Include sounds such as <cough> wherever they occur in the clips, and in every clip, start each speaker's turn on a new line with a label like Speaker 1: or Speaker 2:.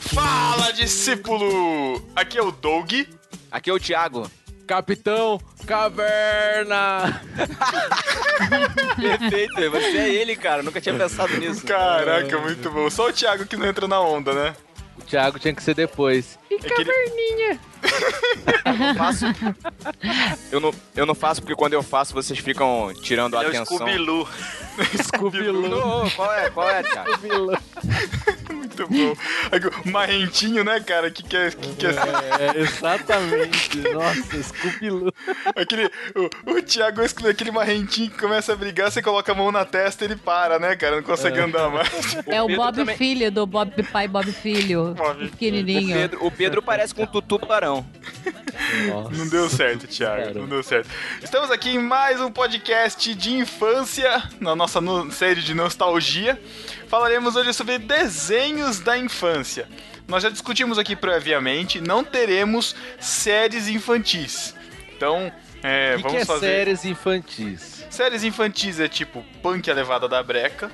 Speaker 1: Fala, discípulo! Aqui é o Doug.
Speaker 2: Aqui é o Thiago.
Speaker 3: Capitão Caverna!
Speaker 2: <laughs> Perfeito, você é ele, cara. Nunca tinha pensado nisso.
Speaker 1: Caraca, muito bom. Só o Thiago que não entra na onda, né? É
Speaker 3: O Thiago tinha que ser depois. E
Speaker 1: que ele-
Speaker 3: caverninha?
Speaker 2: Eu, faço... eu, não, eu não faço porque quando eu faço vocês ficam tirando a
Speaker 4: Ele é o
Speaker 2: atenção.
Speaker 4: Scooby-Loo.
Speaker 3: Scooby-Loo.
Speaker 2: Ô, ô, qual é, qual é, Thiago?
Speaker 1: Muito bom. Aqui, o Marrentinho, né, cara? Que que é, que que é
Speaker 3: É, <laughs> exatamente. Nossa, Scooby-Loo.
Speaker 1: aquele, o, o Thiago é exclu- aquele marrentinho que começa a brigar, você coloca a mão na testa e ele para, né, cara? Não consegue andar mais.
Speaker 5: É o
Speaker 2: Pedro
Speaker 5: Bob
Speaker 2: também-
Speaker 5: Filho, do Bob Pai Bob Filho.
Speaker 1: Bob
Speaker 2: O
Speaker 5: pequenininho.
Speaker 2: Pedro, o Pedro parece com um tutu barão.
Speaker 3: Nossa.
Speaker 1: Não deu
Speaker 3: <laughs>
Speaker 1: certo, Thiago.
Speaker 3: Cara.
Speaker 1: Não deu certo. Estamos aqui em mais um podcast de infância, na nossa no- série de nostalgia. Falaremos hoje sobre desenhos da infância. Nós já discutimos aqui previamente, não teremos séries infantis. Então, é,
Speaker 3: O que,
Speaker 1: vamos
Speaker 3: que é
Speaker 1: fazer.
Speaker 3: séries infantis?
Speaker 1: Séries infantis é tipo Punk a Levada da Breca,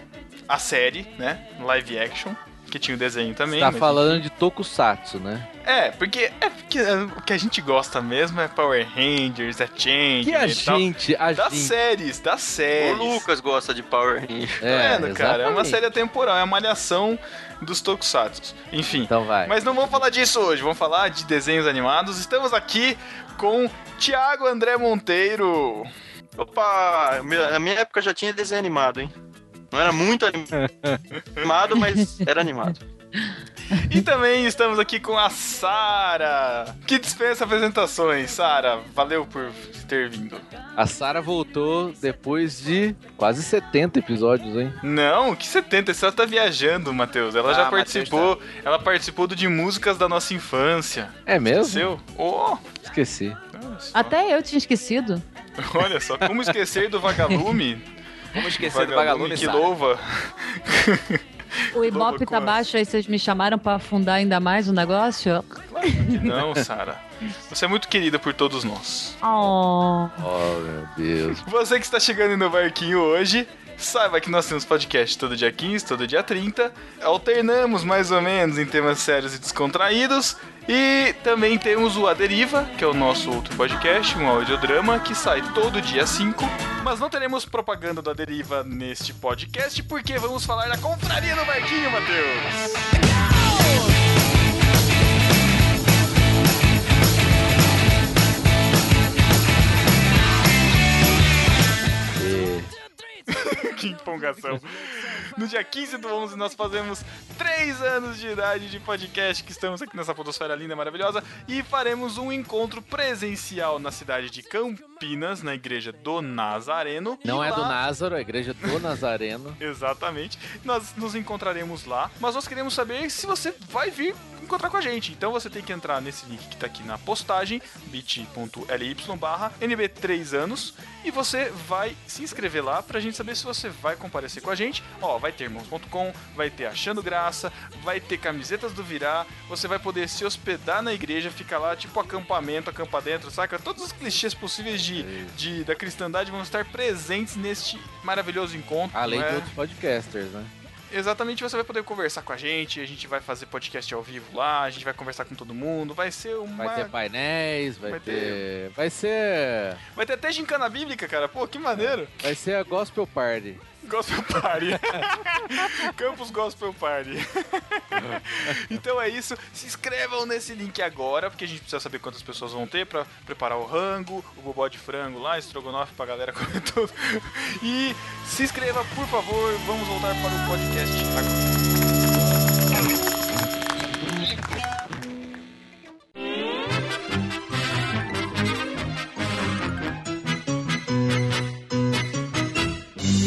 Speaker 1: a série, né? Live action, que tinha o desenho também.
Speaker 3: tá
Speaker 1: mas-
Speaker 3: falando de Tokusatsu, né?
Speaker 1: É, porque é porque é, o que a gente gosta mesmo é Power Rangers, é Change
Speaker 3: Que a
Speaker 1: e tal.
Speaker 3: gente, a
Speaker 1: Das
Speaker 3: gente...
Speaker 1: séries, das
Speaker 4: O
Speaker 1: séries.
Speaker 4: Lucas gosta de Power Rangers.
Speaker 1: Tá vendo, cara? É uma
Speaker 3: exatamente.
Speaker 1: série atemporal, é a malhação dos Tokusatsu. Enfim.
Speaker 3: Então vai.
Speaker 1: Mas não vamos falar disso hoje, vamos falar de desenhos animados. Estamos aqui com Tiago André Monteiro.
Speaker 4: Opa, meu- na minha época já tinha desenho animado, hein? Não era muito
Speaker 1: <laughs>
Speaker 4: anim- animado, mas era animado.
Speaker 1: E também estamos aqui com a Sara, que dispensa apresentações. Sara, valeu por ter vindo.
Speaker 3: A Sarah voltou depois de quase 70 episódios, hein?
Speaker 1: Não, que 70, você tá viajando, Matheus. Ela
Speaker 2: Ah,
Speaker 1: já
Speaker 2: Matheus
Speaker 1: participou, ela participou do de músicas da nossa infância.
Speaker 3: É mesmo?
Speaker 1: Seu? Oh,
Speaker 3: Esqueci.
Speaker 1: olha só.
Speaker 5: Até eu tinha esquecido.
Speaker 1: <laughs> olha só, como esquecer do vagalume?
Speaker 2: Vamos esquecer do vagalume,
Speaker 1: que
Speaker 2: Sara.
Speaker 1: louva.
Speaker 2: <laughs>
Speaker 5: O Ibope
Speaker 1: loucura.
Speaker 5: tá baixo, aí vocês me chamaram pra afundar ainda mais o negócio.
Speaker 1: Não, Sara. Você é muito querida por todos nós.
Speaker 5: Oh.
Speaker 3: Oh, meu
Speaker 1: <laughs>
Speaker 3: Deus.
Speaker 1: Você que está chegando no barquinho hoje, saiba que nós temos podcast todo dia 15, todo dia 30. Alternamos mais ou menos em temas sérios e descontraídos. E também temos o A Deriva, que é o nosso outro podcast, um audiodrama, que sai todo dia 5. Mas não teremos propaganda do A Deriva neste podcast, porque vamos falar da confraria do barquinho, Matheus! <laughs> Que empolgação. No dia 15 do 11, nós fazemos 3 anos de idade de podcast que estamos aqui nessa podosfera linda, maravilhosa. E faremos um encontro presencial na cidade de Campinas, na igreja do Nazareno.
Speaker 3: Não
Speaker 1: E
Speaker 3: é do
Speaker 1: lá-
Speaker 3: Názaro, é a igreja do Nazareno.
Speaker 1: Exatamente. Nós nos encontraremos lá, mas nós queremos saber se você vai vir encontrar com a gente. Então você tem que entrar nesse link que tá aqui na postagem, bit.ly barra NB3 anos, e você vai se inscrever lá pra gente saber se você vai comparecer com a gente. Ó, vai ter irmãos.com, vai ter Achando Graça, vai ter camisetas do Virá, você vai poder se hospedar na igreja, ficar lá tipo acampamento, acampa dentro, saca? Todos os clichês possíveis de, de- da cristandade vão estar presentes neste maravilhoso encontro.
Speaker 3: Além
Speaker 1: não
Speaker 3: de
Speaker 1: é?
Speaker 3: outros podcasters, né?
Speaker 1: Exatamente, você vai poder conversar com a gente, a gente vai fazer podcast ao vivo lá, a gente vai conversar com todo mundo, vai ser uma...
Speaker 3: Vai ter painéis, vai,
Speaker 1: Vai
Speaker 3: ter... Vai ser...
Speaker 1: vai ter até gincana bíblica, cara, pô, que maneiro.
Speaker 3: Vai ser a Gospel Party.
Speaker 1: Gospel
Speaker 3: <laughs>
Speaker 1: Party. Campus Gospel Party. então é isso. Se inscrevam nesse link agora, porque a gente precisa saber quantas pessoas vão ter pra preparar o rango, o bobó de frango lá, estrogonofe pra galera comer tudo. E se inscreva, por favor. Vamos voltar para o podcast agora.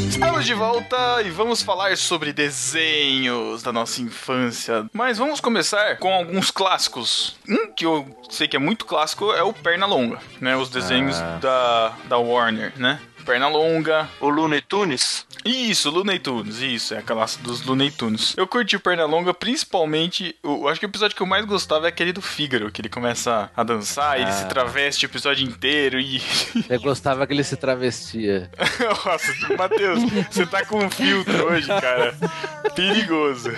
Speaker 1: Estamos de volta e vamos falar sobre desenhos da nossa infância. Mas vamos começar com alguns clássicos. Um que eu sei que é muito clássico é o Pernalonga, né? Os desenhos da, da Warner, né? Pernalonga,
Speaker 4: O Looney Tunes.
Speaker 1: Isso, Looney Tunes, isso, é aquela dos Looney Tunes. Eu curti o Pernalonga, principalmente, eu acho que o episódio que eu mais gostava é aquele do Fígaro, que ele começa a dançar, e ele
Speaker 3: Ah.
Speaker 1: se traveste o episódio inteiro e...
Speaker 3: Eu gostava que ele se travestia.
Speaker 1: Nossa, Matheus, você tá com um filtro hoje, cara. Perigoso.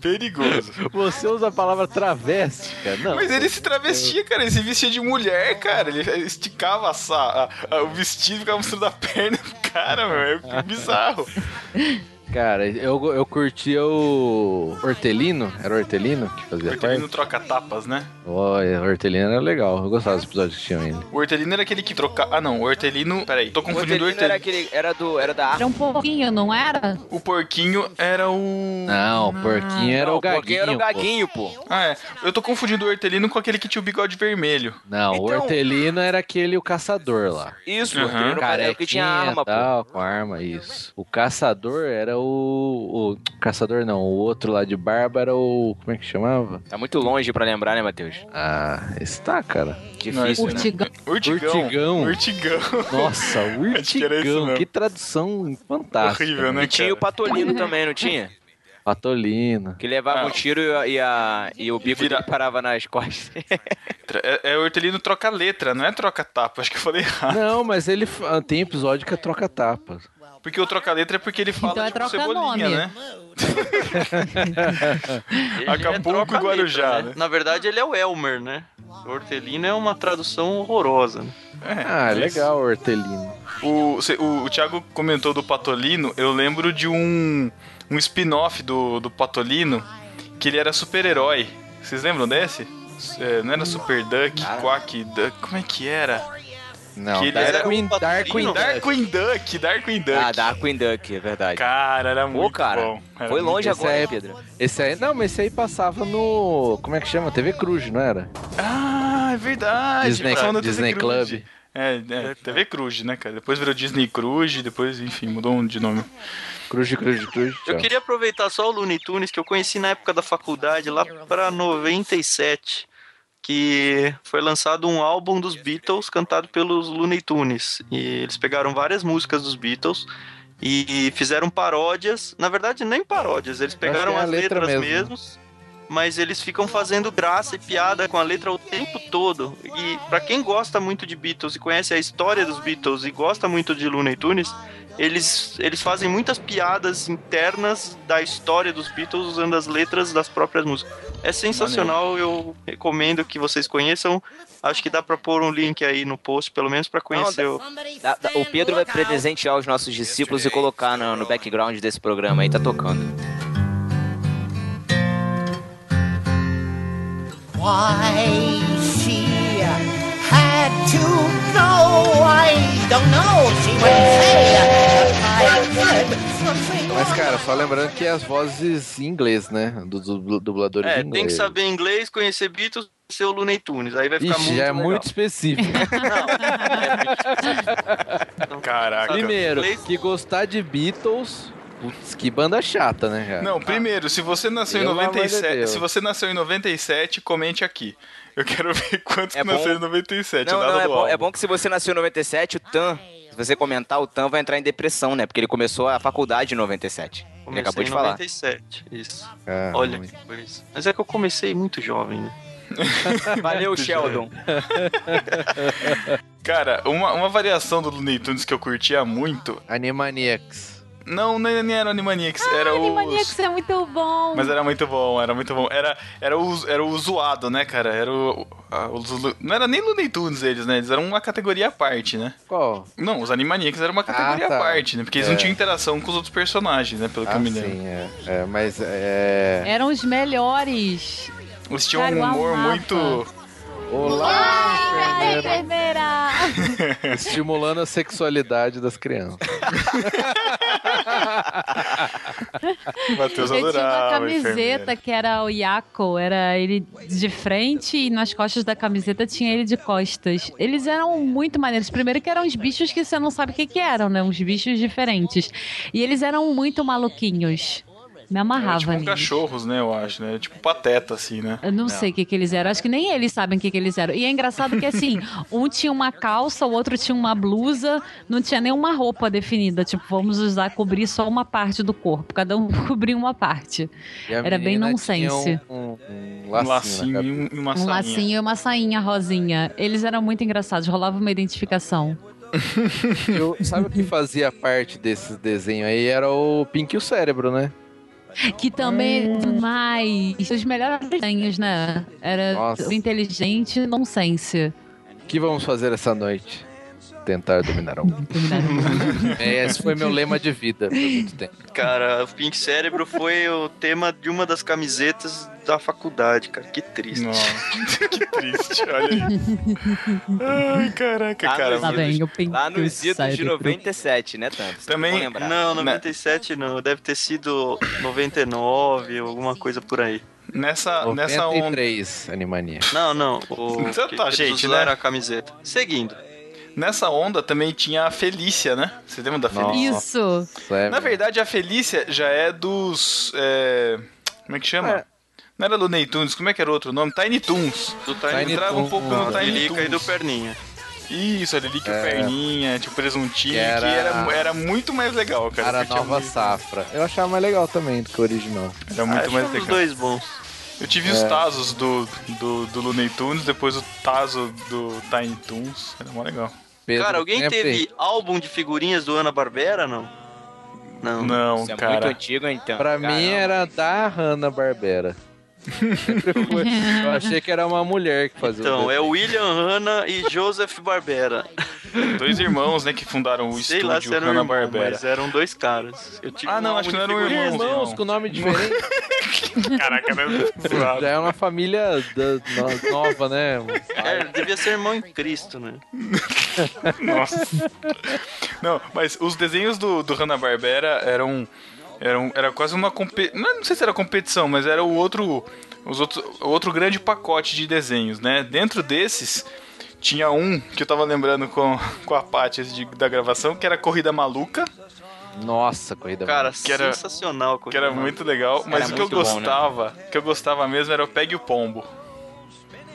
Speaker 1: Perigoso.
Speaker 3: Você usa a palavra travesti, cara? Não.
Speaker 1: Mas ele se travestia, cara. Ele se vestia de mulher, cara. Ele esticava a sa- a- a- o vestido, ficava mostrando a perna pro cara, meu. É bizarro.
Speaker 3: Cara, eu, eu curtia o Hortelino, era o Hortelino que fazia
Speaker 1: Hortelino
Speaker 3: parte?
Speaker 1: troca tapas, né?
Speaker 3: Olha, o Hortelino era legal, eu gostava dos episódios que tinham ele.
Speaker 1: O Hortelino era aquele que troca. Ah, não. O Hortelino. Peraí, tô
Speaker 2: O
Speaker 1: confundindo o
Speaker 2: Hortelino era
Speaker 1: Hortelino.
Speaker 2: aquele. Era, do, era da arte.
Speaker 5: Era um pouquinho, não era?
Speaker 1: O porquinho era o.
Speaker 3: Não, o porquinho era o gaguinho.
Speaker 2: Porque era o
Speaker 3: pô.
Speaker 2: Gaguinho, pô.
Speaker 1: Ah, é. Eu tô confundindo o Hortelino com aquele que tinha o bigode vermelho.
Speaker 3: Não, o
Speaker 2: Então-
Speaker 3: Hortelino era aquele, o caçador lá.
Speaker 2: Isso,
Speaker 1: Aham.
Speaker 2: o Hortelino era o que tinha arma, pô.
Speaker 3: tal, com arma, isso. O caçador era o, o... Caçador não, o outro lá de barba era o... Como é que chamava?
Speaker 2: Tá muito longe pra lembrar, né, Matheus?
Speaker 3: Ah, está, cara.
Speaker 1: Isso,
Speaker 2: Difícil,
Speaker 1: né?
Speaker 5: Urtigão.
Speaker 1: Urtigão.
Speaker 3: Urtigão.
Speaker 1: Urtigão. <laughs>
Speaker 3: Nossa,
Speaker 1: Acho que era isso
Speaker 3: Urtigão,
Speaker 1: É mesmo.
Speaker 3: que tradução fantástica.
Speaker 1: Horrível, né?
Speaker 2: E tinha o
Speaker 1: cara?
Speaker 2: Patolino também, não tinha?
Speaker 3: Patolino.
Speaker 2: Que levava
Speaker 1: Ah.
Speaker 2: um tiro e, a- e a, e o bico
Speaker 1: Vira-
Speaker 2: dele parava nas <laughs> costas.
Speaker 1: É, é o Hortelino troca letra, não é troca tapa. Acho que eu falei errado.
Speaker 3: Não, mas ele fa- tem episódio que é troca tapa.
Speaker 1: Porque o troca-letra é porque ele fala
Speaker 5: Então é
Speaker 1: tipo
Speaker 5: troca
Speaker 1: cebolinha,
Speaker 5: nome.
Speaker 1: né? <laughs>
Speaker 4: Ele é
Speaker 1: Acapulco e
Speaker 4: troca-letra,
Speaker 1: Guarujá, né?
Speaker 4: Na verdade, ele é o Elmer, né? Hortelino é uma tradução horrorosa. Né?
Speaker 1: É,
Speaker 3: Ah,
Speaker 1: é isso.
Speaker 3: legal, Hortelino.
Speaker 1: O, cê- o, o Thiago comentou do Patolino, eu lembro de um, um spin-off do, do Patolino, que ele era super-herói. Vocês lembram desse? S- é, não era Super Duck, Quack Duck, como é que era?
Speaker 3: Não,
Speaker 1: Que ele era
Speaker 3: Darkwing,
Speaker 4: um
Speaker 3: Darkwing
Speaker 4: Patolino?
Speaker 3: Duck.
Speaker 1: Darkwing Duck, Darkwing Duck.
Speaker 2: ah, Darkwing Duck, é verdade.
Speaker 1: Cara, era
Speaker 2: Pô,
Speaker 1: muito
Speaker 2: cara,
Speaker 1: bom. Era
Speaker 2: foi
Speaker 1: muito-
Speaker 2: longe
Speaker 3: Esse
Speaker 2: agora,
Speaker 3: é-
Speaker 2: hein, Pedro.
Speaker 3: Esse aí, não, mas esse aí passava no, como é que chama? TV Cruz, não era?
Speaker 1: Ah, é verdade.
Speaker 3: Disney,
Speaker 1: passava no
Speaker 3: Disney
Speaker 1: TV Cruz.
Speaker 3: Club.
Speaker 1: É, é, TV Cruz, né, cara? Depois virou Disney Cruz, depois, enfim, mudou um de nome.
Speaker 3: Cruz, Cruz, Cruz.
Speaker 4: Eu
Speaker 3: tchau.
Speaker 4: queria aproveitar só o Looney Tunes, que eu conheci na época da faculdade, lá pra 97, que foi lançado um álbum dos Beatles cantado pelos Looney Tunes. E eles pegaram várias músicas dos Beatles e fizeram paródias. Na verdade, nem paródias, eles pegaram
Speaker 3: é a
Speaker 4: as
Speaker 3: letra
Speaker 4: letras
Speaker 3: mesmo.
Speaker 4: mesmos. Mas eles ficam fazendo graça e piada com a letra o tempo todo. E pra quem gosta muito de Beatles e conhece a história dos Beatles e gosta muito de Looney Tunes, eles, eles fazem muitas piadas internas da história dos Beatles usando as letras das próprias músicas. É sensacional, eu recomendo que vocês conheçam. Acho que dá pra pôr um link aí no post, pelo menos pra conhecer o.
Speaker 2: Da- da- o Pedro vai presentear os nossos discípulos e colocar no, no background desse programa aí, tá tocando.
Speaker 6: Why she had to go, I don't know. She would say that I
Speaker 3: Mas cara, só lembrando que as vozes em inglês, né, dos dubl- dubladores
Speaker 4: É,
Speaker 3: em
Speaker 4: tem que
Speaker 3: inglês.
Speaker 4: saber inglês, conhecer Beatles, ser o Looney Tunes. Aí vai ficar
Speaker 3: Ixi,
Speaker 4: muito.
Speaker 3: já é
Speaker 4: legal.
Speaker 3: muito específico.
Speaker 4: <laughs>
Speaker 1: Caraca.
Speaker 3: Primeiro,
Speaker 4: Inglês-
Speaker 3: que gostar de Beatles, putz, que banda chata, né, cara?
Speaker 1: Não, primeiro, se você nasceu em
Speaker 3: Pelo amor de
Speaker 1: 97,
Speaker 3: Deus.
Speaker 1: se você nasceu em 97, comente aqui. Eu quero ver <laughs> quantos
Speaker 2: É
Speaker 1: que nasceram em
Speaker 2: bom.
Speaker 1: 97,
Speaker 2: Não,
Speaker 1: nada
Speaker 2: não, é
Speaker 1: do
Speaker 2: bom,
Speaker 1: álbum.
Speaker 2: é bom que se você nasceu em 97, o Tan, se você comentar, o Tan vai entrar em depressão, né? Porque ele começou a faculdade em 97. Ele
Speaker 4: Comecei
Speaker 2: acabou de
Speaker 4: em
Speaker 2: falar.
Speaker 4: 97, isso.
Speaker 3: Ah,
Speaker 4: Olha que coisa. Mas é que eu comecei muito jovem, né?
Speaker 2: <laughs> Valeu, Sheldon.
Speaker 1: Cara, uma, uma variação do Looney Tunes que eu curtia muito,
Speaker 3: Animaniacs.
Speaker 1: não, nem, nem era o Animaniacs, era o
Speaker 5: Animaniacs é muito bom.
Speaker 1: Mas era muito bom, era muito bom. Era, era, o, era o zoado, né, cara? Era o, o- a- os Lu- não era nem Looney Tunes eles, né? Eles eram uma categoria à parte, né?
Speaker 3: Qual?
Speaker 1: Não, os Animaniacs eram uma categoria
Speaker 3: tá.
Speaker 1: à parte, né? Porque eles não
Speaker 3: É.
Speaker 1: tinham interação com os outros personagens, né? Pelo que eu
Speaker 3: Ah,
Speaker 1: me lembro.
Speaker 3: sim, é, é, mas é...
Speaker 5: Eram os melhores.
Speaker 1: Eles tinham
Speaker 5: Cara, eu
Speaker 1: um humor
Speaker 5: amava. <laughs>
Speaker 1: muito...
Speaker 3: é. Olá,
Speaker 5: Ai,
Speaker 3: enfermeira.
Speaker 5: enfermeira!
Speaker 3: Estimulando a sexualidade das crianças.
Speaker 1: Matheus
Speaker 5: Eu tinha uma
Speaker 1: adorava. a
Speaker 5: camiseta que era o Yako, era ele de frente e nas costas da camiseta tinha ele de costas. Eles eram muito maneiros. Primeiro que eram uns bichos que você não sabe o que, que eram, né? Uns bichos diferentes. E eles eram muito maluquinhos. Me amarrava
Speaker 1: Era tipo um
Speaker 5: neles.
Speaker 1: cachorros, né, eu acho, né? Tipo pateta, assim, né?
Speaker 5: Eu não, sei o que, que eles eram. Acho que nem eles sabem o que, que eles eram. E é engraçado que, assim, <laughs> um tinha uma calça, o outro tinha uma blusa, não tinha nenhuma roupa definida. Tipo, vamos usar, cobrir só uma parte do corpo. Cada um <laughs> cobria uma parte.
Speaker 3: E a
Speaker 5: Era bem
Speaker 3: menina
Speaker 5: nonsense.
Speaker 3: tinha Um, um, um
Speaker 1: Um
Speaker 3: lacinho.
Speaker 1: lacinho
Speaker 3: na
Speaker 1: e
Speaker 3: cabeça.
Speaker 1: um- e uma
Speaker 5: um
Speaker 1: sainha.
Speaker 5: lacinho e uma sainha rosinha. Eles eram muito engraçados, rolava uma identificação.
Speaker 3: Eu- sabe o que fazia parte desses desenhos aí? Era o Pink e o Cérebro, né?
Speaker 5: Que também mais os melhores desenhos, né? Era
Speaker 3: Nossa.
Speaker 5: inteligente e nonsense.
Speaker 3: O que vamos fazer essa noite? Tentar dominar o mundo. É, Esse foi meu lema de vida por muito tempo.
Speaker 4: Cara, o Pink Cérebro foi o tema de uma das camisetas da faculdade, cara. Que triste.
Speaker 1: Nossa, <laughs> que triste, olha
Speaker 5: <laughs>
Speaker 1: aí. Ai, caraca,
Speaker 2: Ah,
Speaker 1: cara.
Speaker 5: Tá
Speaker 2: mas-
Speaker 5: bem, eu pinto
Speaker 2: Lá nos
Speaker 5: o
Speaker 2: idos de
Speaker 5: cérebro.
Speaker 2: 97, né, Tanto?
Speaker 1: Também-
Speaker 4: Não, 97 não. Deve ter sido 99 ou alguma coisa por aí.
Speaker 1: Nessa, Ah, nessa onda,
Speaker 3: 93, Animania.
Speaker 4: Não, não. O
Speaker 1: <laughs> Então
Speaker 4: que
Speaker 1: tá,
Speaker 4: eles
Speaker 1: gente,
Speaker 4: usaram
Speaker 1: né?
Speaker 4: a camiseta. Seguindo.
Speaker 1: nessa onda também tinha a Felícia, né? Você lembra da Felícia?
Speaker 3: Nossa.
Speaker 5: Isso.
Speaker 3: Cérebro.
Speaker 1: Na verdade, a Felícia já é dos. é, Como é que chama?
Speaker 3: É.
Speaker 1: Não era Looney Tunes, como é que era o outro nome? Tiny Toons.
Speaker 4: Do
Speaker 3: Tiny
Speaker 4: Tiny Hum,
Speaker 1: Entrava um
Speaker 3: Toons,
Speaker 1: pouco no
Speaker 3: né?
Speaker 1: Tiny
Speaker 4: Lilica e do
Speaker 1: Toons.
Speaker 4: Perninha.
Speaker 1: Isso, a Lilica e o
Speaker 3: É.
Speaker 1: Perninha, tipo presuntinho, que
Speaker 3: Que era-
Speaker 1: era... era muito mais legal, cara.
Speaker 3: Era
Speaker 1: Eu um
Speaker 3: a
Speaker 1: curtia
Speaker 3: nova
Speaker 1: muito.
Speaker 3: safra. Eu achava mais legal também do que o original.
Speaker 1: Era
Speaker 4: Ah,
Speaker 1: muito
Speaker 4: acho
Speaker 1: mais
Speaker 4: os
Speaker 1: legal.
Speaker 4: dois bons.
Speaker 1: Eu tive os Tazos do, do, do Looney Tunes, depois o Tazo do Tiny Toons. Era mó legal.
Speaker 3: Pedro
Speaker 4: Cara, alguém
Speaker 3: sempre-
Speaker 4: teve álbum de figurinhas do Ana Barbera, não? Não.
Speaker 1: Não,
Speaker 2: Isso é muito
Speaker 1: cara.
Speaker 2: antigo, então.
Speaker 3: Pra mim
Speaker 2: Caramba.
Speaker 3: era da Hanna-Barbera. Sempre foi. Eu achei que era uma mulher que fazia
Speaker 4: Então, é
Speaker 3: desenho.
Speaker 4: William Hanna e Joseph Barbera.
Speaker 1: Dois irmãos, né, que fundaram o
Speaker 4: Sei
Speaker 1: estúdio
Speaker 4: lá se
Speaker 2: um
Speaker 4: eram irmãos,
Speaker 1: Hanna-Barbera.
Speaker 4: mas eram dois caras. Eu tive
Speaker 1: Ah, não,
Speaker 4: um
Speaker 1: acho que não
Speaker 4: álbum de
Speaker 1: eram
Speaker 4: figurinhas.
Speaker 1: irmãos.
Speaker 3: Irmãos com nome diferente.
Speaker 1: Caraca, né?
Speaker 2: <laughs>
Speaker 1: zoado.
Speaker 3: Já é uma família da- no- nova, né?
Speaker 4: É, devia ser irmão em Cristo, né?
Speaker 1: Nossa. Não, mas os desenhos do, do Hanna-Barbera eram, eram. Era quase uma competição. Não sei se era competição, mas era o outro. Os outro, o outro grande pacote de desenhos, né? Dentro desses. Tinha um que eu tava lembrando com, com a Paty antes de- da gravação, que era Corrida Maluca,
Speaker 3: Nossa, corrida.
Speaker 4: Cara,
Speaker 1: Que era-
Speaker 4: sensacional.
Speaker 1: que era muito legal, mas o que eu
Speaker 2: muito bom, né?
Speaker 1: gostava, que eu gostava mesmo era o Pegue o Pombo.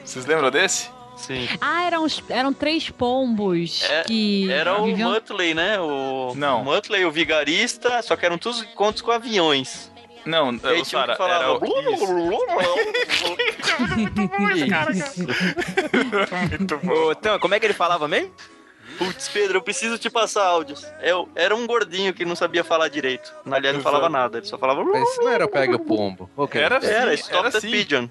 Speaker 1: Vocês lembram desse?
Speaker 4: Sim.
Speaker 5: Ah, eram, os- eram três pombos
Speaker 4: É,
Speaker 5: que.
Speaker 4: Era o
Speaker 5: viviam-
Speaker 4: Muttley, né? O
Speaker 1: Não.
Speaker 4: o Muttley, o vigarista, só que eram todos contos com aviões.
Speaker 1: Não, é,
Speaker 4: E aí
Speaker 1: o
Speaker 4: tinha um
Speaker 1: Sara,
Speaker 4: que
Speaker 1: era
Speaker 4: falava...
Speaker 1: o... isso.
Speaker 4: um
Speaker 5: <laughs>
Speaker 1: Muito bom.
Speaker 2: Ô, Tan, como é que ele falava mesmo?
Speaker 4: Putz, Pedro, eu preciso te passar áudios. Eu, era um gordinho que não sabia falar direito. Aliás, não falava nada, ele só falava...
Speaker 3: Mas isso não era o Pega o Pombo. Ok.
Speaker 1: Era,
Speaker 4: Era,
Speaker 1: sim,
Speaker 4: Stop
Speaker 1: era
Speaker 4: the
Speaker 1: sim.
Speaker 4: Pigeon.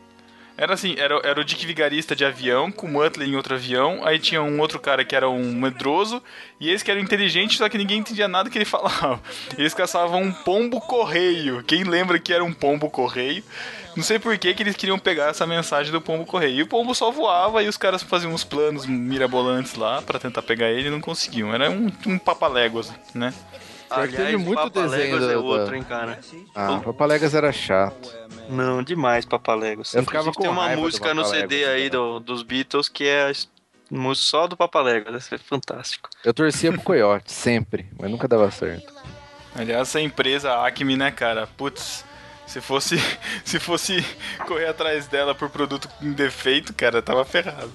Speaker 1: Era assim, era, era o Dick Vigarista de avião, com o Muttley em outro avião, aí tinha um outro cara que era um medroso, e esse que era inteligente, só que ninguém entendia nada que ele <laughs> falava. Eles caçavam um pombo correio. Quem lembra que era um pombo correio? Não sei por que que eles queriam pegar essa mensagem do pombo correio. E o pombo só voava e os caras faziam uns planos mirabolantes lá pra tentar pegar ele e não conseguiam. Era um, um papaléguas, né?
Speaker 3: Pior que teve
Speaker 4: Aliás,
Speaker 3: muito
Speaker 4: Papaléguas
Speaker 3: desenho
Speaker 4: é
Speaker 3: da-
Speaker 4: outro,
Speaker 3: da-
Speaker 4: hein, cara.
Speaker 3: Ah, Papaléguas era chato.
Speaker 4: Não, demais, Papaléguas.
Speaker 3: Eu ficava
Speaker 4: Inclusive, tem
Speaker 3: com
Speaker 4: uma
Speaker 3: raiva do
Speaker 4: música no
Speaker 3: Papaléguas,
Speaker 4: CD
Speaker 3: cara.
Speaker 4: aí do- dos Beatles que é a s- mu- só do Papaléguas. Essa é fantástico.
Speaker 3: Eu torcia pro Coyote, sempre, mas nunca dava certo.
Speaker 1: Aliás, essa empresa Acme, né, cara? Putz, se fosse, <laughs> se fosse correr atrás dela por produto com defeito, cara, tava ferrado.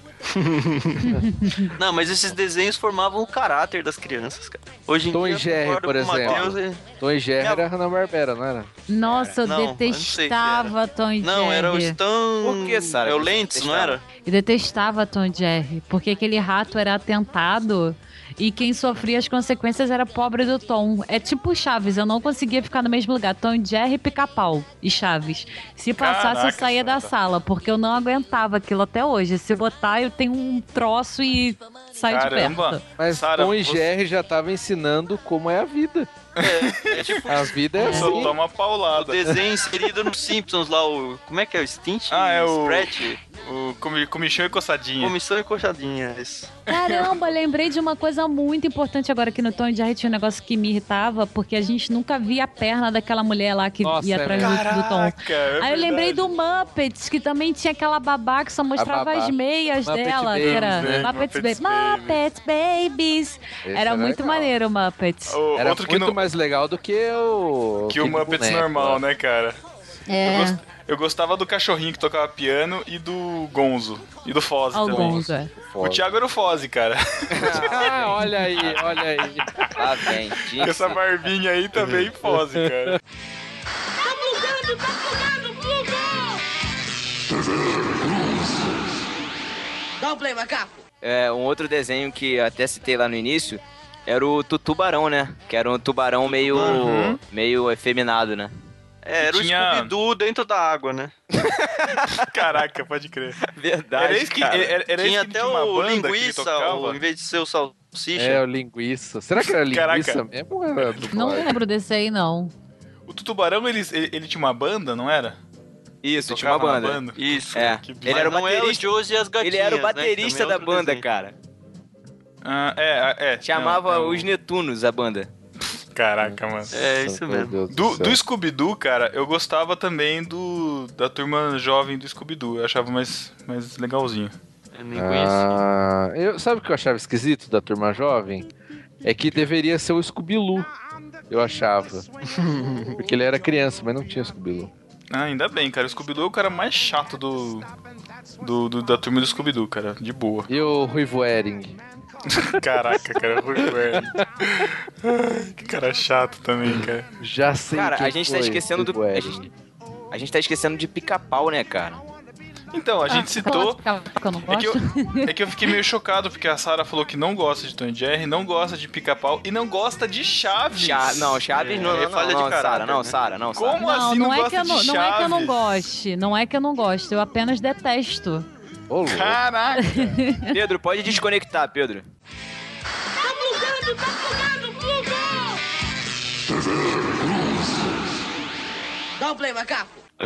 Speaker 4: Não, mas esses desenhos formavam o caráter das crianças, cara. Hoje em
Speaker 3: Tom e
Speaker 4: dia,
Speaker 3: Jerry,
Speaker 4: concordo
Speaker 3: por
Speaker 4: com o
Speaker 3: exemplo.
Speaker 4: Matheus e-
Speaker 3: Tom e Jerry
Speaker 4: Minha-
Speaker 3: era Hanna-Barbera, não era?
Speaker 5: Nossa, eu
Speaker 4: Não, eu não sei se
Speaker 5: detestava Tom e
Speaker 4: Não, era o
Speaker 5: Jerry.
Speaker 4: Stan...
Speaker 2: Por que, Sara,
Speaker 4: É o
Speaker 2: que você
Speaker 4: Lentz, não era?
Speaker 5: Eu detestava Tom e Jerry, porque aquele rato era atentado e quem sofria as consequências era pobre do Tom. É tipo Chaves, eu não conseguia ficar no mesmo lugar. Tom e Jerry, pica-pau e Chaves. Se passasse, eu
Speaker 1: Caraca,
Speaker 5: saía da
Speaker 1: Sara.
Speaker 5: sala, porque eu não aguentava aquilo até hoje. Se botar, eu tenho um troço e saio de
Speaker 1: Caramba.
Speaker 5: perto.
Speaker 3: Mas
Speaker 1: Sara,
Speaker 3: Tom e
Speaker 1: você-
Speaker 3: Jerry já tava ensinando como é a vida.
Speaker 4: É, é tipo
Speaker 3: A vida é
Speaker 1: Só
Speaker 3: assim.
Speaker 1: toma
Speaker 4: o
Speaker 1: paulada.
Speaker 4: desenho inserido nos Simpsons lá, o... Como é que é? O Stint?
Speaker 1: Ah, é o-
Speaker 4: Scratch?
Speaker 1: O comi, comichão e coçadinha.
Speaker 4: Comissão e coxadinha, isso.
Speaker 5: Caramba, lembrei de uma coisa muito importante agora que no Tom e Jerry tinha um negócio que me irritava, porque a gente nunca via a perna daquela mulher lá que
Speaker 3: Nossa,
Speaker 5: ia
Speaker 3: é
Speaker 5: atrás do- do Tom.
Speaker 1: Caraca! é
Speaker 5: Aí eu lembrei
Speaker 1: verdade.
Speaker 5: do Muppets, que também tinha aquela babá que só mostrava
Speaker 3: babá.
Speaker 5: as meias
Speaker 3: Muppet
Speaker 5: dela.
Speaker 3: Babies,
Speaker 5: que era
Speaker 1: né?
Speaker 5: Muppets,
Speaker 1: Muppets
Speaker 5: Babies. Muppets Babies.
Speaker 3: Esse
Speaker 5: era muito
Speaker 3: legal.
Speaker 5: maneiro o Muppets.
Speaker 1: O-
Speaker 3: Era
Speaker 1: outro que,
Speaker 3: muito
Speaker 1: não,
Speaker 3: mais legal do que o...
Speaker 1: que o
Speaker 3: aquele
Speaker 1: Muppets
Speaker 3: boneco
Speaker 1: normal,
Speaker 3: lá.
Speaker 1: né, cara? Eu,
Speaker 5: É,
Speaker 1: gost- eu gostava do cachorrinho que tocava piano e do Gonzo. E do Foz também.
Speaker 5: alguns, é.
Speaker 1: né? O Thiago era o Foz, cara.
Speaker 3: Ah, olha aí, olha aí.
Speaker 2: Lá vem, disse.
Speaker 1: <laughs> Essa barbinha aí também, Foz, cara.
Speaker 2: É, um outro desenho que eu até citei lá no início era o Tutubarão, né? Que era um tubarão meio.
Speaker 1: Uhum.
Speaker 2: meio efeminado, né?
Speaker 4: É, era
Speaker 1: Tinha-
Speaker 4: o Scooby-Doo dentro da água, né?
Speaker 1: Caraca, pode crer.
Speaker 2: Verdade.
Speaker 1: Era esse que,
Speaker 2: cara.
Speaker 1: era, era
Speaker 4: Tinha
Speaker 1: esse que
Speaker 4: até
Speaker 1: tinha uma
Speaker 4: o
Speaker 1: banda que ele
Speaker 4: linguiça,
Speaker 1: tocava?
Speaker 4: o- em vez de ser o salsicha.
Speaker 3: É, o linguiça. Será que era linguiça
Speaker 1: Caraca.
Speaker 3: mesmo? ou era do
Speaker 5: Não
Speaker 3: Floyd?
Speaker 5: lembro desse aí, não.
Speaker 1: O Tutubarão, ele, ele, ele tinha uma banda, não era?
Speaker 2: Isso, tinha uma
Speaker 1: Tocava na
Speaker 2: banda.
Speaker 4: Isso.
Speaker 2: É.
Speaker 1: Que bizarro.
Speaker 2: Ele era o
Speaker 4: Mas não é
Speaker 2: baterista.
Speaker 4: o Josie e as gatinhas,
Speaker 2: Ele era o
Speaker 4: né,
Speaker 2: baterista
Speaker 4: que também é
Speaker 2: da
Speaker 4: outro
Speaker 2: banda,
Speaker 4: desenho.
Speaker 2: cara.
Speaker 1: Ah, é, é.
Speaker 2: Chamava
Speaker 1: não, é o-
Speaker 2: os Netunos, a banda.
Speaker 1: Caraca, mano.
Speaker 4: É, isso
Speaker 3: Meu
Speaker 4: mesmo.
Speaker 3: Deus
Speaker 1: Do,
Speaker 3: céu.
Speaker 1: do Scooby-Doo, cara, eu gostava também do da turma jovem do Scooby-Doo. Eu achava mais, mais legalzinho.
Speaker 4: Eu nem conheço.
Speaker 3: Ah, eu, sabe o que eu achava esquisito da turma jovem? É que deveria ser o Scooby-Loo,
Speaker 1: <laughs>
Speaker 3: eu achava. Porque ele era criança, mas não tinha Scooby-Loo.
Speaker 1: Ah, ainda bem, cara. O Scooby-Doo é o cara mais chato do, do, do- da turma do Scooby-Doo, cara. De boa.
Speaker 3: E o Ruivo Ering?
Speaker 1: <laughs> Caraca, cara. Rui Werner. que cara chato também, cara.
Speaker 3: Já sei
Speaker 2: Cara,
Speaker 3: quem
Speaker 2: a gente
Speaker 3: foi tipo, é.
Speaker 2: tá esquecendo do.
Speaker 3: Ruivo
Speaker 2: A
Speaker 3: Ering.
Speaker 2: gente, a gente tá esquecendo de pica-pau, né, cara?
Speaker 1: Então, a gente citou...
Speaker 5: Que eu não
Speaker 1: É que, eu,
Speaker 5: gosto.
Speaker 1: é que eu fiquei meio chocado, porque a Sarah falou que não gosta de Tom e Jerry, não gosta de pica-pau e não gosta de Chaves.
Speaker 2: Chá, não, Chaves não,
Speaker 4: É,
Speaker 2: não,
Speaker 4: falha de
Speaker 2: não, não,
Speaker 4: caráter,
Speaker 2: Sara, não,
Speaker 4: né?
Speaker 2: Sara, não,
Speaker 1: <laughs>
Speaker 2: Sara.
Speaker 1: Como
Speaker 5: Não,
Speaker 1: assim não,
Speaker 5: não é, que
Speaker 1: gosta
Speaker 5: eu não,
Speaker 1: de
Speaker 5: não é que eu não
Speaker 1: Chaves?
Speaker 5: goste. Não é que eu não gosto. Eu apenas detesto.
Speaker 3: Ô, louco.
Speaker 1: Caraca.
Speaker 2: Pedro, pode desconectar, Pedro.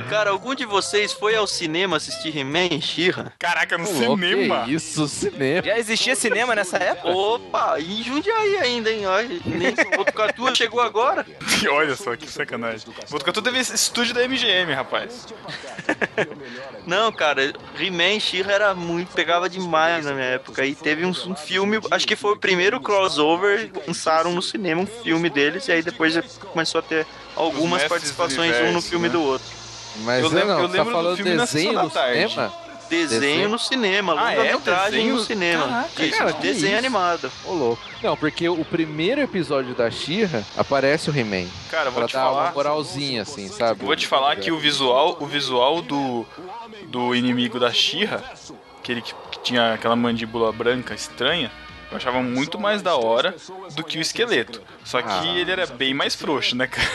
Speaker 4: Cara, algum de vocês foi ao cinema assistir He-Man e She-Ra?
Speaker 1: Caraca, no
Speaker 3: Ô, louco,
Speaker 1: cinema.
Speaker 3: que isso, cinema.
Speaker 2: Já existia cinema nessa época?
Speaker 4: Opa, em Jundiaí ainda, hein? Olha, nem o Botucatu chegou agora.
Speaker 1: <laughs> Olha só, que sacanagem. Botucatu teve esse estúdio da MGM, rapaz.
Speaker 4: Não, cara, He-Man e She-Ra era muito, pegava demais na minha época. E teve um, um filme, acho que foi o primeiro crossover, lançaram no cinema um filme deles, e aí depois já começou a ter
Speaker 1: Os
Speaker 4: algumas
Speaker 1: mestres do
Speaker 4: participações, um no
Speaker 1: universo,
Speaker 4: filme
Speaker 1: né?
Speaker 4: do outro.
Speaker 3: Mas
Speaker 1: Eu lembro-
Speaker 3: não,
Speaker 1: eu
Speaker 3: você tá
Speaker 1: lembro do
Speaker 3: falando
Speaker 1: filme na
Speaker 3: desenho
Speaker 1: sessão
Speaker 3: no
Speaker 1: da tarde.
Speaker 3: cinema?
Speaker 4: Desenho,
Speaker 3: Desenho?
Speaker 4: no cinema,
Speaker 1: Ah, é?
Speaker 4: longa-metragem
Speaker 1: Desenho?
Speaker 4: no cinema.
Speaker 1: Caraca,
Speaker 4: isso,
Speaker 3: cara, que
Speaker 4: desenho
Speaker 3: isso?
Speaker 4: animado.
Speaker 3: Ô, louco. Não, porque o primeiro episódio da She-Ra aparece o He-Man.
Speaker 1: Cara, vou
Speaker 3: Pra
Speaker 1: te
Speaker 3: dar uma
Speaker 1: falar.
Speaker 3: moralzinha, assim, sabe?
Speaker 1: Vou te falar que o visual, o visual do, do inimigo da Xirra, aquele que, que tinha aquela mandíbula branca estranha, eu achava muito mais da hora do que o esqueleto. Só que
Speaker 3: Ah.
Speaker 1: ele era bem mais frouxo, né, cara?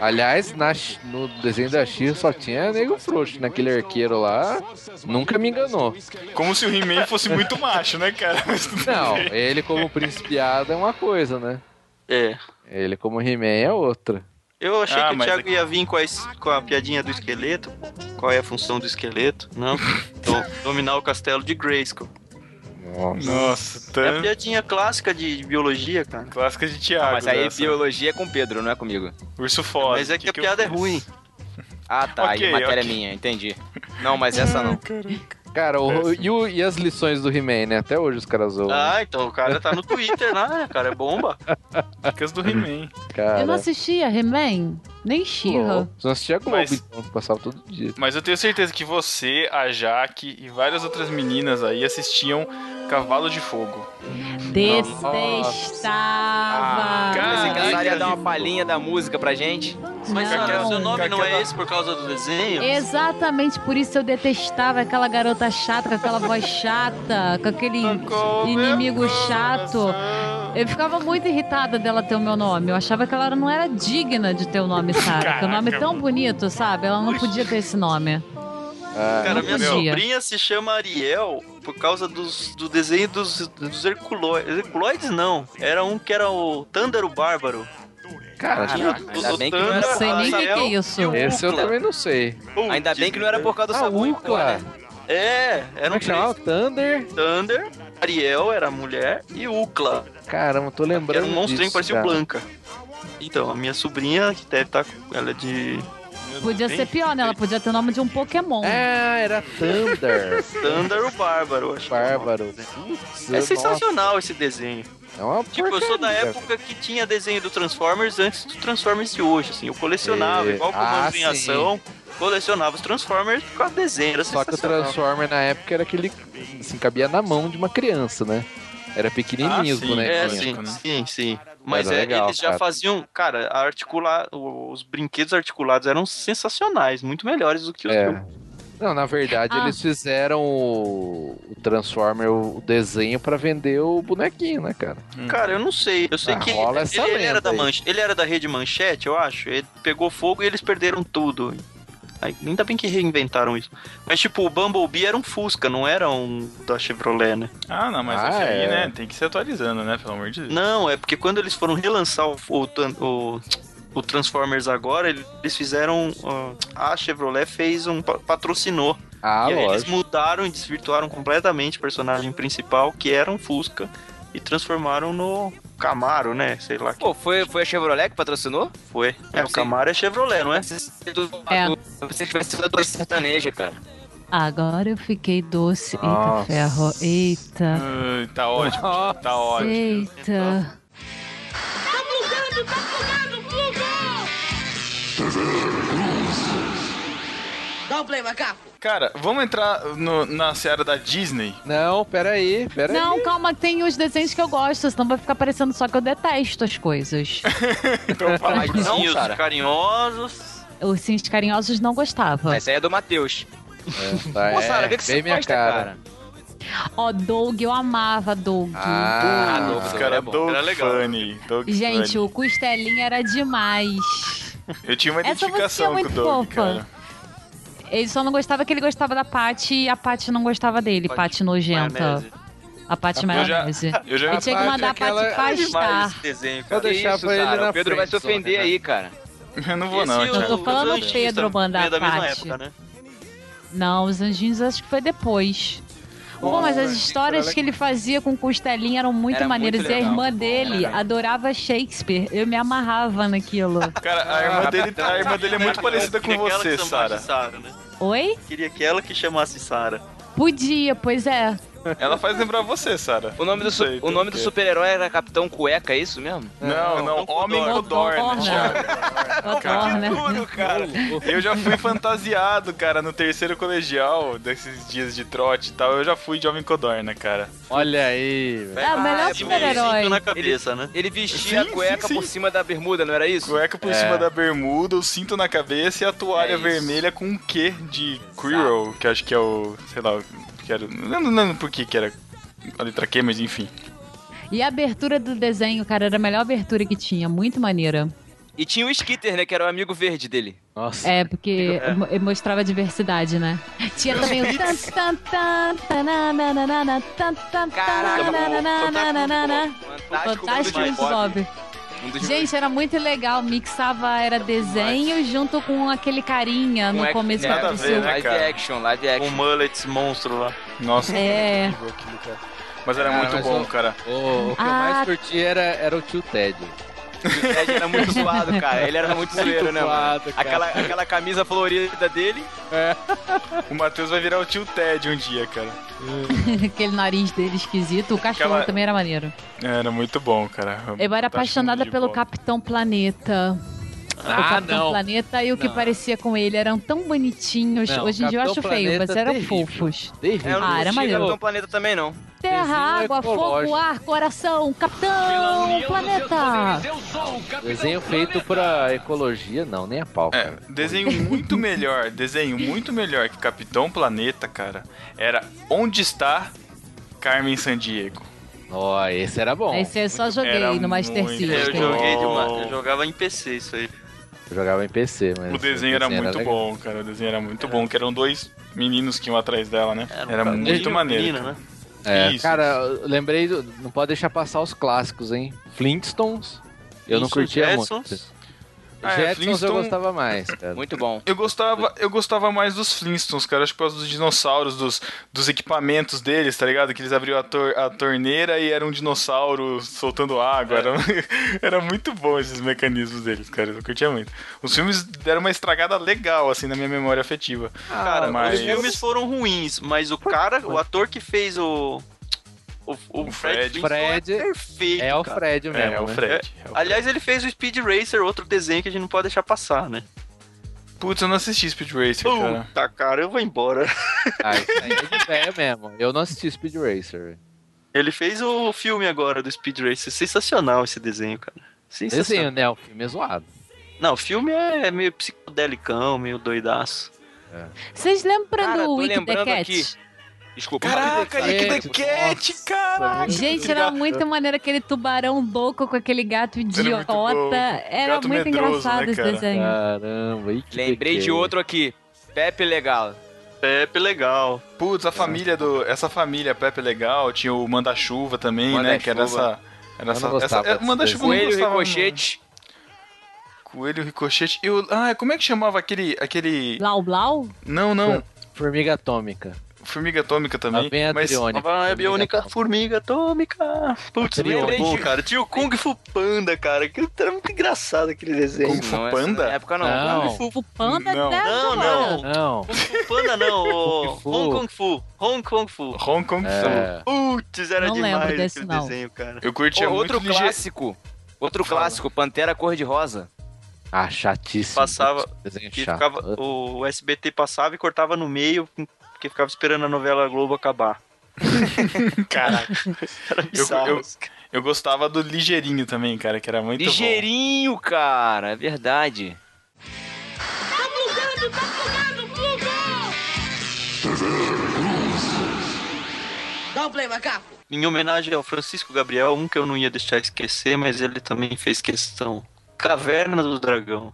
Speaker 3: Aliás, na She- no desenho da She-Ra só tinha nego frouxo. Naquele arqueiro lá, nunca me enganou.
Speaker 1: Como se o He-Man fosse muito macho, né, cara? Mas tudo
Speaker 3: Não,
Speaker 1: bem.
Speaker 3: ele como príncipe piada é uma coisa, né?
Speaker 4: É.
Speaker 3: Ele como He-Man é outra.
Speaker 4: Eu achei
Speaker 1: Ah,
Speaker 4: que o
Speaker 1: mas
Speaker 4: Thiago
Speaker 1: é-
Speaker 4: ia vir com a, es- com a piadinha do esqueleto. Qual é a função do esqueleto? <laughs> Não. Do- dominar o castelo de Grayskull.
Speaker 3: Nossa.
Speaker 1: Nossa, tá.
Speaker 4: É Ah, a
Speaker 1: tan...
Speaker 4: piadinha clássica de de biologia, cara.
Speaker 1: clássica de Thiago. né?
Speaker 2: Mas aí
Speaker 1: essa.
Speaker 2: biologia é com Pedro, não é comigo.
Speaker 1: Urso foda.
Speaker 4: Mas é que, a piada é ruim.
Speaker 2: Ah, tá,
Speaker 1: Ok,
Speaker 2: aí matéria
Speaker 1: ok.
Speaker 2: é minha, entendi. Não, mas essa não.
Speaker 3: Cara, o- e, o- e as lições do He-Man, né? Até hoje os caras zoam. né?
Speaker 4: Ah, então o cara tá no Twitter lá, né, cara? É bomba.
Speaker 1: Dicas É do He-Man.
Speaker 3: cara.
Speaker 5: Eu não assistia He-Man, nem She-Ra.
Speaker 3: Você não assistia Globo,
Speaker 1: Mas-
Speaker 3: então, que passava todo dia.
Speaker 1: Mas eu tenho certeza que você, a Jaque e várias outras meninas aí assistiam Cavalo de Fogo.
Speaker 5: Detestava.
Speaker 2: Pensei que a Sara ia
Speaker 1: Caraca.
Speaker 2: dar uma palhinha da música pra gente.
Speaker 4: Mas
Speaker 5: Não.
Speaker 4: cara, seu nome não
Speaker 1: Aquela-
Speaker 4: é esse por causa do desenho?
Speaker 5: Exatamente por isso eu detestava aquela garota chata, com aquela voz chata, com aquele inimigo chato. Eu ficava muito irritada dela ter o meu nome. Eu achava que ela não era digna de ter o nome, Sara. Que o nome é tão bonito, sabe? Ela não podia ter esse nome.
Speaker 3: Ah,
Speaker 4: Cara,
Speaker 5: Não
Speaker 4: minha
Speaker 5: podia.
Speaker 4: sobrinha se chama Ariel por causa dos, do desenho dos, dos Herculóides. Herculóides não. Era um que era o Tândaro Bárbaro.
Speaker 3: cara,
Speaker 4: Tinha
Speaker 2: ainda
Speaker 4: o- o
Speaker 2: bem que não
Speaker 5: Eu
Speaker 2: era
Speaker 5: não
Speaker 4: Tândaro,
Speaker 5: sei nem o que que
Speaker 4: Ariel
Speaker 5: é isso.
Speaker 4: e o
Speaker 3: esse eu
Speaker 4: Ucla.
Speaker 3: também não sei.
Speaker 4: Putz,
Speaker 2: Ainda bem que não era por causa do
Speaker 3: Ah,
Speaker 2: sabão em pó,
Speaker 3: Ucla.
Speaker 2: né?
Speaker 4: É,
Speaker 3: Como
Speaker 4: eram
Speaker 3: é que chamava?
Speaker 4: três.
Speaker 3: Thunder?
Speaker 4: Thunder, Ariel era a mulher e Ucla,
Speaker 3: Caramba, tô
Speaker 4: que era
Speaker 3: lembrando
Speaker 4: um monstrinho que
Speaker 3: disso,
Speaker 4: parecia o
Speaker 3: cara.
Speaker 4: Blanca. Então, a minha sobrinha, que deve estar com ela é de
Speaker 5: Podia
Speaker 4: Bem
Speaker 5: ser pior, né? Ela podia ter o nome de um Pokémon.
Speaker 3: Ah, era Thunder. <laughs>
Speaker 4: Thunder o Bárbaro, eu acho. que é o nome.
Speaker 3: Bárbaro. Putz,
Speaker 4: É
Speaker 3: nossa,
Speaker 4: sensacional esse desenho.
Speaker 3: É uma
Speaker 4: Tipo, eu sou da
Speaker 3: porcaria.
Speaker 4: época que tinha desenho do Transformers antes do Transformers de hoje, assim. Eu colecionava,
Speaker 3: É.
Speaker 4: igual
Speaker 3: Ah,
Speaker 4: Comandos em
Speaker 3: sim.
Speaker 4: Ação, colecionava os Transformers por causa do desenho, era
Speaker 3: Só que o
Speaker 4: sensacional.
Speaker 3: Transformer na época era aquele. Assim, cabia na mão de uma criança, né? Era pequenininho
Speaker 1: Ah, sim.
Speaker 3: os bonequinhos.
Speaker 4: É,
Speaker 1: Icônico,
Speaker 4: sim,
Speaker 1: né?
Speaker 4: sim, sim. Mas
Speaker 3: Era
Speaker 4: é,
Speaker 3: legal,
Speaker 4: eles já
Speaker 3: cara.
Speaker 4: faziam. Cara, a articula... os brinquedos articulados eram sensacionais, muito melhores do que os.
Speaker 3: É. Não, na verdade,
Speaker 5: Ah.
Speaker 3: eles fizeram o, o Transformer, o desenho, pra vender o bonequinho, né, cara?
Speaker 4: Cara, eu não sei. Eu sei
Speaker 3: Ah,
Speaker 4: que
Speaker 3: rola essa
Speaker 4: ele, ele
Speaker 3: lenda
Speaker 4: era da
Speaker 3: aí.
Speaker 4: manche... ele era da rede manchete, eu acho. Ele pegou fogo e eles perderam tudo. Aí, ainda bem que reinventaram isso. Mas, tipo, o Bumblebee era um Fusca, não era um da Chevrolet, né?
Speaker 1: Ah, não, mas
Speaker 3: Ah,
Speaker 1: esse aí,
Speaker 3: é.
Speaker 1: né? Tem que se atualizando, né? Pelo amor de Deus.
Speaker 4: Não, é porque quando eles foram relançar o, o, Tan- o, o Transformers agora, eles fizeram. ó, a Chevrolet fez um. pa- patrocinou.
Speaker 3: Ah,
Speaker 4: e aí eles
Speaker 3: lógico.
Speaker 4: mudaram e desvirtuaram completamente o personagem principal, que era um Fusca, e transformaram no Camaro, né? Sei lá que
Speaker 2: Pô, foi, foi a Chevrolet que patrocinou?
Speaker 4: foi. É,
Speaker 2: Não
Speaker 4: o
Speaker 2: sei.
Speaker 4: Camaro é Chevrolet, não é?
Speaker 5: É.
Speaker 2: Eu pensei que tivesse sido a dois sertaneja,
Speaker 3: <laughs>
Speaker 2: cara.
Speaker 5: Agora eu fiquei doce. Eita,
Speaker 3: Nossa.
Speaker 5: ferro. Eita.
Speaker 1: Ai, tá ótimo, tá ótimo.
Speaker 5: Eita.
Speaker 7: Dá um play, macaco.
Speaker 1: Cara, vamos entrar no- na seara da Disney.
Speaker 3: Não, peraí, peraí.
Speaker 5: Não, calma, tem os desenhos que eu gosto, senão vai ficar parecendo só que eu detesto as coisas.
Speaker 1: Então fala.
Speaker 2: Mas não,
Speaker 4: Vizinhos
Speaker 2: cara.
Speaker 4: carinhosos.
Speaker 5: Ursinhos carinhosos não gostava.
Speaker 2: Essa aí é do Matheus.
Speaker 3: Tá,
Speaker 2: Ô,
Speaker 3: é,
Speaker 2: Sara, o que, que
Speaker 3: bem
Speaker 2: você
Speaker 3: minha
Speaker 2: gosta,
Speaker 3: cara.
Speaker 2: cara?
Speaker 5: Ó, Doug, eu amava Doug.
Speaker 3: Ah,
Speaker 2: Ah,
Speaker 1: Os
Speaker 2: não.
Speaker 1: caras
Speaker 2: é
Speaker 1: é
Speaker 2: bom,
Speaker 1: Doug
Speaker 4: era legal.
Speaker 1: Funny. Doug
Speaker 5: Gente,
Speaker 1: Funny.
Speaker 5: o Costelinha era demais.
Speaker 1: Eu tinha uma
Speaker 5: Essa música é
Speaker 1: identificação com o
Speaker 5: muito
Speaker 1: Doug,
Speaker 5: fofa.
Speaker 1: cara.
Speaker 5: Ele só não gostava que ele gostava da Paty e a Paty não gostava dele.
Speaker 4: Paty
Speaker 5: Paty nojenta.
Speaker 4: Maionese.
Speaker 5: A Paty
Speaker 1: Eu já-
Speaker 5: maionese.
Speaker 1: Eu já
Speaker 5: Eu tinha que
Speaker 3: Paty,
Speaker 5: mandar a
Speaker 3: aquela-
Speaker 5: Paty
Speaker 4: É demais
Speaker 5: pastar.
Speaker 4: esse desenho,
Speaker 3: Eu
Speaker 4: cara.
Speaker 3: deixava
Speaker 2: Isso,
Speaker 3: ele
Speaker 2: Sara,
Speaker 3: na
Speaker 2: o Pedro vai se
Speaker 3: friendzone,
Speaker 2: ofender
Speaker 3: né?
Speaker 2: aí, cara.
Speaker 1: Eu não vou,
Speaker 4: Esse
Speaker 1: não,
Speaker 4: e
Speaker 1: cara.
Speaker 5: Eu tô falando
Speaker 4: os
Speaker 5: o
Speaker 4: anjinhos
Speaker 5: Pedro
Speaker 4: também,
Speaker 5: mandar
Speaker 4: é da mesma
Speaker 5: Paty.
Speaker 4: época, né?
Speaker 5: Não, os anjinhos acho que foi depois. Pô, mas as histórias que ele fazia com Costelinha eram muito
Speaker 2: Era
Speaker 5: maneiras.
Speaker 2: muito
Speaker 5: e a
Speaker 2: legal.
Speaker 5: irmã dele
Speaker 2: Era.
Speaker 5: adorava Shakespeare. Eu me amarrava naquilo.
Speaker 1: Cara, a irmã,
Speaker 2: Ah,
Speaker 1: dele, a irmã dele é muito parecida com
Speaker 4: Queria que ela
Speaker 1: você,
Speaker 4: que chamasse
Speaker 1: Sara.
Speaker 4: Tá Sara, né?
Speaker 5: Oi?
Speaker 4: Queria que ela que chamasse Sara.
Speaker 5: Podia, pois é.
Speaker 1: Ela faz lembrar você, Sara.
Speaker 2: O nome do,
Speaker 1: Não
Speaker 2: su-
Speaker 1: sei, então,
Speaker 2: o
Speaker 1: tem
Speaker 2: nome
Speaker 1: que
Speaker 2: do
Speaker 1: ter.
Speaker 2: super-herói era Capitão Cueca, é isso mesmo?
Speaker 1: Não, não,
Speaker 4: Não,
Speaker 1: Homem
Speaker 4: Codorna.
Speaker 1: Codorna,
Speaker 5: Codorna.
Speaker 1: Thiago.
Speaker 5: Codorna.
Speaker 2: Tudo,
Speaker 5: <laughs>
Speaker 2: cara.
Speaker 1: Eu já fui fantasiado, cara, no terceiro colegial, desses dias de trote e tal. Eu já fui de Homem Codorna, cara.
Speaker 3: Olha aí, velho.
Speaker 5: É o melhor
Speaker 2: Ah,
Speaker 5: super-herói.
Speaker 4: Cinto na cabeça, né?
Speaker 2: Ele vestia
Speaker 1: Sim,
Speaker 2: a cueca
Speaker 1: sim, sim.
Speaker 2: por cima da bermuda, não era isso?
Speaker 1: Cueca por
Speaker 3: É.
Speaker 1: cima da bermuda, o cinto na cabeça e a toalha
Speaker 2: É isso.
Speaker 1: vermelha com um Q de Quirrell, que acho que é o. sei lá, o que era. Não não lembro por que que era a letra Q, mas enfim.
Speaker 5: E a abertura do desenho, cara, era a melhor abertura que tinha. Muito maneira.
Speaker 2: E tinha o Skitter, né? Que era o amigo verde dele.
Speaker 3: Nossa.
Speaker 5: É, porque mo- mostrava a diversidade, né? Tinha também o. tan, tan, tan, tananana, tan, tan,
Speaker 2: Caraca, tá
Speaker 5: tananana, nananana.
Speaker 2: fantástico,
Speaker 5: Fantástico
Speaker 2: mundo de
Speaker 5: Mundo Bob.
Speaker 2: Um dos
Speaker 5: Gente, era muito legal. Mixava, era desenho junto com aquele carinha
Speaker 2: Um
Speaker 5: no
Speaker 2: ex-
Speaker 5: começo
Speaker 2: nada
Speaker 5: do
Speaker 1: a ver,
Speaker 5: episódio.
Speaker 1: né,
Speaker 2: live
Speaker 1: cara?
Speaker 2: action, live
Speaker 4: Com
Speaker 2: action.
Speaker 4: mullets monstro lá.
Speaker 1: Nossa,
Speaker 5: É. <laughs>
Speaker 1: horrível aquilo, cara. Mas era
Speaker 3: Cara,
Speaker 1: muito
Speaker 3: mas
Speaker 1: bom,
Speaker 3: eu-
Speaker 1: cara.
Speaker 3: O, o que eu
Speaker 5: Ah.
Speaker 3: mais curti era, era o tio Ted.
Speaker 2: O Ted era muito zoado, cara. Ele era muito
Speaker 3: Muito
Speaker 2: zoeiro, né, mano?
Speaker 3: zoado, cara.
Speaker 2: Aquela, aquela camisa colorida dele.
Speaker 1: O Matheus vai virar o tio Ted um dia, cara.
Speaker 5: Aquele nariz dele esquisito. O cachorro
Speaker 1: Aquela-
Speaker 5: também era maneiro.
Speaker 1: Era muito bom, cara.
Speaker 5: Eu era
Speaker 1: Tá
Speaker 5: apaixonada
Speaker 1: achando de
Speaker 5: pelo
Speaker 1: volta.
Speaker 5: Capitão Planeta. o Capitão Planeta e o que
Speaker 3: Ah, Não.
Speaker 5: parecia com ele eram tão bonitinhos.
Speaker 3: Não,
Speaker 5: Hoje em dia eu acho
Speaker 3: Capitão
Speaker 5: feio,
Speaker 3: Planeta
Speaker 5: mas eram
Speaker 3: terrível.
Speaker 5: fofos.
Speaker 3: Terrível.
Speaker 2: Eu não
Speaker 5: Ah, era
Speaker 2: curti
Speaker 5: maneiro.
Speaker 2: Capitão Planeta também, não.
Speaker 5: Terra,
Speaker 3: Desenho
Speaker 5: água, fogo,
Speaker 3: ecológico.
Speaker 5: ar, coração, Capitão Planeta.
Speaker 3: Desenho feito pra ecologia, não, nem a pau.
Speaker 1: É, desenho muito melhor, desenho muito melhor que Capitão Planeta, cara. Era Onde está Carmen Sandiego?
Speaker 3: Ó, esse era bom.
Speaker 5: Esse eu só joguei
Speaker 1: Era
Speaker 5: no Master
Speaker 1: muito
Speaker 5: System.
Speaker 4: Eu
Speaker 1: Bom.
Speaker 4: joguei de uma, eu jogava em PC isso aí.
Speaker 3: Eu jogava em PC, mas.
Speaker 1: O É, desenho era muito
Speaker 3: legal.
Speaker 1: bom, cara. O desenho era muito bom, que eram dois meninos que iam atrás dela, né? Era,
Speaker 4: um
Speaker 1: muito
Speaker 4: menino,
Speaker 1: maneiro.
Speaker 4: menina,
Speaker 1: cara.
Speaker 4: né?
Speaker 3: É,
Speaker 1: Isso.
Speaker 3: Cara, eu lembrei, do- não pode deixar passar os clássicos, hein? Flintstones. Eu não
Speaker 4: Flintstones,
Speaker 3: curtia muito.
Speaker 4: Jetsons.
Speaker 1: É,
Speaker 3: Jetsons eu
Speaker 1: Flintstone-
Speaker 3: gostava mais, cara. É
Speaker 2: Muito Tá bom.
Speaker 1: Eu gostava, eu gostava mais dos Flintstones, cara. Acho que por causa dos dinossauros, dos, dos equipamentos deles, tá ligado? Que eles abriam a, tor- a torneira e era um dinossauro soltando água. Era, <laughs> era muito bom esses mecanismos deles, cara. Eu curtia muito. Os filmes deram uma estragada legal, assim, na minha memória afetiva.
Speaker 4: Cara,
Speaker 1: mas-
Speaker 4: os filmes foram ruins, mas o cara, o ator que fez o. O, o
Speaker 1: O Fred.
Speaker 4: Fred, Fred
Speaker 3: Fred
Speaker 4: é perfeito.
Speaker 3: É o
Speaker 4: cara.
Speaker 3: Fred mesmo.
Speaker 1: É, é o
Speaker 3: né?
Speaker 1: Fred. É o Fred.
Speaker 4: Aliás, ele fez o Speed Racer, outro desenho que a gente não pode deixar passar, né?
Speaker 1: Putz, eu não assisti Speed Racer, cara.
Speaker 4: Puta, cara, eu vou embora. <laughs>
Speaker 3: Ah, isso aí é de velho mesmo. Eu não assisti Speed Racer.
Speaker 4: Ele fez o filme agora do Speed Racer. Sensacional esse desenho, cara. Sensacional.
Speaker 3: Desenho, né? O filme é zoado.
Speaker 4: Não, o filme é meio psicodelicão, meio doidaço.
Speaker 5: Vocês lembram
Speaker 2: Cara,
Speaker 5: do
Speaker 2: tô
Speaker 5: Wick the
Speaker 2: lembrando
Speaker 5: Cat?
Speaker 2: aqui. Desculpa.
Speaker 1: Caraca, Nick the
Speaker 3: Gente,
Speaker 1: Cat,
Speaker 3: é nossa,
Speaker 1: caraca!
Speaker 5: Gente, era muito maneiro aquele tubarão louco com aquele gato
Speaker 1: muito
Speaker 5: idiota.
Speaker 1: bom.
Speaker 5: Era
Speaker 1: Gato
Speaker 5: muito
Speaker 1: medroso,
Speaker 5: engraçado
Speaker 1: né,
Speaker 5: esse
Speaker 1: cara?
Speaker 5: desenho.
Speaker 4: É.
Speaker 3: Caramba, e que
Speaker 2: Lembrei de
Speaker 3: pequeno.
Speaker 2: outro aqui. Pepe Legal.
Speaker 4: Pepe, É, legal.
Speaker 1: Putz, a família do. Essa família Pepe Legal, tinha o Manda-Chuva também, né? Que era
Speaker 2: Manda-Chuva.
Speaker 1: essa. Era
Speaker 3: Eu
Speaker 1: essa,
Speaker 3: não
Speaker 1: essa
Speaker 3: gostava
Speaker 1: é,
Speaker 3: desse
Speaker 1: Manda-Chuva eu não
Speaker 2: Coelho
Speaker 1: gostava, não.
Speaker 2: Ricochete.
Speaker 1: Coelho Ricochete. E o- ah, como é que chamava aquele. aquele...
Speaker 5: Blau Blau?
Speaker 1: Não, não.
Speaker 3: Formiga Atômica.
Speaker 1: Formiga Atômica também.
Speaker 3: Lá vem a
Speaker 1: mas
Speaker 3: Trione.
Speaker 4: Vai, biônica, formiga atômica. Putz,
Speaker 3: Aquele
Speaker 4: lembrei
Speaker 2: homem.
Speaker 4: de... cara. Tinha o Kung Fu Panda, cara. Que era muito engraçado aquele
Speaker 1: Kung
Speaker 4: desenho.
Speaker 1: Fu
Speaker 2: Não, essa
Speaker 1: Panda?
Speaker 2: Na época não.
Speaker 3: Não.
Speaker 4: Kung Fu,
Speaker 5: O Panda
Speaker 1: Não.
Speaker 5: até
Speaker 4: Não,
Speaker 5: agora.
Speaker 4: não.
Speaker 3: Não.
Speaker 4: Kung Fu Panda não, o
Speaker 3: Kung Fu.
Speaker 4: Hong Kong Fu. Hong Kong Fu.
Speaker 1: Hong Kong Fu.
Speaker 3: É.
Speaker 4: Putz, era
Speaker 5: Não lembro
Speaker 4: demais
Speaker 5: desse,
Speaker 4: aquele
Speaker 5: não.
Speaker 4: desenho, cara.
Speaker 1: Eu curtia
Speaker 2: Pô,
Speaker 1: muito
Speaker 2: outro
Speaker 1: lige-
Speaker 2: clássico. Outro
Speaker 1: Fala.
Speaker 2: clássico, Pantera Cor-de-Rosa.
Speaker 3: Ah, chatíssimo.
Speaker 4: Passava-
Speaker 3: Desenho é
Speaker 4: Que
Speaker 3: chato.
Speaker 4: ficava, o SBT passava e cortava no meio, porque ficava esperando a novela Globo <laughs> acabar.
Speaker 1: Caraca.
Speaker 4: Era bizarro.
Speaker 1: eu- Eu gostava do Ligeirinho também, cara, que era muito bom.
Speaker 2: Ligeirinho, cara. É verdade.
Speaker 7: Dá um play, macaco.
Speaker 4: Em homenagem ao Francisco Gabriel, um que eu não ia deixar esquecer, mas ele também fez questão. Caverna do Dragão.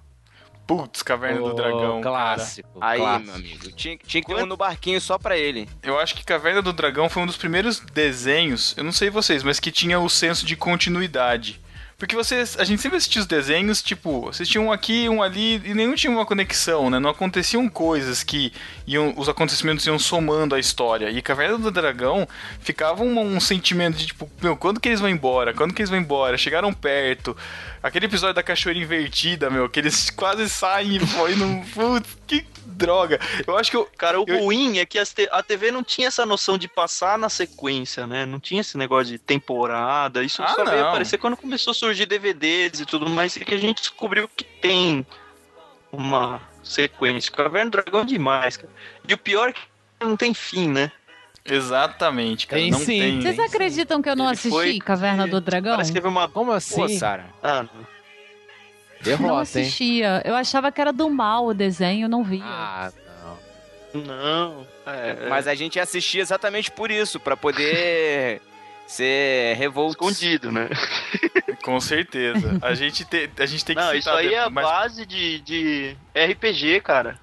Speaker 1: Putz, Caverna do
Speaker 3: Ô,
Speaker 1: Dragão. cara.
Speaker 3: Clássico.
Speaker 2: Aí,
Speaker 3: clássico.
Speaker 2: meu amigo. Tinha, tinha que ir um no barquinho só pra ele.
Speaker 1: Eu acho que Caverna do Dragão foi um dos primeiros desenhos, eu não sei vocês, mas que tinha o senso de continuidade. Porque vocês, a gente sempre assistia os desenhos, tipo, assistia um aqui, um ali, e nenhum tinha uma conexão, né? Não aconteciam coisas que iam, os acontecimentos iam somando a história. E Caverna do Dragão ficava um, um sentimento de, tipo, meu, quando que eles vão embora? Quando que eles vão embora? Chegaram perto. Aquele episódio da cachoeira invertida, meu, que eles quase saem e foi num... Putz, que droga. Eu acho que eu,
Speaker 4: Cara, o
Speaker 1: Eu-
Speaker 4: ruim é que as te- a TV não tinha essa noção de passar na sequência, né? Não tinha esse negócio de temporada. Isso
Speaker 1: Ah,
Speaker 4: só veio
Speaker 1: não.
Speaker 4: aparecer quando começou a surgir DVDs e tudo mais, e que a gente descobriu que tem uma sequência. Caverna do Dragão é demais, cara. E o pior é que não tem fim, né?
Speaker 1: Exatamente, cara.
Speaker 3: Tem
Speaker 1: não
Speaker 3: sim.
Speaker 1: tem.
Speaker 5: Vocês acreditam que eu não
Speaker 4: Ele
Speaker 5: assisti
Speaker 4: foi-
Speaker 5: Caverna do Dragão?
Speaker 4: Parece que teve uma.
Speaker 3: Como assim?
Speaker 2: Pô, Sara.
Speaker 4: Ah, não. é
Speaker 5: Não
Speaker 3: Derrota, hein?
Speaker 5: assistia. Eu achava que era do mal o desenho, não via.
Speaker 3: Ah, não.
Speaker 4: Não. É,
Speaker 2: Mas a gente assistia exatamente por isso,
Speaker 1: <laughs>
Speaker 2: pra poder ser revolto.
Speaker 4: escondido, né?
Speaker 1: Com certeza. A gente, te- a gente tem que
Speaker 4: Não, isso
Speaker 1: citar
Speaker 4: aí é a
Speaker 1: depois, mas
Speaker 4: base de, de RPG, cara.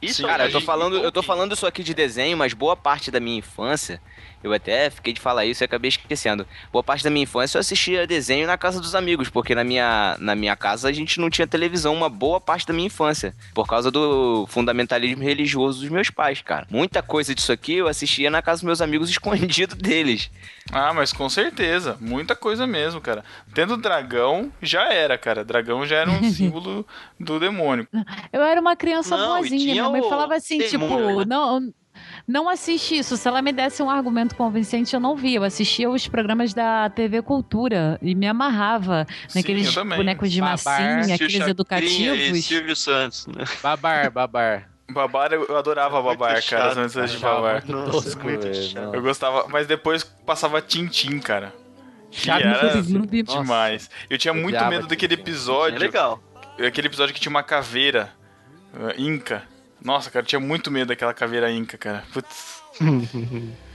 Speaker 4: Isso
Speaker 1: Sim,
Speaker 4: aí
Speaker 2: Cara, eu
Speaker 4: é
Speaker 2: tô
Speaker 4: de-
Speaker 2: falando, eu tô falando isso aqui de desenho, mas boa parte da minha infância, eu até fiquei de falar isso e acabei esquecendo. Boa parte da minha infância eu assistia desenho na casa dos amigos, porque na minha, na minha casa a gente não tinha televisão uma boa parte da minha infância, por causa do fundamentalismo religioso dos meus pais, cara. Muita coisa disso aqui eu assistia na casa dos meus amigos <laughs> escondido deles.
Speaker 1: Ah, mas com certeza. Muita coisa mesmo, cara. Tendo dragão, já era, cara. Dragão já
Speaker 3: <laughs>
Speaker 1: era um símbolo do demônio.
Speaker 5: Eu era uma criança
Speaker 4: Não, e
Speaker 5: boazinha.
Speaker 4: tinha
Speaker 5: Minha mãe
Speaker 4: o
Speaker 5: falava assim,
Speaker 4: demônio,
Speaker 5: tipo,
Speaker 4: né?
Speaker 5: não, não assiste isso. Se ela me desse um argumento convincente, eu não via. Eu assistia os programas da TV Cultura e me amarrava naqueles
Speaker 1: Sim, eu também.
Speaker 5: bonecos de
Speaker 3: Babar,
Speaker 5: massinha,
Speaker 4: Silvio
Speaker 5: aqueles
Speaker 4: Chacrinha E
Speaker 5: educativos.
Speaker 4: é Silvio Santos, né?
Speaker 3: Babar, babar.
Speaker 1: Babar, eu eu adorava
Speaker 4: É Muito
Speaker 1: babar, cara.
Speaker 4: chato,
Speaker 1: As aventuras de
Speaker 3: cara.
Speaker 1: babar.
Speaker 4: Nossa,
Speaker 3: Tosco,
Speaker 4: muito
Speaker 3: velho,
Speaker 4: chato.
Speaker 3: não.
Speaker 1: Eu gostava, mas depois passava Tintim, cara.
Speaker 3: Chato
Speaker 1: era
Speaker 5: Gloob, gloob.
Speaker 3: Nossa.
Speaker 1: Demais. Eu tinha muito
Speaker 3: Odiava
Speaker 1: medo daquele
Speaker 3: Tintim.
Speaker 4: É
Speaker 1: episódio.
Speaker 4: legal.
Speaker 1: Aquele episódio que tinha uma caveira eh, inca. Nossa, cara, eu tinha muito medo daquela caveira inca, cara. Putz.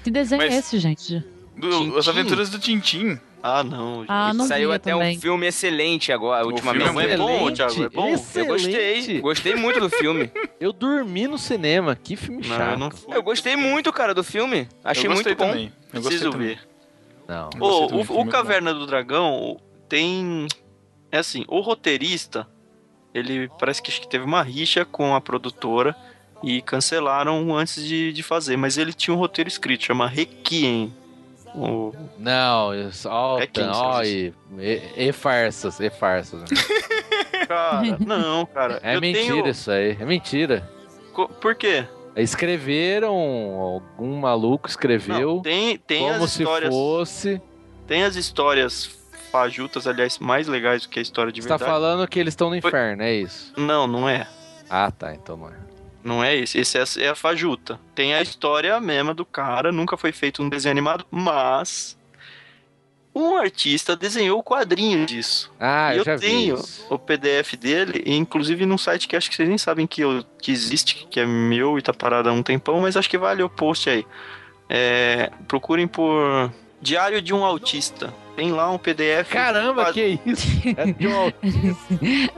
Speaker 5: Que desenho
Speaker 1: Mas-
Speaker 5: é
Speaker 1: <laughs>
Speaker 5: esse, gente?
Speaker 1: Do-
Speaker 4: Tintim?
Speaker 1: As aventuras do Tintim.
Speaker 4: Ah, não. gente.
Speaker 5: Ah, não
Speaker 2: Saiu
Speaker 5: via
Speaker 2: até
Speaker 5: também.
Speaker 2: um filme excelente agora, ultimamente.
Speaker 1: filme
Speaker 4: É bom, Thiago, é bom?
Speaker 2: Eu gostei,
Speaker 3: Excelente.
Speaker 2: gostei muito do
Speaker 1: <laughs>
Speaker 2: filme.
Speaker 3: Eu dormi no cinema. Que filme
Speaker 4: Não, eu
Speaker 3: chato.
Speaker 4: não
Speaker 3: Não,
Speaker 4: fui.
Speaker 2: Eu gostei muito, cara, do filme. Achei
Speaker 1: eu
Speaker 2: muito
Speaker 1: gostei
Speaker 2: bom.
Speaker 1: também. Eu gostei
Speaker 4: Preciso
Speaker 1: também.
Speaker 4: ver. Ô, o, o Caverna do Dragão tem. É assim, o roteirista Ele parece que acho que teve uma rixa com a produtora e cancelaram antes de, de fazer. Mas ele tinha um roteiro escrito, chama Requiem. O-
Speaker 3: Não, eu-
Speaker 4: É quem,
Speaker 3: solta, ó, e, e, e farsas, e farsas.
Speaker 4: Cara, <laughs> não, cara.
Speaker 3: É
Speaker 4: <laughs> eu
Speaker 3: mentira
Speaker 4: Tenho...
Speaker 3: isso aí, é mentira.
Speaker 4: Co- Por quê?
Speaker 3: Escreveram, algum maluco
Speaker 4: Não,
Speaker 3: escreveu,
Speaker 4: tem tem
Speaker 3: como
Speaker 4: as
Speaker 3: se
Speaker 4: histórias.
Speaker 3: fosse...
Speaker 4: Tem as histórias fajutas, aliás, mais legais do que a história de
Speaker 3: Você tá
Speaker 4: verdade.
Speaker 3: falando que eles estão no
Speaker 4: Foi-
Speaker 3: inferno, é isso?
Speaker 4: Não, não é.
Speaker 3: Ah, tá, então não é.
Speaker 4: Não é esse. Esse é a, é a fajuta. Tem a história mesma do cara, nunca foi feito um desenho animado, mas um artista desenhou o quadrinho disso.
Speaker 3: Ah,
Speaker 4: e
Speaker 3: eu,
Speaker 4: eu
Speaker 3: já
Speaker 4: tenho
Speaker 3: vi isso.
Speaker 4: o PDF dele, e inclusive num site que acho que vocês nem sabem que, eu, que existe, que é meu e tá parado há um tempão, mas acho que vale o post aí. É, procurem por Diário de um Autista. Tem lá um PDF.
Speaker 3: Caramba, que isso? É de um autor.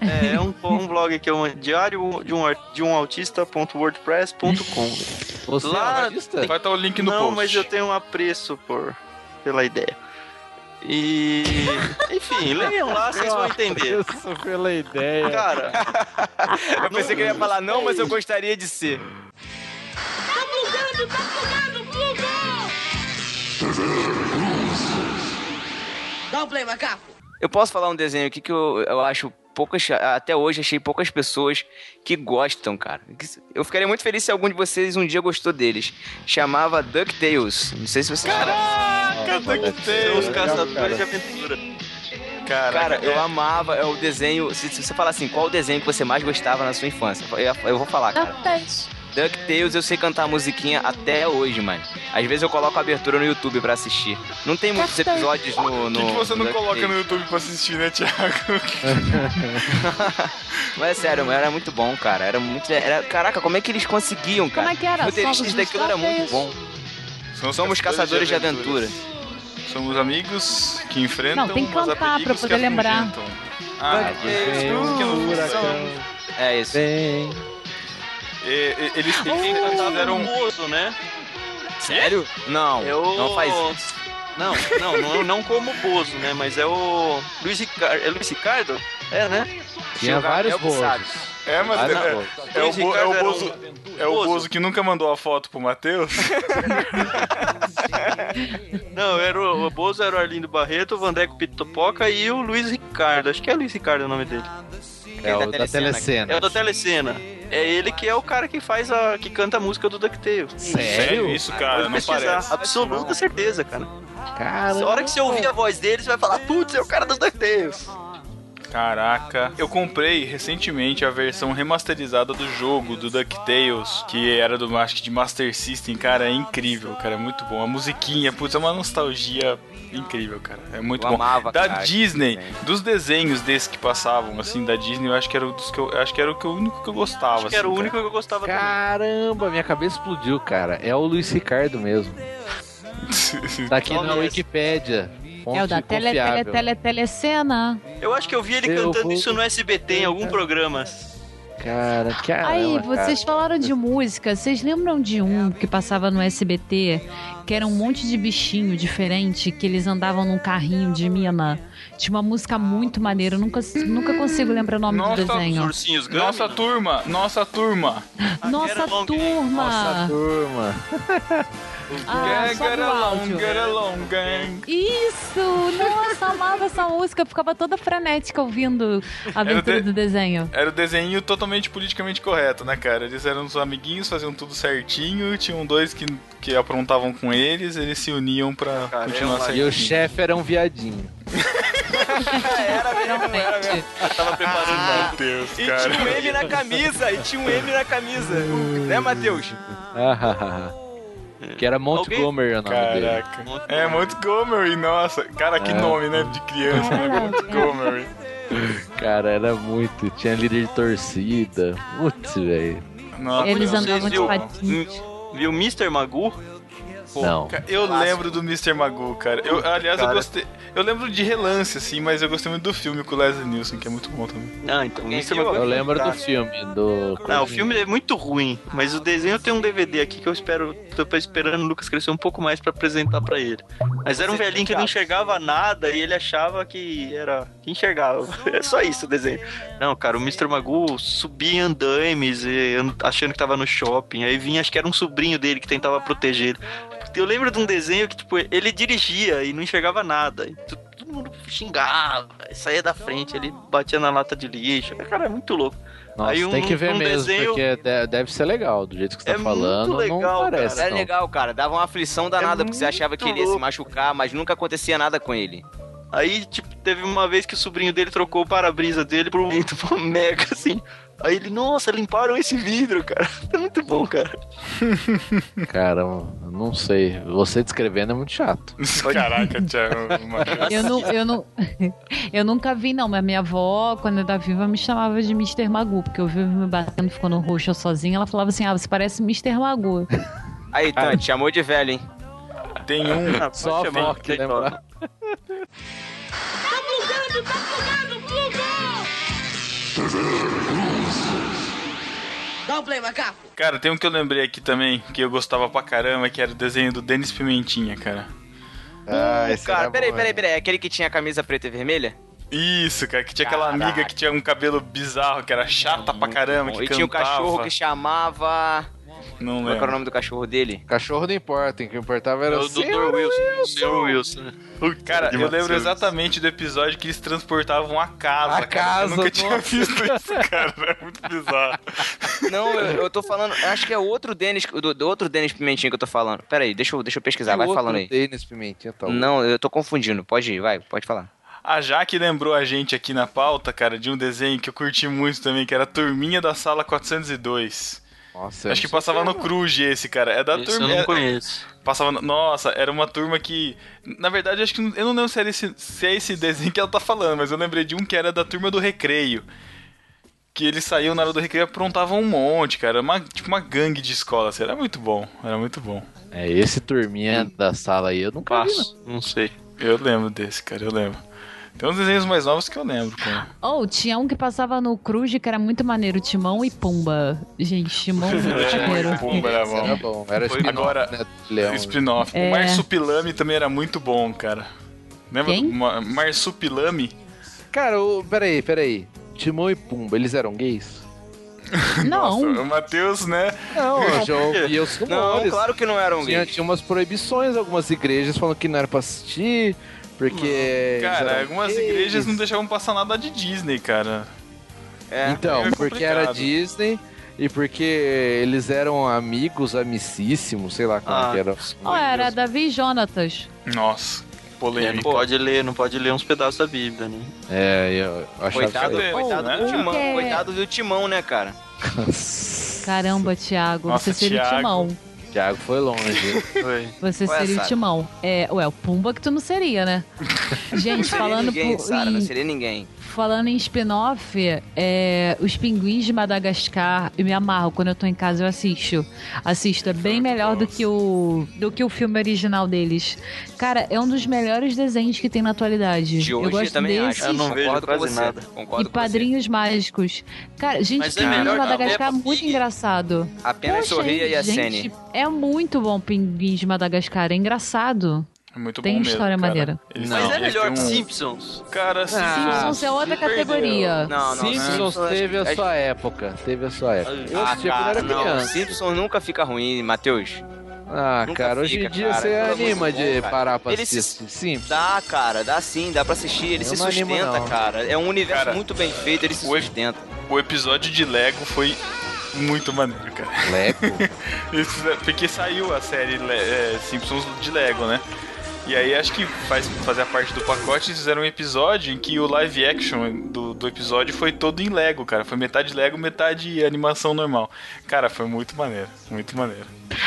Speaker 4: É, é um,
Speaker 1: <laughs>
Speaker 4: um blog que é um diário de um, ar- de um autista.wordpress.com.
Speaker 3: Você
Speaker 4: Lá
Speaker 3: é artista?
Speaker 1: Vai estar o link no
Speaker 4: Não,
Speaker 1: post.
Speaker 4: mas eu tenho um apreço por, pela ideia.
Speaker 1: <laughs>
Speaker 4: E. Enfim, leiam lá, vocês vão entender.
Speaker 3: Isso pela ideia.
Speaker 4: Cara,
Speaker 2: Eu pensei que ele ia falar não, mas eu gostaria de ser.
Speaker 7: Dá um play, macaco.
Speaker 2: Eu posso falar um desenho aqui que eu, eu acho poucas. Até hoje achei poucas pessoas que gostam, cara. Eu ficaria muito feliz se algum de vocês um dia gostou deles. Chamava DuckTales. Não sei se vocês.
Speaker 1: Caraca,
Speaker 4: os
Speaker 1: DuckTales, cara.
Speaker 4: caçadores de aventura.
Speaker 2: né, Cara,
Speaker 1: Caraca,
Speaker 2: eu amava. É o desenho. Se, se você falar assim, qual o desenho que você mais gostava na sua infância? Eu, eu vou falar, cara. DuckTales, eu sei cantar a musiquinha até hoje, mano. Às vezes eu coloco a abertura no YouTube pra assistir. Não tem muitos episódios no.
Speaker 1: O
Speaker 2: no
Speaker 1: que, que você não
Speaker 2: no
Speaker 1: coloca
Speaker 2: DuckTales.
Speaker 1: no YouTube pra assistir, né, Thiago?
Speaker 2: Mas é sério, era muito bom, cara. Era muito. Era... Caraca, como é que eles conseguiam, cara?
Speaker 8: Como é que era?
Speaker 2: O
Speaker 8: é
Speaker 2: roteirista
Speaker 8: Somos os
Speaker 2: daquilo era muito
Speaker 8: DuckTales.
Speaker 2: bom. Somos caçadores de aventura.
Speaker 1: Somos amigos que enfrentam
Speaker 5: Não, tem que
Speaker 1: mas há
Speaker 5: cantar pra
Speaker 1: perigos que
Speaker 5: poder
Speaker 1: as
Speaker 5: lembrar.
Speaker 1: afugentam. Ah,
Speaker 4: é
Speaker 2: Vai,
Speaker 1: eles que
Speaker 3: Vem um
Speaker 1: não são.
Speaker 3: furacão,
Speaker 2: É isso.
Speaker 3: vem.
Speaker 1: E- e- é, Eles
Speaker 4: Quem
Speaker 1: eles
Speaker 4: cantava era
Speaker 1: fizeram
Speaker 4: um oso, né?
Speaker 2: É? Sério? Não,
Speaker 4: Eu-
Speaker 2: não faz isso.
Speaker 4: Não, não, não, não como Bozo, né? Mas é o. Luiz Ricardo. É Luiz Ricardo? É, né?
Speaker 3: Tinha
Speaker 2: Tinha
Speaker 3: vários
Speaker 2: Gabriel
Speaker 3: bolos.
Speaker 2: Bussados.
Speaker 1: É, mas
Speaker 4: Ah,
Speaker 3: Vários
Speaker 1: é,
Speaker 3: bolos.
Speaker 4: <laughs>
Speaker 1: é o,
Speaker 4: Luiz
Speaker 1: Bo- é o
Speaker 4: Ricardo era um-
Speaker 1: Bozo, é o Bozo que nunca mandou a foto pro Matheus.
Speaker 4: Não, era o, o Bozo era o Arlindo Barreto, o Vandeco Pitopoca e o Luiz Ricardo. Acho que é Luiz Ricardo o nome dele.
Speaker 3: É o
Speaker 2: da telecena.
Speaker 3: da
Speaker 4: É
Speaker 3: telecena.
Speaker 4: o da Telecena. É ele que é o cara que faz a. que canta a música do DuckTales.
Speaker 3: Sério?
Speaker 1: Isso, cara, Ah, não
Speaker 4: pesquisar.
Speaker 1: parece.
Speaker 4: Absoluta certeza, cara.
Speaker 5: Ah,
Speaker 3: Cara,
Speaker 4: A hora que você ouvir a voz dele, você vai falar, putz, é o cara dos DuckTales.
Speaker 1: Caraca. Eu comprei recentemente a versão remasterizada do jogo, do DuckTales, que era do, acho que de Master System, cara, é incrível, cara, é muito bom. A musiquinha, putz, é uma nostalgia incrível, cara, é muito
Speaker 2: Eu
Speaker 1: bom.
Speaker 2: amava,
Speaker 1: da
Speaker 2: cara,
Speaker 1: Disney,
Speaker 2: esse
Speaker 1: dos desenhos desses que passavam, assim, da Disney, eu acho que era, o dos que eu, eu acho que era o que- o único que eu gostava.
Speaker 4: Acho que era o
Speaker 1: assim,
Speaker 4: único que eu gostava também.
Speaker 3: Caramba, minha cabeça explodiu, cara. É o Luiz Ricardo
Speaker 1: <laughs>
Speaker 3: mesmo.
Speaker 1: cara.
Speaker 3: Tá aqui
Speaker 4: Só
Speaker 3: na
Speaker 4: mesmo.
Speaker 3: Wikipédia. Fonte
Speaker 5: É o da tele, tele,
Speaker 3: confiável.
Speaker 5: tele, telecena.
Speaker 4: Eu acho que eu vi ele
Speaker 3: Eu
Speaker 4: cantando
Speaker 3: vou-
Speaker 4: isso no SBT em algum programa.
Speaker 3: Cara, caramba,
Speaker 5: Aí, vocês
Speaker 3: cara.
Speaker 5: falaram de música. Vocês lembram de um que passava no SBT? Que era um monte de bichinho diferente que eles andavam num carrinho de mina. Tinha uma música muito maneira. Eu nunca, nunca consigo lembrar o nome
Speaker 1: Nossa,
Speaker 5: do desenho.
Speaker 4: ursinhos Gummy.
Speaker 1: Nossa turma, nossa turma.
Speaker 5: Nossa
Speaker 4: Get Along,
Speaker 3: Nossa
Speaker 5: turma!
Speaker 3: turma.
Speaker 5: Ah,
Speaker 1: Gang,
Speaker 5: só
Speaker 1: get
Speaker 5: do
Speaker 1: along,
Speaker 5: áudio.
Speaker 1: get along, gang.
Speaker 5: Isso! Nossa, amava essa música. Eu ficava toda frenética ouvindo a aventura
Speaker 1: de-
Speaker 5: do desenho.
Speaker 1: Era o desenho totalmente politicamente correto, né, cara? Eles eram os amiguinhos, faziam tudo certinho, tinham dois que, que aprontavam com eles, eles se uniam pra
Speaker 4: Cara,
Speaker 1: continuar
Speaker 4: eu acho-
Speaker 3: E o
Speaker 1: certinho.
Speaker 3: chefe era um viadinho.
Speaker 4: Tava preparando.
Speaker 1: Meu Deus,
Speaker 2: E
Speaker 1: cara.
Speaker 2: tinha um M na camisa, e tinha um M na camisa. Né, Matheus?
Speaker 3: Ah, ah, ah. que era Montgomery o nome dele.
Speaker 1: Caraca. É, Montgomery, nossa. Cara, que
Speaker 3: É.
Speaker 1: nome, né? De criança, né? Montgomery.
Speaker 3: Cara, era muito. Tinha líder de torcida. Putz, velho.
Speaker 1: Nossa,
Speaker 5: Eles
Speaker 1: não.
Speaker 5: andavam de
Speaker 4: viu?
Speaker 5: patins.
Speaker 4: Viu o Mr. Magoo?
Speaker 3: Não.
Speaker 1: Ca- Eu lembro do Mr. Magoo, cara. Eu, aliás, eu
Speaker 4: Cara.
Speaker 1: gostei. Eu lembro de relance, assim, mas eu gostei muito do filme com o Leslie Nielsen, que é muito bom também.
Speaker 4: Ah, então, o
Speaker 2: Quem
Speaker 4: Mr.
Speaker 2: viu?
Speaker 4: Magoo.
Speaker 3: Eu lembro do filme, do.
Speaker 4: Não, o filme é muito ruim, mas o desenho tem um DVD aqui que eu espero, tô esperando o Lucas crescer um pouco mais pra apresentar pra ele. Mas era um velhinho que não enxergava nada e ele achava que era que enxergava. <laughs> É só isso o desenho. Não, cara, o Mr. Magoo subia em andaimes, e and- achando que tava no shopping. Aí vinha, acho que era um sobrinho dele que tentava proteger ele. Eu lembro de um desenho que, tipo, ele dirigia e não enxergava nada. E tu- todo mundo xingava, saía da frente, ele batia na lata de lixo. Cara, é muito louco.
Speaker 3: Nossa,
Speaker 4: Aí um-
Speaker 3: tem que ver
Speaker 4: um
Speaker 3: mesmo,
Speaker 4: desenho-
Speaker 3: porque é- de- deve ser legal, do jeito que você
Speaker 4: É
Speaker 3: tá
Speaker 4: muito
Speaker 3: falando.
Speaker 4: legal, É
Speaker 3: não parece.
Speaker 2: Era
Speaker 3: não.
Speaker 2: legal, cara. Dava uma
Speaker 8: É
Speaker 2: aflição danada, porque você
Speaker 4: muito
Speaker 2: achava que ele ia se
Speaker 4: louco.
Speaker 2: machucar, mas nunca acontecia nada com ele.
Speaker 4: Aí, tipo, teve uma vez que o sobrinho dele trocou o para-brisa dele <laughs> por um vidro pra um mega, assim. Aí ele, nossa, limparam esse vidro, cara. <laughs> É muito bom, cara.
Speaker 3: Cara, eu não sei. Você descrevendo é muito chato.
Speaker 1: Caraca, Thiago. mano.
Speaker 5: Eu, não, eu, não, <laughs> eu nunca vi, não, mas minha avó, quando eu era viva, me chamava de Mr. Magoo, porque eu vivo me batendo, ficando roxa sozinha. Ela falava assim: ah, você parece Mr. Magoo.
Speaker 2: Aí, Tante, chamou de velho, hein?
Speaker 1: Tem um
Speaker 4: Ah,
Speaker 3: Só a né, avó que lembra.
Speaker 7: Dá um play, macaco.
Speaker 1: Cara, tem um que eu lembrei aqui também, que eu gostava pra caramba, que era o desenho do Denis Pimentinha, cara.
Speaker 3: Ah, esse
Speaker 2: cara,
Speaker 3: era
Speaker 2: peraí,
Speaker 3: bom,
Speaker 2: peraí,
Speaker 3: né?
Speaker 2: peraí. É aquele que tinha a camisa preta e vermelha?
Speaker 1: Isso, cara, que tinha aquela
Speaker 2: Caraca.
Speaker 1: amiga que tinha um cabelo bizarro, que era chata pra caramba, que
Speaker 2: e
Speaker 1: cantava.
Speaker 2: tinha o cachorro é que chamava.
Speaker 1: Não
Speaker 2: Qual que era o
Speaker 1: lembro.
Speaker 2: nome do cachorro dele?
Speaker 3: Cachorro não importa, hein? o que importava era
Speaker 4: É o
Speaker 3: assim.
Speaker 4: Dr. Wilson. O Sr. Wilson.
Speaker 1: Cara, eu
Speaker 4: Demais,
Speaker 1: lembro
Speaker 4: Deus.
Speaker 1: exatamente do episódio que eles transportavam a casa,
Speaker 3: A
Speaker 1: cara. eu nunca
Speaker 3: casa,
Speaker 1: tinha visto isso, cara. Era muito bizarro.
Speaker 2: Não, eu, eu tô falando. Acho que é o outro Denis. Do, do outro Denis Pimentinho que eu tô falando. Peraí, deixa, eu- deixa eu pesquisar, vai falando aí.
Speaker 3: É Denis Pimentinha, tá
Speaker 2: Não, eu tô confundindo. Pode ir, vai, pode falar.
Speaker 1: A Jaque lembrou a gente aqui na pauta, cara, de um desenho que eu curti muito também, que era a Turminha da Sala 402.
Speaker 3: Nossa,
Speaker 1: Acho que passava no Cruz esse, cara. É da
Speaker 4: é Esse eu
Speaker 1: turminha.
Speaker 4: não conheço.
Speaker 1: Passava. no- Nossa, era uma turma que. Na verdade, acho que. Eu não lembro se, era esse, se é esse desenho que ela tá falando, mas eu lembrei de um que era da turma do recreio. Que eles saíam na hora do recreio e aprontavam um monte, cara. Era Uma, tipo uma gangue de escola, assim. Era muito bom. Era muito bom.
Speaker 3: É, esse turminha da sala aí eu nunca vi, não.
Speaker 4: Passo. Não sei.
Speaker 1: Eu lembro desse, cara, eu lembro. Tem uns desenhos mais novos que eu lembro, cara.
Speaker 5: Ou tinha um que passava no Cruz, que era muito maneiro: Timão e Pumba. Gente, Timão e
Speaker 1: Timão e
Speaker 5: Pumba. <laughs>
Speaker 1: Pumba era
Speaker 3: Esse Era bom, era
Speaker 1: Foi
Speaker 3: spin-off,
Speaker 1: agora-
Speaker 3: né, do Leão.
Speaker 1: Spin-off.
Speaker 5: É.
Speaker 1: O Marsupilami também era muito bom, cara. Lembra
Speaker 5: Quem?
Speaker 1: do Ma- Marsupilami?
Speaker 3: Cara, o... peraí, peraí. Timão e Pumba, eles eram gays?
Speaker 5: Não,
Speaker 1: Nossa, o Matheus, né?
Speaker 3: Não, eu já ouvi os
Speaker 2: Não,
Speaker 3: rumores.
Speaker 2: claro que não era um
Speaker 3: tinha,
Speaker 2: gay.
Speaker 3: tinha umas proibições, algumas igrejas falando que não era pra assistir, porque... eles
Speaker 1: Cara,
Speaker 3: eram
Speaker 1: algumas
Speaker 3: gays.
Speaker 1: igrejas não deixavam passar nada de Disney, cara.
Speaker 2: É.
Speaker 3: Então,
Speaker 1: É
Speaker 3: porque era
Speaker 1: complicado.
Speaker 3: Disney e porque eles eram amigos, amicíssimos, sei lá como
Speaker 4: Ah,
Speaker 3: que era.
Speaker 5: Não, oh, é- era Davi e Jonatas.
Speaker 1: Nossa,
Speaker 4: É, não
Speaker 1: polêmico.
Speaker 4: pode ler, não pode ler uns pedaços da Bíblia, né?
Speaker 3: É, eu achava
Speaker 2: Coitado,
Speaker 3: que
Speaker 1: Cadê?
Speaker 2: coitado
Speaker 1: Né?
Speaker 2: do timão,
Speaker 5: É.
Speaker 2: coitado do timão, né, cara?
Speaker 3: era...
Speaker 5: Caramba, Thiago,
Speaker 1: Nossa,
Speaker 5: você seria o
Speaker 1: Thiago.
Speaker 5: Timão.
Speaker 3: Thiago
Speaker 2: <laughs>
Speaker 3: foi longe.
Speaker 4: Foi.
Speaker 5: Você
Speaker 2: Ué,
Speaker 5: seria o
Speaker 2: Sara.
Speaker 5: Timão. É, ué, o Pumba que tu não seria, né?
Speaker 2: Não
Speaker 5: Gente,
Speaker 2: seria
Speaker 5: falando
Speaker 2: ninguém, é
Speaker 5: por-
Speaker 2: Sara,
Speaker 5: em-
Speaker 2: não seria ninguém.
Speaker 5: Falando em spin-off, é, os pinguins de Madagascar, eu me amarro. Quando eu tô em casa, eu assisto. Assisto. É bem melhor do que, o, do que o filme original deles. Cara, é um dos melhores desenhos que tem na atualidade.
Speaker 2: De
Speaker 5: eu
Speaker 2: hoje
Speaker 5: gosto
Speaker 2: eu também
Speaker 5: desses
Speaker 2: acho.
Speaker 4: Eu não vejo
Speaker 2: concordo com
Speaker 4: quase
Speaker 2: você.
Speaker 4: nada.
Speaker 2: Concordo
Speaker 5: e
Speaker 2: com
Speaker 5: Padrinhos Mágicos. Cara, gente,
Speaker 4: Mas é
Speaker 5: Pinguins
Speaker 4: melhor
Speaker 5: de
Speaker 4: que a
Speaker 5: Madagascar é
Speaker 4: Peppa
Speaker 5: muito
Speaker 4: Pig.
Speaker 5: engraçado.
Speaker 2: você. Apenas
Speaker 5: Poxa,
Speaker 2: sorria e a
Speaker 5: gente,
Speaker 2: Sene.
Speaker 5: É muito bom Pinguins de Madagascar. É engraçado.
Speaker 1: É muito
Speaker 5: Tem
Speaker 1: bom
Speaker 5: história
Speaker 1: mesmo, cara. Ah,
Speaker 5: maneira.
Speaker 1: Eles-
Speaker 4: Mas é
Speaker 1: eles
Speaker 4: melhor
Speaker 1: têm
Speaker 4: que
Speaker 1: um-
Speaker 4: Simpsons.
Speaker 1: Cara, Simpsons.
Speaker 5: Simpsons é outra
Speaker 4: perdeu.
Speaker 5: categoria.
Speaker 2: Não, não, É
Speaker 3: Simpsons teve a sua época. Teve a sua época. Eu
Speaker 2: Ah,
Speaker 3: assistia quando
Speaker 2: cara,
Speaker 3: era
Speaker 2: não.
Speaker 3: criança.
Speaker 2: Simpsons nunca fica ruim, Matheus.
Speaker 3: Ah,
Speaker 2: Nunca
Speaker 3: cara, hoje em
Speaker 2: fica,
Speaker 3: dia
Speaker 2: cara.
Speaker 3: você
Speaker 2: Pelo amor de
Speaker 3: anima
Speaker 2: Deus,
Speaker 3: de
Speaker 2: cara.
Speaker 3: parar pra
Speaker 2: Ele se-
Speaker 3: assistir Simpsons.
Speaker 2: Dá, cara, dá sim, dá pra assistir. Ele
Speaker 3: Eu
Speaker 2: se
Speaker 3: não animo,
Speaker 2: sustenta,
Speaker 3: não.
Speaker 2: cara. É um universo
Speaker 1: Cara,
Speaker 2: muito bem feito, ele se
Speaker 1: o-
Speaker 2: sustenta.
Speaker 1: O episódio de Lego foi muito maneiro, cara. <laughs>
Speaker 3: Leco.
Speaker 1: Eles fizeram- Porque saiu a série Le- é, Simpsons de Lego, né? E aí acho que faz fazer parte do pacote, eles fizeram um episódio em que o live action do, do episódio foi todo em Lego, cara. Foi metade Lego, metade animação normal. Cara, foi muito maneiro, muito maneiro.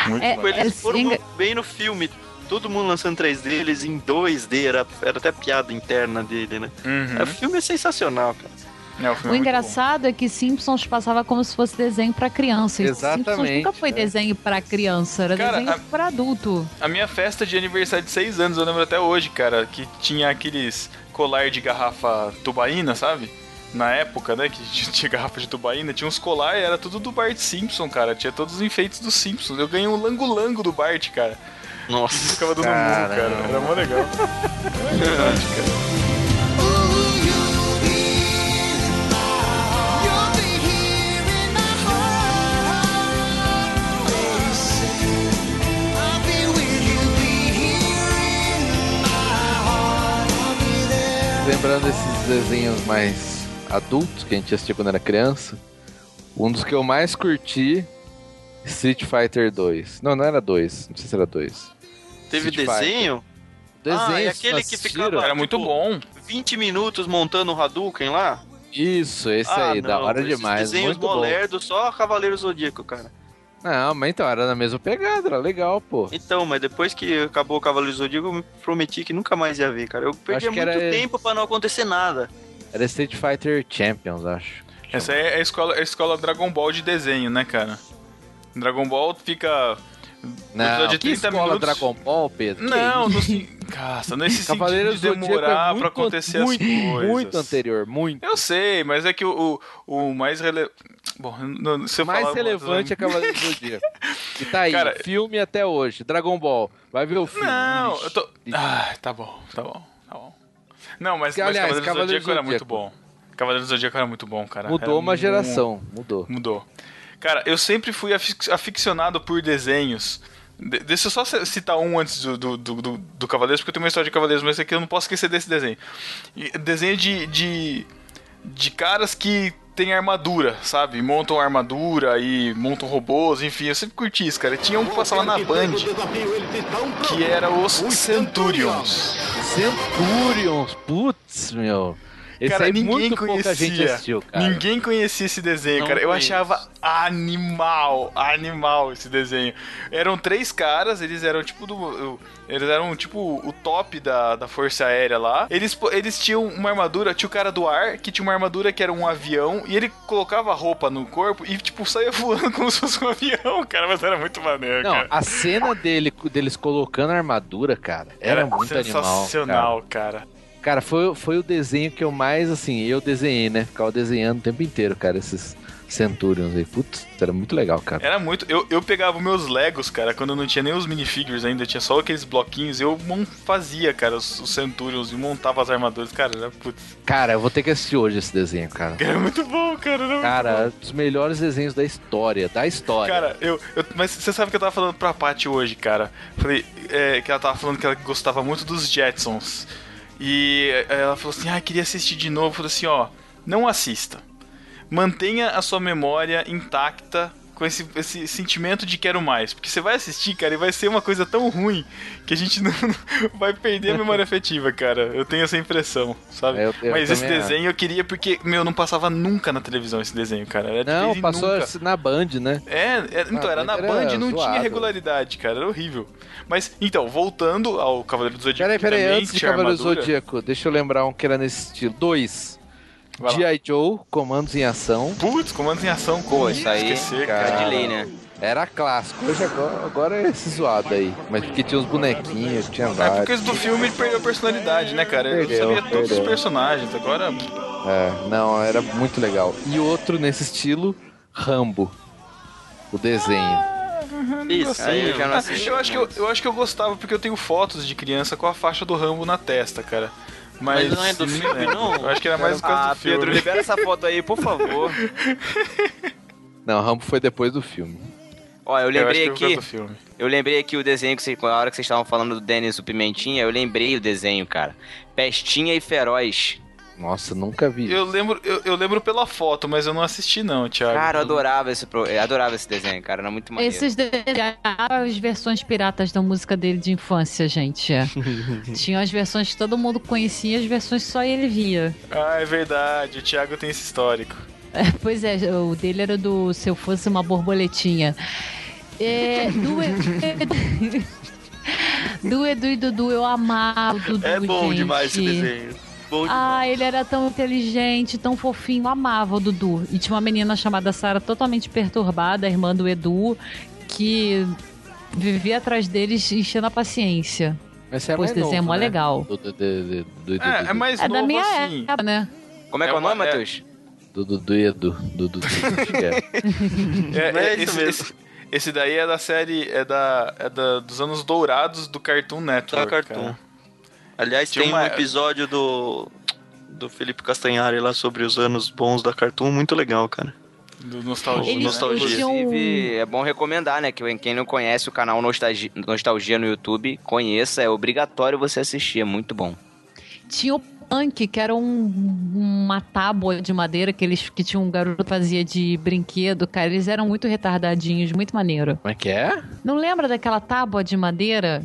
Speaker 1: Muito
Speaker 5: É-
Speaker 1: maneiro.
Speaker 4: Tipo,
Speaker 5: é
Speaker 4: eles foram
Speaker 5: singa-
Speaker 4: muito bem no filme. Todo mundo lançando 3D, eles em 2D, era, era até piada interna dele, né?
Speaker 1: Uhum.
Speaker 4: O filme é sensacional, cara.
Speaker 1: É, filme é
Speaker 5: O
Speaker 1: muito bom.
Speaker 5: engraçado é que Simpsons passava como se fosse desenho pra criança. E Simpsons
Speaker 3: Exatamente,
Speaker 5: nunca foi
Speaker 3: é.
Speaker 5: desenho pra criança, era
Speaker 1: Cara,
Speaker 5: desenho
Speaker 1: a-
Speaker 5: pra adulto.
Speaker 1: A minha festa de aniversário de 6 anos, eu lembro até hoje, cara, que tinha aqueles colar de garrafa tubaína, sabe? Na época, né, que <laughs> tinha garrafa de tubaína, tinha uns colar, era tudo do Bart Simpson, cara. Tinha todos os enfeites dos Simpsons. Eu ganhei um lango-lango do Bart, cara.
Speaker 4: Nossa.
Speaker 1: Ficava todo mundo, cara. Era mó legal.
Speaker 6: Ooh, you
Speaker 3: lembrando desses desenhos mais adultos que a gente assistia quando era criança. Um dos que eu mais curti, Street Fighter 2. Não, não era 2, não sei se era 2.
Speaker 4: Teve
Speaker 3: Street
Speaker 4: desenho?
Speaker 3: Desenho,
Speaker 4: Ah, é
Speaker 3: vocês
Speaker 4: aquele
Speaker 3: não
Speaker 4: que
Speaker 3: assistiram?
Speaker 4: ficava-
Speaker 1: Era muito bom.
Speaker 4: 20 minutos montando o Hadouken lá?
Speaker 3: Isso, esse
Speaker 4: ah,
Speaker 3: aí, da
Speaker 4: não,
Speaker 3: hora
Speaker 4: esses
Speaker 3: demais.
Speaker 4: desenhos
Speaker 3: Muito bom.
Speaker 4: molerdo, só Cavaleiro Zodíaco, cara.
Speaker 3: Não, mas então era na mesma pegada, era legal, pô.
Speaker 4: Então, mas depois que acabou o Cavaleiro Zodíaco, eu me prometi que nunca mais ia ver, cara. Eu perdia
Speaker 3: que
Speaker 4: muito
Speaker 3: era-
Speaker 4: tempo pra não acontecer nada.
Speaker 3: Era Street Fighter Champions, acho.
Speaker 1: Essa aí é a escola, a escola Dragon Ball de desenho, né, cara? Dragon Ball fica.
Speaker 3: Não,
Speaker 1: um episódio de
Speaker 3: que
Speaker 1: 30
Speaker 3: escola
Speaker 1: minutos.
Speaker 3: Dragon Ball, Pedro? Que
Speaker 1: Não,
Speaker 3: isso?
Speaker 1: no, sen- Caça, nesse é sentido
Speaker 3: Cavaleiros
Speaker 1: de
Speaker 3: do Zodíaco
Speaker 1: demorar
Speaker 3: é muito,
Speaker 1: pra acontecer
Speaker 3: muito,
Speaker 1: as coisas.
Speaker 3: Muito anterior, muito.
Speaker 1: Eu sei, mas é que o, o, o mais relevante. Bom, não- se
Speaker 3: O
Speaker 1: eu
Speaker 3: mais
Speaker 1: falar-
Speaker 3: relevante é Cavaleiros do Zodíaco. E tá aí,
Speaker 1: Cara-
Speaker 3: filme até hoje, Dragon Ball. Vai ver o filme.
Speaker 1: Não,
Speaker 3: Ixi.
Speaker 1: eu tô. Ah, tá bom, tá bom, tá bom. Não, mas,
Speaker 3: Que,
Speaker 1: mas Cavaleiros
Speaker 3: aliás,
Speaker 1: do Zodíaco,
Speaker 3: Cavaleiros do
Speaker 1: era muito
Speaker 3: Zodíaco.
Speaker 1: bom. Cavaleiros do Zodíaco era muito bom, cara. Era
Speaker 3: Mudou uma
Speaker 1: muito-
Speaker 3: geração, mudou.
Speaker 1: Mudou. Cara, eu sempre fui afic- aficionado por desenhos. De- deixa eu só c- citar um antes do, do, do, do- do Cavaleiros, porque eu tenho uma história de Cavaleiros, mas aqui eu não posso esquecer desse desenho. E- Desenho de, de, de caras que têm armadura, sabe? Montam armadura e montam robôs, enfim, eu sempre curti isso, cara. Tinha um que passava na Band, que era os Centurions.
Speaker 3: Centurions, putz, meu. Esse
Speaker 1: Cara,
Speaker 3: aí
Speaker 1: ninguém
Speaker 3: muito pouca
Speaker 1: conhecia.
Speaker 3: gente assistiu, cara.
Speaker 1: Ninguém conhecia esse desenho,
Speaker 4: Não
Speaker 1: cara. Eu
Speaker 4: conheço.
Speaker 1: achava animal, animal esse desenho. Eram três caras, eles eram tipo do. o- Eles eram tipo o top da, da Força Aérea lá. Eles, po- eles tinham uma armadura, tinha o cara do ar, que tinha uma armadura que era um avião, e ele colocava a roupa no corpo e, tipo, saía <laughs> voando como se fosse um avião, cara. Mas era muito maneiro,
Speaker 3: Não,
Speaker 1: cara.
Speaker 3: a cena dele, deles colocando a armadura, cara, era, muito animal. Cara.
Speaker 1: sensacional, cara.
Speaker 3: Cara, foi, foi o desenho que eu mais, assim, eu desenhei, né? Ficava desenhando o tempo inteiro, cara, esses Centurions aí. Putz, era muito legal, cara.
Speaker 1: Era muito. Eu, eu pegava meus Legos, cara, quando eu não tinha nem os minifigures ainda, tinha só aqueles bloquinhos. Eu mon- fazia, cara, os, os Centurions e montava as armaduras. Cara, era, putz, <laughs>
Speaker 3: Cara, eu vou ter que assistir hoje esse desenho, cara.
Speaker 1: era muito bom, cara. Era muito
Speaker 3: Cara, um dos melhores desenhos da história, da história.
Speaker 1: Cara, eu, eu- Mas você sabe que eu tava falando pra Paty hoje, cara. Falei é, que ela tava falando que ela gostava muito dos Jetsons. E é, ela falou assim: ah, queria assistir de novo. Eu falei assim: ó, não assista. Mantenha a sua memória intacta com esse, esse sentimento de quero mais. Porque você vai assistir, cara, e vai ser uma coisa tão ruim que a gente <laughs> não vai perder a memória afetiva, cara. Eu tenho essa impressão, sabe?
Speaker 3: É, eu- eu
Speaker 1: mas esse
Speaker 3: também acho.
Speaker 1: desenho eu queria porque, meu, não passava nunca na televisão esse desenho, cara. Era de vez
Speaker 3: Não,
Speaker 1: em
Speaker 3: passou
Speaker 1: nunca.
Speaker 3: na Band, né?
Speaker 1: É, era- então,
Speaker 3: Ah,
Speaker 1: era
Speaker 3: mas
Speaker 1: na
Speaker 3: era
Speaker 1: Band e não tinha
Speaker 3: zoado.
Speaker 1: regularidade, cara. Era horrível. Mas, então, voltando ao Cavaleiro do Zodíaco.
Speaker 3: Peraí,
Speaker 1: que
Speaker 3: peraí,
Speaker 1: também
Speaker 3: antes de
Speaker 1: tinha
Speaker 3: Cavaleiro do
Speaker 1: armadura.
Speaker 3: Zodíaco, deixa eu lembrar um que era nesse estilo. Dois.
Speaker 1: Vai lá.
Speaker 3: G.I. Joe, Comandos em Ação.
Speaker 1: Putz, comandos em ação.
Speaker 2: Pô,
Speaker 1: como
Speaker 2: isso
Speaker 1: ia
Speaker 2: aí
Speaker 1: Esquecer,
Speaker 2: é
Speaker 3: Ah.
Speaker 1: cara.
Speaker 2: de lei, né?
Speaker 3: Era clássico. Hoje agora, agora é esse zoado aí. Mas porque tinha uns bonequinhos, tinha
Speaker 1: É
Speaker 3: vários.
Speaker 1: porque isso do filme ele perdeu a personalidade, né, cara?
Speaker 3: Perdeu,
Speaker 1: eu sabia todos os
Speaker 3: perdeu.
Speaker 1: personagens. Agora,
Speaker 3: É, não, era muito legal. E outro nesse estilo, Rambo. O desenho.
Speaker 4: Isso,
Speaker 2: Aí eu já não
Speaker 1: Ah,
Speaker 2: assisti.
Speaker 1: eu, acho que eu, eu acho que eu gostava porque eu tenho fotos de criança com a faixa do Rambo na testa, cara. Mas,
Speaker 4: Mas não é do
Speaker 1: me
Speaker 4: filme,
Speaker 1: lembro.
Speaker 4: não?
Speaker 1: Eu acho que era mais por causa
Speaker 2: né? Ah,
Speaker 1: do filme.
Speaker 2: Pedro, libera essa foto aí, por favor.
Speaker 3: Não, Rambo foi depois do filme.
Speaker 2: Ó, eu
Speaker 1: eu acho que
Speaker 2: lembrei
Speaker 1: é por
Speaker 2: aqui.
Speaker 1: causa do filme.
Speaker 2: Eu lembrei aqui o desenho que vocês. Na hora que vocês estavam falando do Dennis o Pimentinha, eu lembrei o desenho, cara. Pestinha e Feroz.
Speaker 3: Nossa, nunca vi.
Speaker 1: Eu lembro, eu, eu lembro pela foto, mas eu não assisti, não, Thiago.
Speaker 2: Cara, eu adorava esse, pro- eu adorava esse desenho, cara. Era muito maneiro.
Speaker 5: Esses desenhos, as versões piratas da música dele de infância, gente. Tinha as versões que todo mundo conhecia, as versões que só ele via.
Speaker 1: Ah, é verdade. O Thiago tem esse histórico.
Speaker 5: Pois é, o dele era do Se Eu Fosse Uma Borboletinha. É, do, Edu, <laughs> do Edu e Dudu, eu amava o Dudu,
Speaker 4: É bom
Speaker 5: gente.
Speaker 4: demais esse desenho. Bom
Speaker 5: Ah, ele era tão inteligente, tão fofinho, amava o Dudu. E tinha uma menina chamada Sara totalmente perturbada, a irmã do Edu, que vivia atrás deles enchendo a paciência.
Speaker 3: Mas esse é
Speaker 5: Pô,
Speaker 3: mais
Speaker 5: esse desenho é
Speaker 3: novo,
Speaker 5: mó
Speaker 3: né?
Speaker 5: legal.
Speaker 3: Do, do, do, do, do, do,
Speaker 1: É, é mais
Speaker 5: É
Speaker 1: novo
Speaker 5: da minha
Speaker 1: assim.
Speaker 5: época, né?
Speaker 2: Como é que é
Speaker 1: É
Speaker 2: o nome,
Speaker 1: uma- é-
Speaker 2: Matheus?
Speaker 3: do, do, do Edu. Do, do, do, <laughs> é.
Speaker 1: É,
Speaker 4: É
Speaker 1: é,
Speaker 4: isso
Speaker 1: esse,
Speaker 4: mesmo.
Speaker 1: Esse, esse daí é da série. É, da, é da, dos anos dourados do Cartoon
Speaker 4: Só
Speaker 1: Network.
Speaker 4: cartoon.
Speaker 1: cara.
Speaker 4: Aliás,
Speaker 1: Tinha
Speaker 4: tem
Speaker 1: uma-
Speaker 4: um episódio do do Felipe Castanhari lá sobre os anos bons da Cartoon, muito legal, cara.
Speaker 1: Do Nostalgia.
Speaker 5: Eles-
Speaker 4: Nostalgia.
Speaker 5: eles tinham-
Speaker 2: Inclusive, é bom recomendar, né? Que quem não conhece o canal Nostalgia, Nostalgia no YouTube, conheça, é obrigatório você assistir, é muito bom.
Speaker 5: Tinha o Anki, que era um- uma tábua de madeira que eles que tinha um garoto que fazia de brinquedo, cara. Eles eram muito retardadinhos, muito maneiro.
Speaker 3: Como é que é?
Speaker 5: Não lembra daquela tábua de madeira?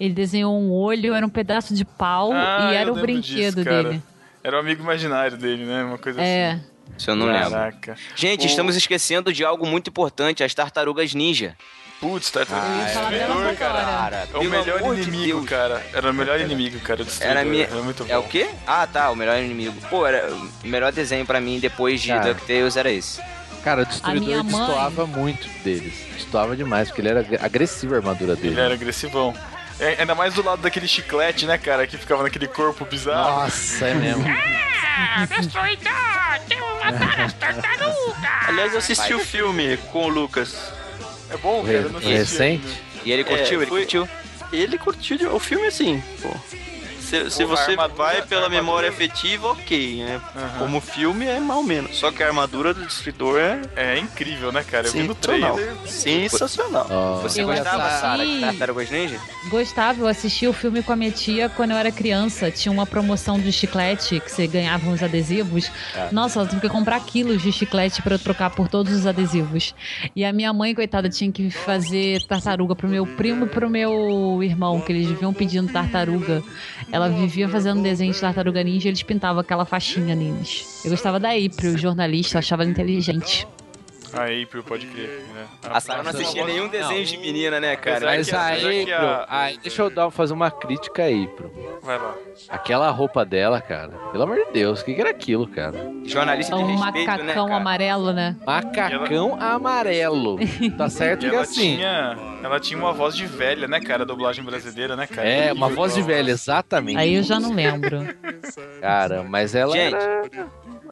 Speaker 5: Ele desenhou um olho, era um pedaço de pau
Speaker 1: Ah,
Speaker 5: e
Speaker 1: eu
Speaker 5: era o
Speaker 1: lembro
Speaker 5: brinquedo
Speaker 1: disso, cara.
Speaker 5: dele.
Speaker 1: Era o amigo imaginário dele, né? Uma coisa
Speaker 5: É.
Speaker 1: assim.
Speaker 2: Isso eu não lembro.
Speaker 1: Caraca.
Speaker 2: Gente,
Speaker 1: O-
Speaker 2: estamos esquecendo de algo muito importante, as tartarugas ninja.
Speaker 1: Putz, tá
Speaker 3: Ah,
Speaker 5: eu ia
Speaker 3: é
Speaker 5: falar dela
Speaker 1: Destruidor,
Speaker 5: agora.
Speaker 1: cara. É o
Speaker 2: pelo
Speaker 1: melhor
Speaker 2: amor de
Speaker 1: inimigo,
Speaker 2: Deus.
Speaker 1: cara. Era o melhor inimigo, cara. O
Speaker 2: Era
Speaker 1: Destruidor.
Speaker 2: minha-
Speaker 1: Era muito bom.
Speaker 2: É o quê? Ah, tá, o melhor inimigo. Pô, era o melhor desenho pra mim depois de
Speaker 3: Cara.
Speaker 2: DuckTales era esse.
Speaker 3: Cara, o destruidor
Speaker 5: minha mãe-
Speaker 3: destoava muito deles. Destoava demais, porque ele era ag- agressivo a armadura dele.
Speaker 1: Ele era agressivão. É, ainda mais do lado daquele chiclete, né, cara? Que ficava naquele corpo bizarro.
Speaker 3: Nossa, é <laughs> mesmo.
Speaker 4: Aliás, eu assisti o filme com o Lucas.
Speaker 1: É bom, cara. Eu não
Speaker 3: Foi
Speaker 1: assisti ainda.
Speaker 3: recente?
Speaker 2: E ele curtiu,
Speaker 4: É,
Speaker 2: ele
Speaker 4: foi-
Speaker 2: curtiu.
Speaker 4: Ele curtiu de- o filme assim, pô. Se, se
Speaker 1: Pô, a
Speaker 4: você
Speaker 1: armadura-
Speaker 4: vai
Speaker 1: a
Speaker 4: pela
Speaker 1: armadura-
Speaker 4: memória afetiva, ok, né?
Speaker 1: Aham.
Speaker 4: Como filme é mal menos. Só que a armadura do destruidor é
Speaker 1: É incrível, né, cara? Eu vi no
Speaker 4: sensacional.
Speaker 1: trailer.
Speaker 4: Sensacional.
Speaker 3: Ó,
Speaker 2: Você
Speaker 5: Eu
Speaker 2: gostava,
Speaker 5: assisti-
Speaker 2: Sara, de tartarugas ninja?
Speaker 5: Gostava, eu assistia o filme com a minha tia quando eu era criança. Tinha uma promoção de chiclete que você ganhava uns adesivos.
Speaker 2: É.
Speaker 5: Nossa, eu tive que comprar quilos de chiclete pra eu trocar por todos os adesivos. E a minha mãe, coitada, tinha que fazer tartaruga pro meu primo e pro meu irmão, que eles viviam pedindo tartaruga. Ela vivia fazendo desenho de tartaruga ninja e eles pintavam aquela faixinha neles. Eu gostava da April, jornalista, eu achava ela inteligente.
Speaker 1: Aí, April, pode crer. né?
Speaker 2: A Sara não assistia
Speaker 3: não.
Speaker 2: nenhum desenho de menina, né, cara?
Speaker 1: Apesar
Speaker 3: Mas
Speaker 1: que a- apesar
Speaker 3: aí,
Speaker 1: que a-
Speaker 3: bro, aí, deixa eu dar, fazer uma crítica aí, bro.
Speaker 1: Vai lá.
Speaker 3: Aquela roupa dela, cara, pelo amor de Deus, o que, que era aquilo, cara?
Speaker 2: Jornalista de
Speaker 5: Um
Speaker 2: respeito, né,
Speaker 5: macacão
Speaker 2: cara?
Speaker 5: amarelo, né?
Speaker 3: Macacão amarelo.
Speaker 1: <laughs>
Speaker 3: Tá certo
Speaker 1: E
Speaker 3: que
Speaker 1: ela,
Speaker 3: assim.
Speaker 1: tinha, ela tinha uma voz de velha, né, cara? A dublagem brasileira, né, cara?
Speaker 3: É,
Speaker 1: Incrível.
Speaker 3: uma voz de velha, exatamente.
Speaker 5: Aí eu já não lembro.
Speaker 3: Cara, mas ela
Speaker 2: Gente.
Speaker 3: era...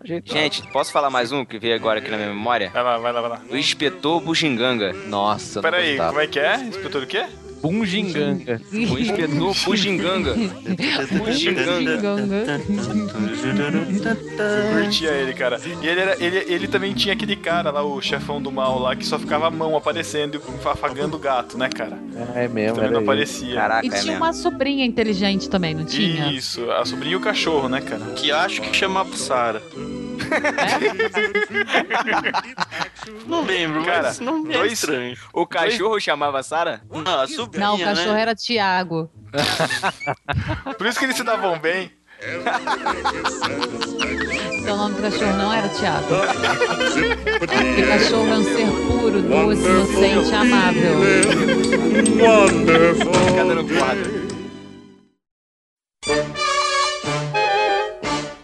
Speaker 3: ajeitosa.
Speaker 2: Gente, posso falar mais um que veio agora aqui na minha memória?
Speaker 1: Vai lá, vai lá, vai lá.
Speaker 2: O inspetor Bugiganga.
Speaker 3: Nossa,
Speaker 1: Pera
Speaker 3: não
Speaker 1: aí,
Speaker 3: gostava.
Speaker 1: como é que é? Inspetor o quê?
Speaker 3: Bunginganga.
Speaker 2: O <laughs> inspetor Bugiganga. um
Speaker 5: um
Speaker 1: Eu curtia ele, cara. E ele, era, ele, ele também tinha aquele cara lá, o chefão do mal lá, que só ficava a mão aparecendo e afagando o gato, né, cara?
Speaker 3: É mesmo,
Speaker 1: Também
Speaker 3: era
Speaker 1: não
Speaker 3: ele.
Speaker 1: aparecia.
Speaker 2: Caraca,
Speaker 5: E
Speaker 2: é
Speaker 5: tinha
Speaker 2: mesmo.
Speaker 5: uma sobrinha inteligente também, não tinha?
Speaker 1: Isso, a sobrinha e o cachorro, né, cara?
Speaker 4: Que acho que chamava Sara. <laughs> não lembro,
Speaker 1: Cara,
Speaker 4: mas não é
Speaker 1: dois-
Speaker 4: estranho.
Speaker 2: O cachorro chamava Sara?
Speaker 4: Não, a sobrinha,
Speaker 5: Não, o cachorro é
Speaker 4: né?
Speaker 5: era Tiago.
Speaker 1: Por isso que eles se davam bem.
Speaker 5: Então o nome do cachorro não era
Speaker 4: <laughs>
Speaker 5: Tiago. Porque cachorro é um ser puro, doce, inocente, amável.
Speaker 2: Cada no quadro.
Speaker 8: It's a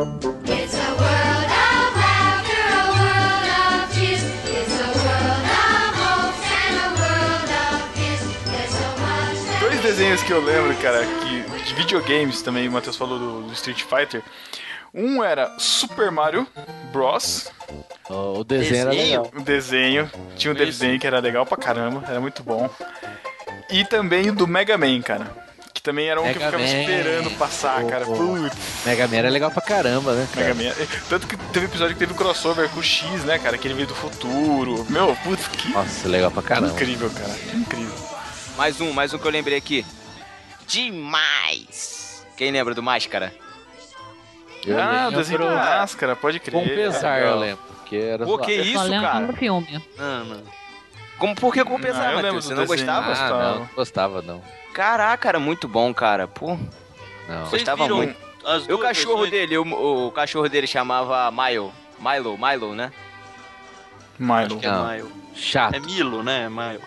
Speaker 8: world of laughter, a world of tears. It's a world of hopes and a world of fears. There's so much that
Speaker 1: Dois desenhos que eu lembro, cara, que de videogames também, o Matheus falou do, do Street Fighter. Um era Super Mario Bros.
Speaker 3: O desenho era
Speaker 4: Desenho?
Speaker 3: legal.
Speaker 1: um desenho. Tinha um desenho que era legal pra caramba, era muito bom. E também o do Mega Man, cara. Que também era um que eu
Speaker 3: Mega
Speaker 1: ficava
Speaker 3: Man.
Speaker 1: esperando passar,
Speaker 3: Pô,
Speaker 1: cara.
Speaker 3: pô.
Speaker 1: Putz,
Speaker 3: Mega Man era legal pra caramba, né? cara?
Speaker 1: Mega Man. Tanto que teve episódio que teve um crossover com o X, né, cara? Que ele veio do futuro. Meu, putz, que
Speaker 3: Nossa, legal pra Ah, caramba.
Speaker 1: incrível, cara. Que incrível.
Speaker 2: Mais um, mais um que eu lembrei aqui. Demais! Quem lembra do Máscara?
Speaker 3: Eu
Speaker 1: ah, o
Speaker 3: lembro-
Speaker 1: desenho da máscara, pode crer.
Speaker 3: Com pesar,
Speaker 1: Legal.
Speaker 3: eu lembro. Porque era
Speaker 2: Pô,
Speaker 3: zoado.
Speaker 2: que
Speaker 5: Só
Speaker 2: isso,
Speaker 5: lembro
Speaker 2: cara?
Speaker 5: do filme.
Speaker 2: Não, não. Como, por que
Speaker 1: Não,
Speaker 2: compensar,
Speaker 1: eu lembro
Speaker 2: Matheus? Você
Speaker 1: do
Speaker 2: não
Speaker 1: desenho.
Speaker 3: Ah,
Speaker 2: gostava?
Speaker 1: gostava.
Speaker 3: não, não gostava, não.
Speaker 2: Caraca, era muito bom, cara. Pô,
Speaker 3: Não.
Speaker 4: Vocês
Speaker 2: Gostava
Speaker 4: viram
Speaker 2: muito.
Speaker 4: as
Speaker 2: E o
Speaker 4: duas
Speaker 2: cachorro
Speaker 4: versões?
Speaker 2: dele, o, o cachorro dele chamava Milo. Milo, Milo, né?
Speaker 1: Milo.
Speaker 4: Que é
Speaker 3: Não.
Speaker 4: Milo. É
Speaker 3: Chato.
Speaker 4: Milo, né? Milo.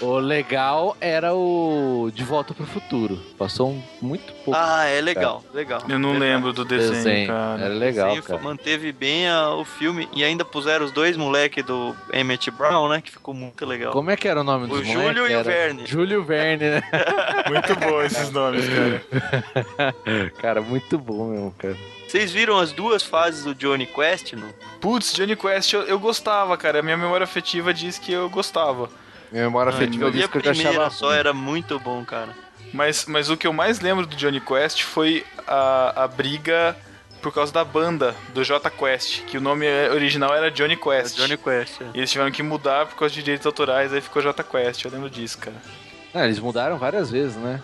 Speaker 3: O legal era o De Volta pro Futuro. Passou um muito pouco
Speaker 4: Ah, é legal, legal.
Speaker 1: Eu não lembro do desenho,
Speaker 3: desenho.
Speaker 4: É.
Speaker 1: cara.
Speaker 3: Era legal,
Speaker 4: Sim,
Speaker 3: cara.
Speaker 4: Manteve bem a- o filme e ainda puseram os dois moleque do Emmett Brown, né? Que ficou muito legal.
Speaker 3: Como é que era o nome
Speaker 4: O
Speaker 3: dos
Speaker 4: Júlio
Speaker 3: moleques?
Speaker 4: e o
Speaker 3: Era
Speaker 4: Verne.
Speaker 3: Júlio e o Verne, né? <laughs>
Speaker 1: Muito bom esses nomes, <laughs> cara.
Speaker 3: cara, muito bom mesmo, cara.
Speaker 4: Vocês viram as duas fases do Johnny Quest? Não?
Speaker 1: Putz, Johnny Quest, eu, eu gostava, cara. A minha memória afetiva diz que eu gostava.
Speaker 3: Minha memória afetiva
Speaker 4: Ah, eu vi
Speaker 3: diz
Speaker 4: a
Speaker 3: que eu já
Speaker 4: primeira
Speaker 3: achava.
Speaker 4: só, é. era muito bom, cara.
Speaker 1: Mas, mas o que eu mais lembro do Johnny Quest foi a, a briga por causa da banda do J Quest, que o nome é- original era Johnny
Speaker 4: É
Speaker 1: Quest.
Speaker 4: Johnny Quest. é.
Speaker 1: E eles tiveram que mudar por causa de direitos autorais, aí ficou J Quest, eu lembro disso, cara.
Speaker 3: Não, eles mudaram várias vezes, né?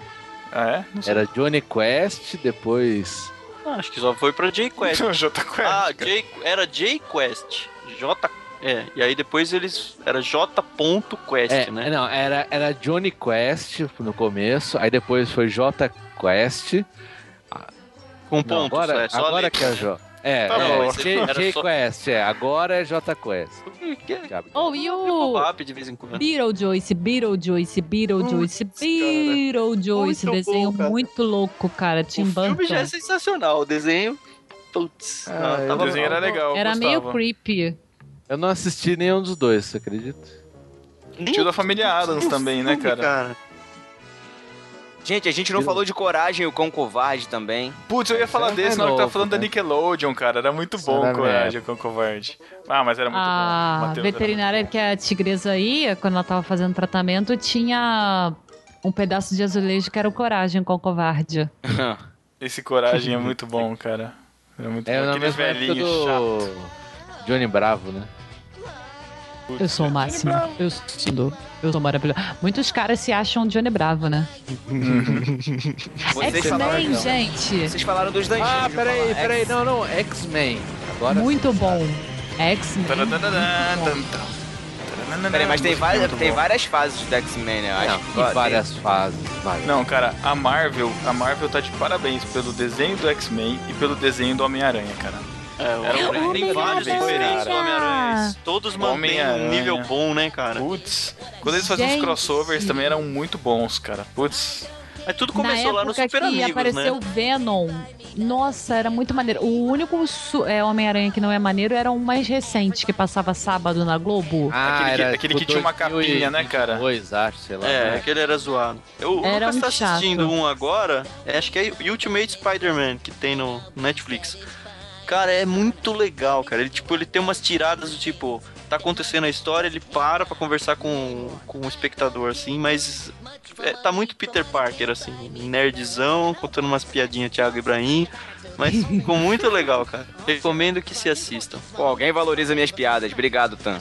Speaker 1: Ah, é? Não sei.
Speaker 3: Era Johnny Quest, depois
Speaker 4: Ah, acho que só foi pra
Speaker 3: <laughs>
Speaker 4: J-Quest.
Speaker 1: <laughs> Jota Quest.
Speaker 4: Ah,
Speaker 1: cara.
Speaker 4: J, era J-Quest. J. É, e aí depois eles. Era J.Quest,
Speaker 3: É,
Speaker 4: né?
Speaker 3: Não, era, era Johnny Quest no começo, aí depois foi J Quest.
Speaker 1: Um
Speaker 4: Com
Speaker 3: Não,
Speaker 4: pontos,
Speaker 3: agora
Speaker 4: é, só
Speaker 3: agora
Speaker 4: letra.
Speaker 3: que é J. É,
Speaker 1: Tá
Speaker 3: é,
Speaker 1: bom.
Speaker 3: J,
Speaker 4: Era
Speaker 3: J
Speaker 4: só-
Speaker 3: Quest, é, agora é J Quest.
Speaker 4: Que- que-
Speaker 3: Gabi.
Speaker 5: Ou Oh, e
Speaker 3: é
Speaker 4: que
Speaker 5: o
Speaker 4: pop de vez em quando.
Speaker 5: Beetlejuice, Beetlejuice, Beetlejuice, Beetlejuice.
Speaker 4: Muito bom,
Speaker 5: Desenho
Speaker 4: cara.
Speaker 5: muito louco, cara.
Speaker 4: O
Speaker 5: Tim
Speaker 4: filme já é
Speaker 5: Burton.
Speaker 4: sensacional, o desenho. Putz,
Speaker 3: Ah,
Speaker 4: não,
Speaker 3: eu-
Speaker 1: O
Speaker 4: tava
Speaker 1: desenho era legal. eu
Speaker 5: Era meio
Speaker 1: gostava.
Speaker 5: creepy.
Speaker 3: Eu não assisti nenhum dos dois, você acredita?
Speaker 4: Nem
Speaker 1: Tio da família Adams
Speaker 4: o
Speaker 1: também, né,
Speaker 5: <laughs>
Speaker 4: filme,
Speaker 1: cara?
Speaker 2: Gente, a gente não falou de Coragem, o Cão Covarde
Speaker 3: <laughs>
Speaker 2: também.
Speaker 1: Putz, eu ia falar
Speaker 3: Esse é
Speaker 1: desse na hora que tá
Speaker 3: novo,
Speaker 1: falando da
Speaker 3: né?
Speaker 1: Nickelodeon, cara. Era muito
Speaker 3: Isso
Speaker 1: bom
Speaker 3: era
Speaker 1: Coragem com o Covarde. Ah, mas era muito bom.
Speaker 5: A
Speaker 1: Mateus, era-
Speaker 5: veterinária que é a tigresa ia, quando ela tava fazendo tratamento, tinha um pedaço de azulejo que era o coragem com o covarde.
Speaker 1: Esse Coragem é muito bom, cara. Era muito
Speaker 3: É
Speaker 1: bom.
Speaker 3: na
Speaker 1: Aqueles
Speaker 3: mesma época
Speaker 1: velhinhos
Speaker 3: do
Speaker 1: chato.
Speaker 3: Johnny Bravo, né?
Speaker 5: Eu sou o máximo. Eu sou, eu sou maravilhoso. Muitos caras se acham Johnny Bravo, né?
Speaker 2: Vocês falaram,
Speaker 5: X-Men, gente.
Speaker 2: vocês falaram dos danjinhos.
Speaker 3: Ah,
Speaker 2: deixa eu
Speaker 3: peraí,
Speaker 2: falar.
Speaker 3: peraí, não, não, X-Men. Agora
Speaker 5: Muito bom. X-Men.
Speaker 1: Tarananã,
Speaker 5: muito bom.
Speaker 1: tantã. Tarananã,
Speaker 2: Peraí, mas tem
Speaker 1: música
Speaker 2: várias,
Speaker 1: muito
Speaker 2: tem
Speaker 1: boa.
Speaker 2: várias fases do X-Men, né? Eu acho que
Speaker 3: Não, e
Speaker 2: tem-
Speaker 3: várias fases, várias.
Speaker 1: Não, cara, a Marvel, a Marvel tá de parabéns pelo desenho do X-Men e pelo desenho do Homem-Aranha, cara.
Speaker 4: É, o Homem-Aranha tem
Speaker 5: Homem-Aranha.
Speaker 4: vários diferentes do Homem-Aranha. né, Todos mantêm um
Speaker 1: Homem-Aranha.
Speaker 4: nível bom, né, cara?
Speaker 1: Putz, quando eles faziam os
Speaker 5: Gente.
Speaker 1: crossovers também eram muito bons, cara. Putz,
Speaker 4: Mas tudo começou
Speaker 5: Na
Speaker 4: lá no
Speaker 5: época
Speaker 4: Super
Speaker 5: que
Speaker 4: Amigos,
Speaker 5: apareceu
Speaker 4: né?
Speaker 5: o Venom. Nossa, era muito maneiro. O único su- é, Homem-Aranha que não é maneiro era um mais recente, que passava sábado na Globo.
Speaker 3: Ah,
Speaker 1: Aquele que- aquele que
Speaker 3: tipo
Speaker 1: tinha uma capinha, né, cara?
Speaker 3: 2022, acho, sei lá.
Speaker 4: É,
Speaker 3: né?
Speaker 4: aquele era zoado. Eu, o
Speaker 5: Era
Speaker 4: Lucas tá
Speaker 5: um chato.
Speaker 4: assistindo um agora, é, acho que é Ultimate Spider-Man, que tem no Netflix. Cara, é muito legal, cara. Ele, tipo, ele tem umas tiradas do tipo, tá acontecendo a história, ele para pra conversar com, com o espectador, assim, mas é, tá muito Peter Parker, assim, nerdzão, contando umas piadinhas Thiago Ibrahim,
Speaker 5: <laughs>
Speaker 4: mas ficou muito legal, cara. Recomendo que se assistam.
Speaker 2: Pô, alguém valoriza minhas piadas. Obrigado, Tan.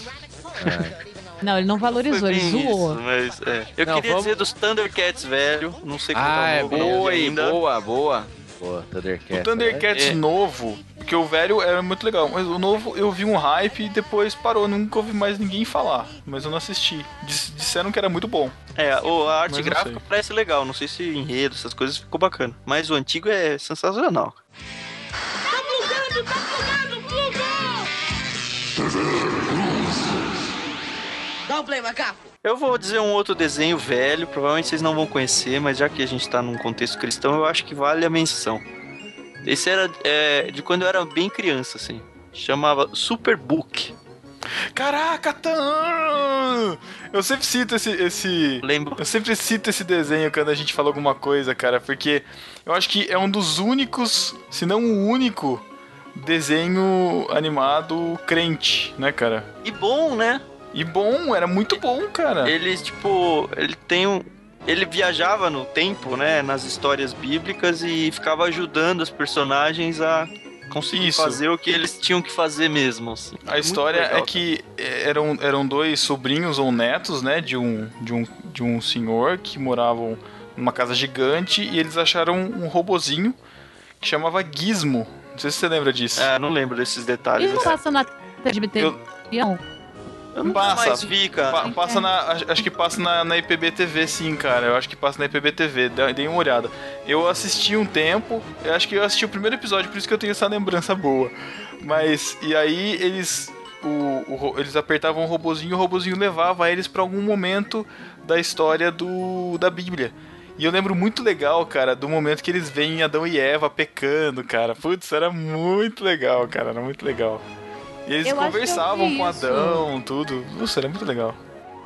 Speaker 5: Não, ele não valorizou,
Speaker 4: Foi
Speaker 5: ele
Speaker 4: bem
Speaker 5: zoou.
Speaker 4: isso, mas, é. Eu
Speaker 3: Não,
Speaker 4: queria
Speaker 3: vamos-
Speaker 4: dizer dos Thundercats, velho. Não sei qual
Speaker 3: Ah,
Speaker 4: tá o
Speaker 3: é
Speaker 4: novo, não vi
Speaker 2: Boa, hein?
Speaker 4: ainda.
Speaker 2: boa, boa.
Speaker 3: Pô, Thundercats.
Speaker 1: o Thundercats
Speaker 4: É.
Speaker 1: novo, porque o velho era muito legal, mas o novo eu vi um hype e depois parou, nunca ouvi mais ninguém falar, mas eu não assisti. Dis- disseram que era muito bom.
Speaker 4: É, o, a
Speaker 1: Mas
Speaker 4: arte
Speaker 1: não
Speaker 4: gráfica
Speaker 1: sei.
Speaker 4: parece legal. Não sei se enredo, essas coisas ficou bacana. Mas o antigo é sensacional.
Speaker 7: Dá um play, macaco.
Speaker 4: Eu vou dizer um outro desenho velho, provavelmente vocês não vão conhecer, mas já que a gente tá num contexto cristão, eu acho que vale a menção. Esse era é, de quando eu era bem criança, assim. Chamava Superbook.
Speaker 1: Caraca, Tan! Eu sempre cito esse esse
Speaker 4: Lembro?
Speaker 1: Eu sempre cito esse desenho quando a gente fala alguma coisa, cara, porque eu acho que é um dos únicos, se não o único, desenho animado crente, né, cara?
Speaker 4: E bom, né?
Speaker 1: E bom, era muito bom, cara.
Speaker 4: Ele, tipo, ele tem um. Ele viajava no tempo, né? Nas histórias bíblicas e ficava ajudando os personagens a conseguir
Speaker 1: Isso.
Speaker 4: fazer o que eles tinham que fazer mesmo. assim.
Speaker 1: A
Speaker 4: Muito
Speaker 1: história
Speaker 4: legal,
Speaker 1: é que eram, eram dois sobrinhos ou netos, né, de um, de, um, de um senhor que moravam numa casa gigante e eles acharam um robozinho que chamava Gizmo. Não sei se você lembra disso.
Speaker 4: cara. É, não lembro desses detalhes.
Speaker 5: Ele tá não
Speaker 4: assim.
Speaker 5: passa na TGBT.
Speaker 1: Eu-
Speaker 5: Não.
Speaker 4: Eu não
Speaker 1: Passa.
Speaker 4: mais vi, cara.
Speaker 1: Pa-
Speaker 5: é.
Speaker 1: passa na, acho- acho que passa na, na IPB TV, sim, cara. Eu acho que passa na IPB TV. Dá- Dei uma olhada. Eu assisti um tempo. Eu acho que eu assisti o primeiro episódio, por isso que eu tenho essa lembrança boa. Mas e aí eles o, o ro- eles apertavam o robozinho, o robozinho levava eles pra algum momento da história do da Bíblia. E eu lembro muito legal, cara, do momento que eles veem Adão e Eva pecando, cara. Putz, era muito legal, cara, era muito legal. E eles
Speaker 5: Eu acho que eu
Speaker 1: conversavam
Speaker 5: vi
Speaker 1: com
Speaker 5: isso.
Speaker 1: Adão, tudo. Nossa, era muito legal.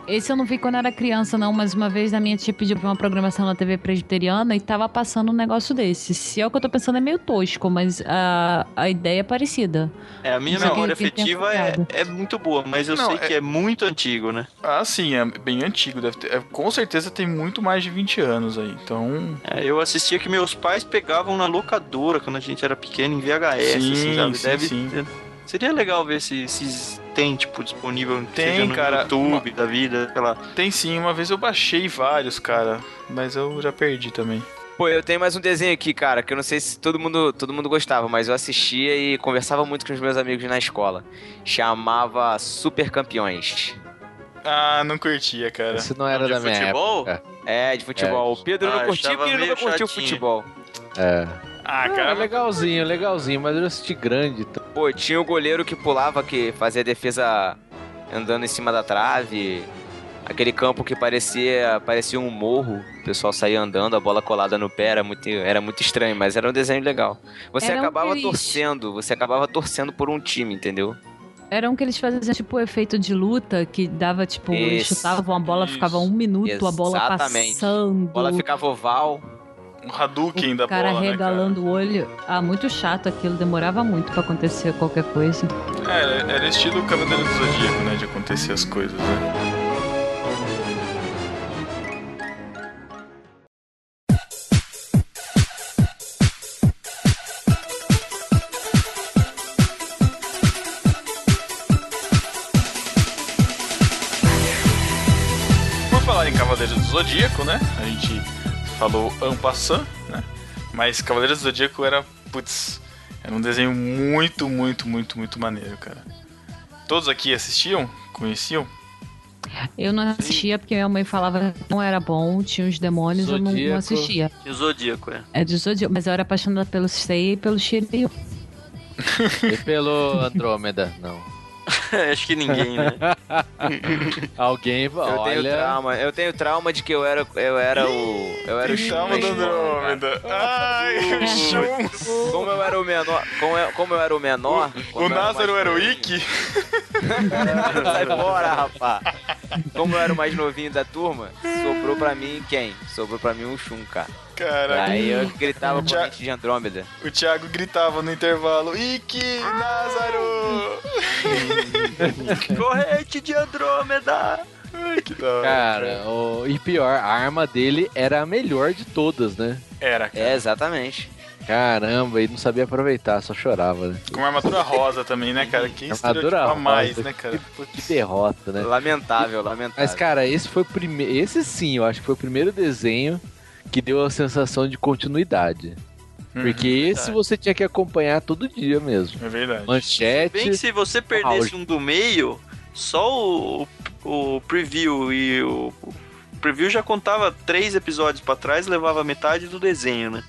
Speaker 5: Esse eu não vi quando era criança, não, mas uma vez na minha tia pediu pra uma programação na TV presbiteriana e tava passando um negócio desse. Se é o que eu tô pensando, é meio tosco, mas a, a ideia é parecida.
Speaker 4: É, a minha
Speaker 5: Não,
Speaker 4: memória
Speaker 5: tem- tem
Speaker 4: afetiva é,
Speaker 5: tempo
Speaker 4: é muito boa, mas eu
Speaker 1: Não,
Speaker 4: sei que é muito antigo, né?
Speaker 1: Ah, sim, é bem antigo. Deve ter, é, com certeza tem muito mais de 20 anos aí. Então.
Speaker 4: É, eu assistia que meus pais pegavam na locadora quando a gente era pequeno, em VHS,
Speaker 1: Sim,
Speaker 4: assim, sabe?
Speaker 1: sim,
Speaker 4: Deve
Speaker 1: sim.
Speaker 4: ter- Seria legal ver se, se tem, tipo, disponível que
Speaker 1: Tem,
Speaker 4: seja no
Speaker 1: cara.
Speaker 4: YouTube da vida, sei lá.
Speaker 1: Tem sim, uma vez eu baixei vários, cara. Mas eu já perdi também.
Speaker 2: Pô, eu tenho mais um desenho aqui, cara, que eu não sei se todo mundo, todo mundo gostava, mas eu assistia e conversava muito com os meus amigos na escola. Chamava Super Campeões.
Speaker 1: Ah, não curtia, cara.
Speaker 3: Isso né? não era
Speaker 4: de
Speaker 3: da minha
Speaker 4: futebol?
Speaker 3: época.
Speaker 2: É, de futebol. O Pedro
Speaker 4: Ah,
Speaker 2: não curtia
Speaker 4: achava
Speaker 2: porque ele
Speaker 4: meio
Speaker 2: nunca curtiu
Speaker 4: chatinho.
Speaker 2: futebol.
Speaker 3: É.
Speaker 1: Ah,
Speaker 3: Ah,
Speaker 1: cara,
Speaker 3: legalzinho, legalzinho, mas eu assisti grande. então.
Speaker 2: Pô, tinha o goleiro que pulava, que fazia defesa andando em cima da trave. Aquele campo que parecia, parecia um morro. O pessoal saía andando, a bola colada no pé. Era muito, era muito estranho, mas era um desenho legal. Você
Speaker 5: Era um
Speaker 2: acabava
Speaker 5: triz.
Speaker 2: torcendo. Você acabava torcendo por um time, entendeu?
Speaker 5: Era um que eles faziam tipo o efeito de luta, que dava tipo, eles
Speaker 2: Isso.
Speaker 5: chutavam a bola,
Speaker 1: Isso.
Speaker 5: ficava um minuto a bola
Speaker 2: Exatamente.
Speaker 5: passando.
Speaker 2: A bola ficava oval.
Speaker 1: um Hadouken da
Speaker 5: é o cara
Speaker 1: bola, né,
Speaker 5: regalando o olho. Ah, muito chato aquilo, demorava muito pra acontecer qualquer coisa.
Speaker 1: cara? É, Era, era estilo Cavaleiro do Zodíaco, né, de acontecer as coisas, né? Por falar em Cavaleiro do Zodíaco, né? A gente falou Ampassan, né? Mas Cavaleiro do Zodíaco era, putz, era um desenho muito, muito, muito, muito maneiro, cara. Todos aqui assistiam? Conheciam?
Speaker 5: Eu não assistia porque minha mãe falava que não era bom, tinha uns demônios, eu não- não,
Speaker 3: Zodíaco.
Speaker 5: assistia.
Speaker 4: E o Zodíaco, é. <laughs>
Speaker 5: É de Zodíaco, mas eu era apaixonada pelo Sei e pelo Shiryu.
Speaker 3: E
Speaker 1: <laughs>
Speaker 3: pelo Andrômeda, não.
Speaker 4: Acho que ninguém, né?
Speaker 3: Alguém,
Speaker 2: Eu tenho
Speaker 3: olha...
Speaker 2: trauma. Eu tenho trauma de que eu era, eu era o. Eu era o
Speaker 1: Chama
Speaker 2: Shun
Speaker 1: do
Speaker 2: da escola, cara.
Speaker 1: Andrômeda.
Speaker 5: É,
Speaker 1: Ai, Shun.
Speaker 2: Como eu era o menor. Como eu, como eu era o menor. como
Speaker 1: O
Speaker 2: eu mais
Speaker 1: Názaro era o
Speaker 2: novinho-
Speaker 1: Ikki?
Speaker 2: Sai fora, rapá. Como eu era o mais novinho da turma, sobrou pra mim quem? Sobrou pra mim o Shun, cara.
Speaker 1: Caraca,
Speaker 2: Aí eu gritava com
Speaker 1: Tchau.
Speaker 2: a gente de Andrômeda.
Speaker 1: o Thiago gritava no intervalo: Ikki, Názaro!
Speaker 4: <laughs>
Speaker 3: Ah!
Speaker 4: Corrente de Andrômeda!
Speaker 1: Ai, que da hora.
Speaker 3: Cara, o- e pior, a arma dele era a melhor de todas, né?
Speaker 1: Era, cara.
Speaker 2: É, exatamente.
Speaker 3: Caramba, e não sabia aproveitar, só chorava, né?
Speaker 1: Com uma armadura rosa também, né, cara? Que
Speaker 3: Armadura
Speaker 1: estereotipo a
Speaker 3: rosa.
Speaker 1: mais, né, cara?
Speaker 3: Que derrota, né?
Speaker 2: Lamentável, lamentável.
Speaker 3: Mas, cara, esse foi o primeiro. Esse sim, eu acho que foi o primeiro desenho que deu a sensação de continuidade. Porque esse
Speaker 4: verdade.
Speaker 3: você tinha que acompanhar todo dia mesmo.
Speaker 1: Uhum, É verdade.
Speaker 3: Manchete.
Speaker 4: Bem que se você perdesse um do meio, só o, o preview e o. o preview já contava três episódios pra trás, levava metade do desenho, né?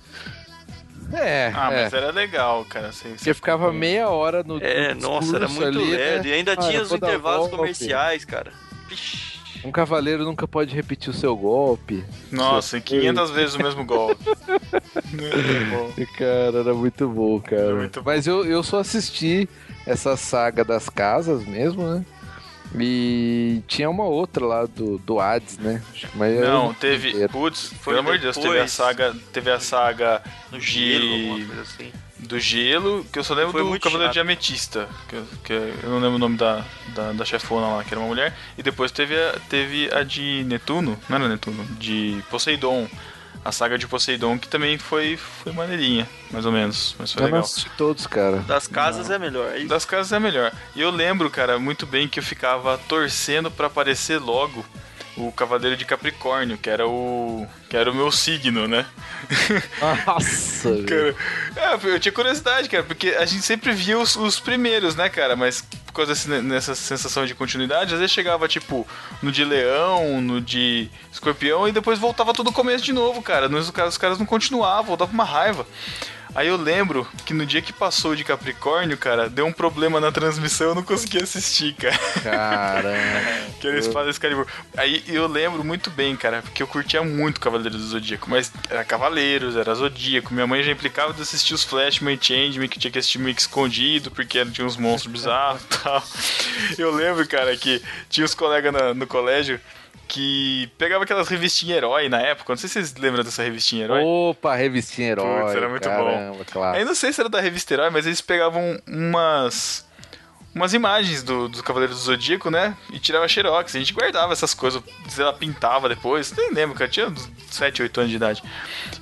Speaker 3: É,
Speaker 1: Ah,
Speaker 3: é.
Speaker 1: mas era legal, cara. Você,
Speaker 3: Você ficava meia hora no.
Speaker 4: É,
Speaker 3: no
Speaker 4: nossa, era
Speaker 3: discurso
Speaker 4: muito
Speaker 3: ali, né?
Speaker 4: leve. E ainda
Speaker 3: Ah,
Speaker 4: tinha
Speaker 3: eu
Speaker 4: os
Speaker 3: vou dar
Speaker 4: intervalos
Speaker 3: golpe.
Speaker 4: comerciais, cara. Vixe.
Speaker 3: Um cavaleiro nunca pode repetir o seu golpe.
Speaker 1: Nossa, 500 vezes o mesmo
Speaker 3: <laughs>
Speaker 1: golpe. Muito bom.
Speaker 3: Cara, era muito bom, cara.
Speaker 1: Era muito bom.
Speaker 3: Mas eu, eu só assisti essa saga das casas mesmo, né? E tinha uma outra lá do, do Hades, né? Acho que- Mas eu
Speaker 1: Não, teve.
Speaker 3: lembro.
Speaker 1: Putz,
Speaker 4: Foi
Speaker 1: pelo amor de Deus, teve a
Speaker 4: depois.
Speaker 1: saga. Teve a saga
Speaker 4: No
Speaker 1: De-
Speaker 4: gelo, alguma coisa assim.
Speaker 1: do gelo, que eu só lembro
Speaker 4: Foi
Speaker 1: do
Speaker 4: muito
Speaker 1: Cavaleiro
Speaker 4: chato.
Speaker 1: de Ametista. Que, eu- que eu não lembro o nome da, da, da chefona lá, que era uma mulher. E depois teve a, teve a de Netuno, não era Netuno, de Poseidon. A saga de Poseidon, que também foi, foi maneirinha, mais ou menos. Mas foi
Speaker 3: Eu não
Speaker 1: legal.
Speaker 3: assisti
Speaker 1: <laughs>
Speaker 3: todos, cara.
Speaker 4: Das casas é melhor. Aí
Speaker 1: Das casas é a melhor. E eu lembro, cara, muito bem que eu ficava torcendo pra aparecer logo o Cavaleiro de Capricórnio, que era o. que era o meu signo, né?
Speaker 3: Nossa, velho.
Speaker 1: Cara, é, eu tinha curiosidade, cara, porque a gente sempre via os, os primeiros, né, cara? Mas por causa desse- dessa sensação de continuidade, às vezes chegava, tipo, no de leão, no de escorpião, e depois voltava tudo o começo de novo, cara. Nos- Os caras, os caras não continuavam, dava uma raiva. Aí eu lembro que no dia que passou de Capricórnio, cara, deu um problema na transmissão, eu não consegui assistir, <laughs> cara.
Speaker 3: Caramba.
Speaker 1: Que era a espada Excalibur. Aí eu lembro muito bem, cara, porque eu curtia muito Cavaleiros do Zodíaco, mas era Cavaleiros, era Zodíaco. Minha mãe já implicava de assistir os Flashman e Changeman, que tinha que assistir meio que escondido, porque era- tinha uns monstros bizarros e tal. Eu lembro, cara, que tinha os colegas na- no colégio que pegava aquelas revistinhas herói na época. Não sei se vocês lembram dessa revistinha herói.
Speaker 3: Opa, revistinha herói.
Speaker 1: Putz, era muito bom.
Speaker 3: caramba, claro.
Speaker 1: Aí não sei se era da revista Herói, mas eles pegavam umas umas imagens do, do Cavaleiro do Zodíaco, né? E tirava xerox. A gente guardava essas coisas, sei lá, pintava depois. Nem lembro, cara. Tinha uns 7, 8 anos de idade.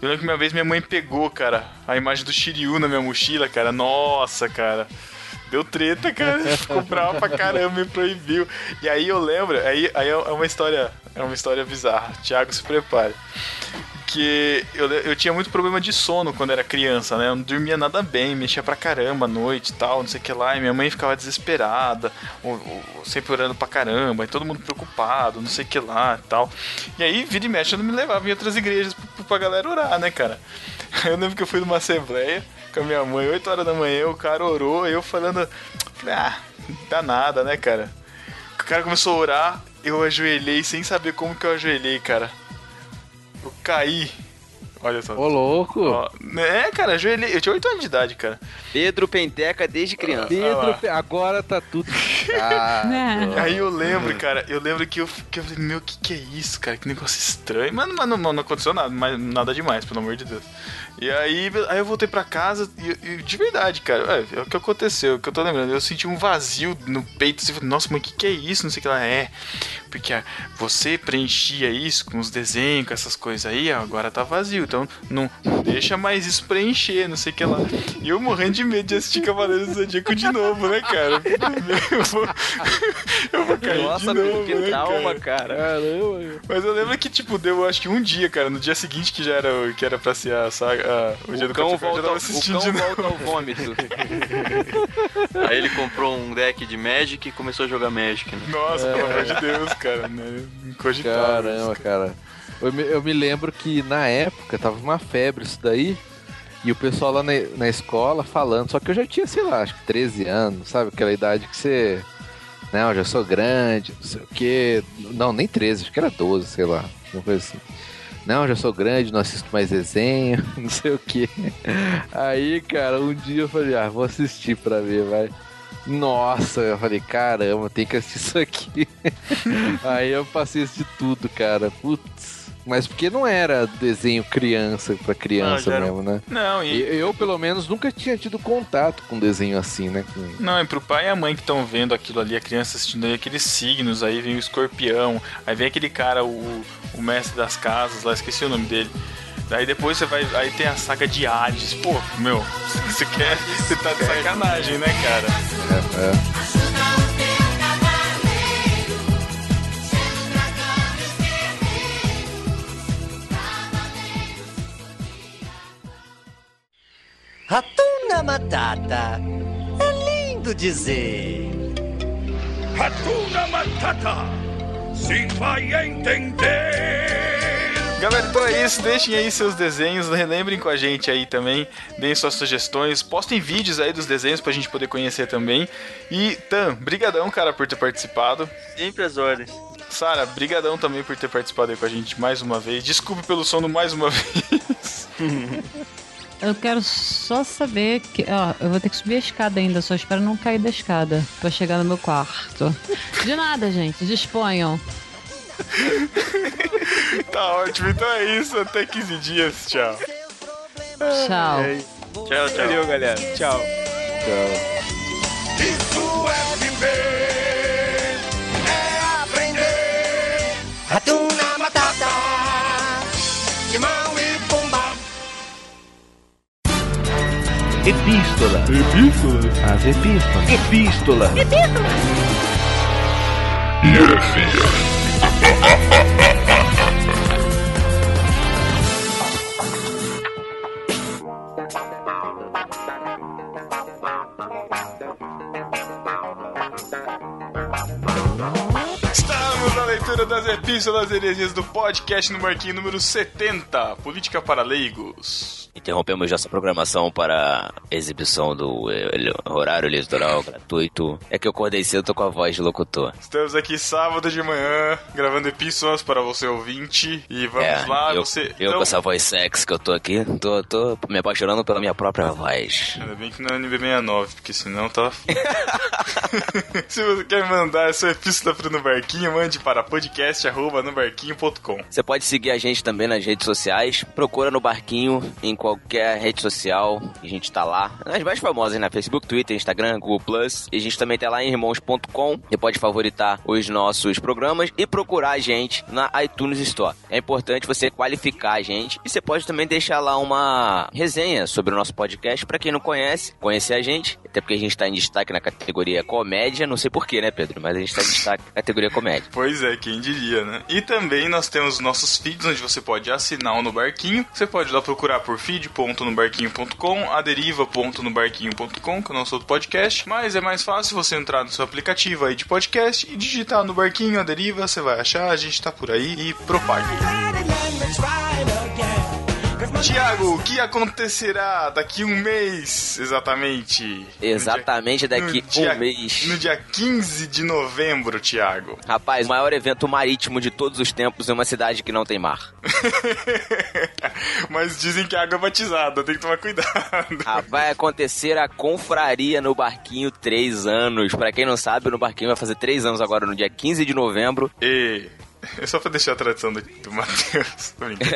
Speaker 1: Eu lembro que uma vez minha mãe pegou, cara, a imagem do Shiryu na minha mochila, cara. Nossa, cara. Deu treta, cara. Ficou bravo pra caramba e proibiu. E aí eu lembro, aí, aí é uma história É uma história bizarra. Thiago, se prepare. Que eu, le- eu tinha muito problema de sono quando era criança, né? Eu não dormia nada bem, mexia pra caramba à noite e tal, não sei o que lá. E minha mãe ficava desesperada, ou- ou- sempre orando pra caramba, e todo mundo preocupado, não sei o que lá e tal. E aí, vira e mexe, eu não me levava em outras igrejas pra, pra galera orar, né, cara? <laughs> Eu lembro que eu fui numa assembleia com a minha mãe, 8 horas da manhã, o cara orou, eu falando, ah, não dá nada, né, cara? O cara começou a orar, eu ajoelhei sem saber como que eu ajoelhei, cara. Eu caí. Olha só.
Speaker 3: Ô, louco!
Speaker 1: Ó, né, cara, ajoelhei. Eu tinha 8 anos de idade, cara.
Speaker 2: Pedro Penteca desde criança.
Speaker 1: Ah lá.
Speaker 3: Pedro, Pe- agora
Speaker 1: <laughs>
Speaker 3: tá tudo. Ah,
Speaker 5: Né?
Speaker 1: Aí eu lembro, cara, eu lembro que eu, f- que eu falei, meu, que que é isso, cara? Que negócio estranho. Mas, mas não, não, não aconteceu nada, mas nada demais, pelo amor de Deus. E aí, be- aí eu voltei pra casa e, e de verdade, cara, é, é o que aconteceu, é o que eu tô lembrando. Eu senti um vazio no peito, assim, falei, nossa, mãe, que que é isso? Não sei o que lá é. Porque ah, você preenchia isso com os desenhos, com essas coisas aí, ah, agora tá vazio. Então não, não deixa mais isso preencher, não sei o que lá. E eu morrendo de medo de assistir Cavaleiros do Zodíaco de novo, né, cara? <laughs> Eu vou, eu vou cair
Speaker 2: Nossa,
Speaker 1: de novo,
Speaker 2: que
Speaker 1: né,
Speaker 2: trauma,
Speaker 1: cara?
Speaker 2: cara.
Speaker 3: Caramba!
Speaker 1: Mas eu lembro que, tipo, deu acho que um dia, cara. No dia seguinte, que já era o- que era pra ser a saga. a- o dia
Speaker 2: O
Speaker 1: do
Speaker 2: cão
Speaker 1: Capricórnio, eu já
Speaker 2: volta,
Speaker 1: tava
Speaker 2: o
Speaker 1: assistindo de
Speaker 2: cão
Speaker 1: novo.
Speaker 2: volta ao vômito.
Speaker 4: Aí ele comprou um deck de Magic e começou a jogar Magic, né?
Speaker 1: Nossa, pelo amor
Speaker 2: É.
Speaker 1: de Deus, cara. Né? Incogitável.
Speaker 3: Caramba, cara. Eu me, eu me lembro que na época tava uma febre isso daí. E o pessoal lá na, na escola falando, só que eu já tinha, sei lá, acho que 13 anos, sabe? Aquela idade que você. Não, eu já sou grande, não sei o quê. Não, nem 13, acho que era 12, sei lá. Uma coisa assim. Não, eu já sou grande, não assisto mais desenho, <laughs> não sei o quê. Aí, cara, um dia eu falei, ah, vou assistir pra ver, vai. Nossa, eu falei, caramba, tem que assistir isso aqui. <laughs> Aí eu passei isso de tudo, cara. Putz. Mas porque não era desenho criança pra criança
Speaker 4: Não, já era um
Speaker 3: mesmo, né?
Speaker 1: Não,
Speaker 3: E
Speaker 1: e.
Speaker 3: Eu, pelo menos, nunca tinha tido contato com desenho assim, né? Com-
Speaker 1: Não, e pro pai e a mãe que estão vendo aquilo ali, a criança assistindo aí, aqueles signos, aí vem o escorpião, aí vem aquele cara, o, o mestre das casas lá, esqueci o nome dele. Aí depois você vai. Aí tem a saga de Hades. Pô, meu, <laughs> você quer. Você tá de sacanagem, né, cara?
Speaker 3: É, é.
Speaker 6: Ratum na Matata. É lindo dizer.
Speaker 1: Galera, então é isso. Deixem aí seus desenhos. Relembrem com a gente aí também. Deem suas sugestões. Postem vídeos aí dos desenhos pra gente poder conhecer também. E, Tan, brigadão, cara, por ter participado.
Speaker 4: Sempre as ordens.
Speaker 1: Sara, brigadão também por ter participado aí com a gente mais uma vez. Desculpe pelo sono mais uma <laughs> vez.
Speaker 5: Eu quero só saber que. Ó, eu vou ter que subir a escada ainda, só espero não cair da escada pra chegar no meu quarto. De nada, gente, disponham.
Speaker 1: tá ótimo. Então é isso. Até 15 dias. Tchau.
Speaker 5: Tchau.
Speaker 4: Tchau, tchau.
Speaker 1: Valeu, galera. Tchau.
Speaker 6: Ratum na Matata. Timão e Pumba.
Speaker 9: Epístola. Epístola. As epístolas. Epístola.
Speaker 1: Estamos na leitura das epístolas heresias do podcast no Marquinho número 70. Política para leigos.
Speaker 2: Interrompemos nossa programação para a exibição do eh, ele- horário eleitoral gratuito. É que eu acordei cedo, tô com a voz de locutor.
Speaker 1: Estamos aqui sábado de manhã, gravando epístolas para você ouvinte. E vamos
Speaker 2: é,
Speaker 1: lá,
Speaker 2: eu,
Speaker 1: você. então-
Speaker 2: eu com essa voz sexy que eu tô aqui, tô, tô me apaixonando pela minha própria voz.
Speaker 1: Ainda bem que não é NB69, porque senão tá. <laughs> Se você quer mandar é a sua epístola para No Barquinho, mande para podcast.nobarquinho.com.
Speaker 2: Você pode seguir a gente também nas redes sociais. Procura no Barquinho, em qualquer rede social. A gente tá lá. Nas mais famosas, né? Facebook, Twitter, Instagram, Google Plus. E a gente também tá lá em irmãos.com. Você pode favoritar os nossos programas e procurar a gente na iTunes Store. É importante você qualificar a gente. E você pode também deixar lá uma resenha sobre o nosso podcast. Pra quem não conhece, conhecer a gente. Até porque a gente tá em destaque na categoria categoria comédia, não sei porquê, né, Pedro? Mas a gente tá destaque na categoria comédia.
Speaker 1: Pois é, quem diria, né? E também nós temos nossos feeds, onde você pode assinar o No Barquinho. Você pode ir lá procurar por feed.nobarquinho.com, aderiva.nobarquinho.com, que é o nosso outro podcast. Mas é mais fácil você entrar no seu aplicativo aí de podcast e digitar No Barquinho, a deriva, você vai achar, a gente tá por aí e propague. Tiago, o que acontecerá daqui um mês, exatamente?
Speaker 2: Exatamente
Speaker 1: No
Speaker 2: daqui
Speaker 1: dia-
Speaker 2: um mês.
Speaker 1: No dia 15 de novembro, Tiago.
Speaker 2: Rapaz, o maior evento marítimo de todos os tempos em uma cidade que não tem mar.
Speaker 1: <laughs> Mas dizem que a água é batizada, tem que tomar cuidado.
Speaker 2: Ah, vai acontecer a confraria no Barquinho três anos. Pra quem não sabe, no Barquinho vai fazer três anos agora, no dia 15 de novembro.
Speaker 1: E... É só pra deixar a tradição do, do Matheus. Tô brincando.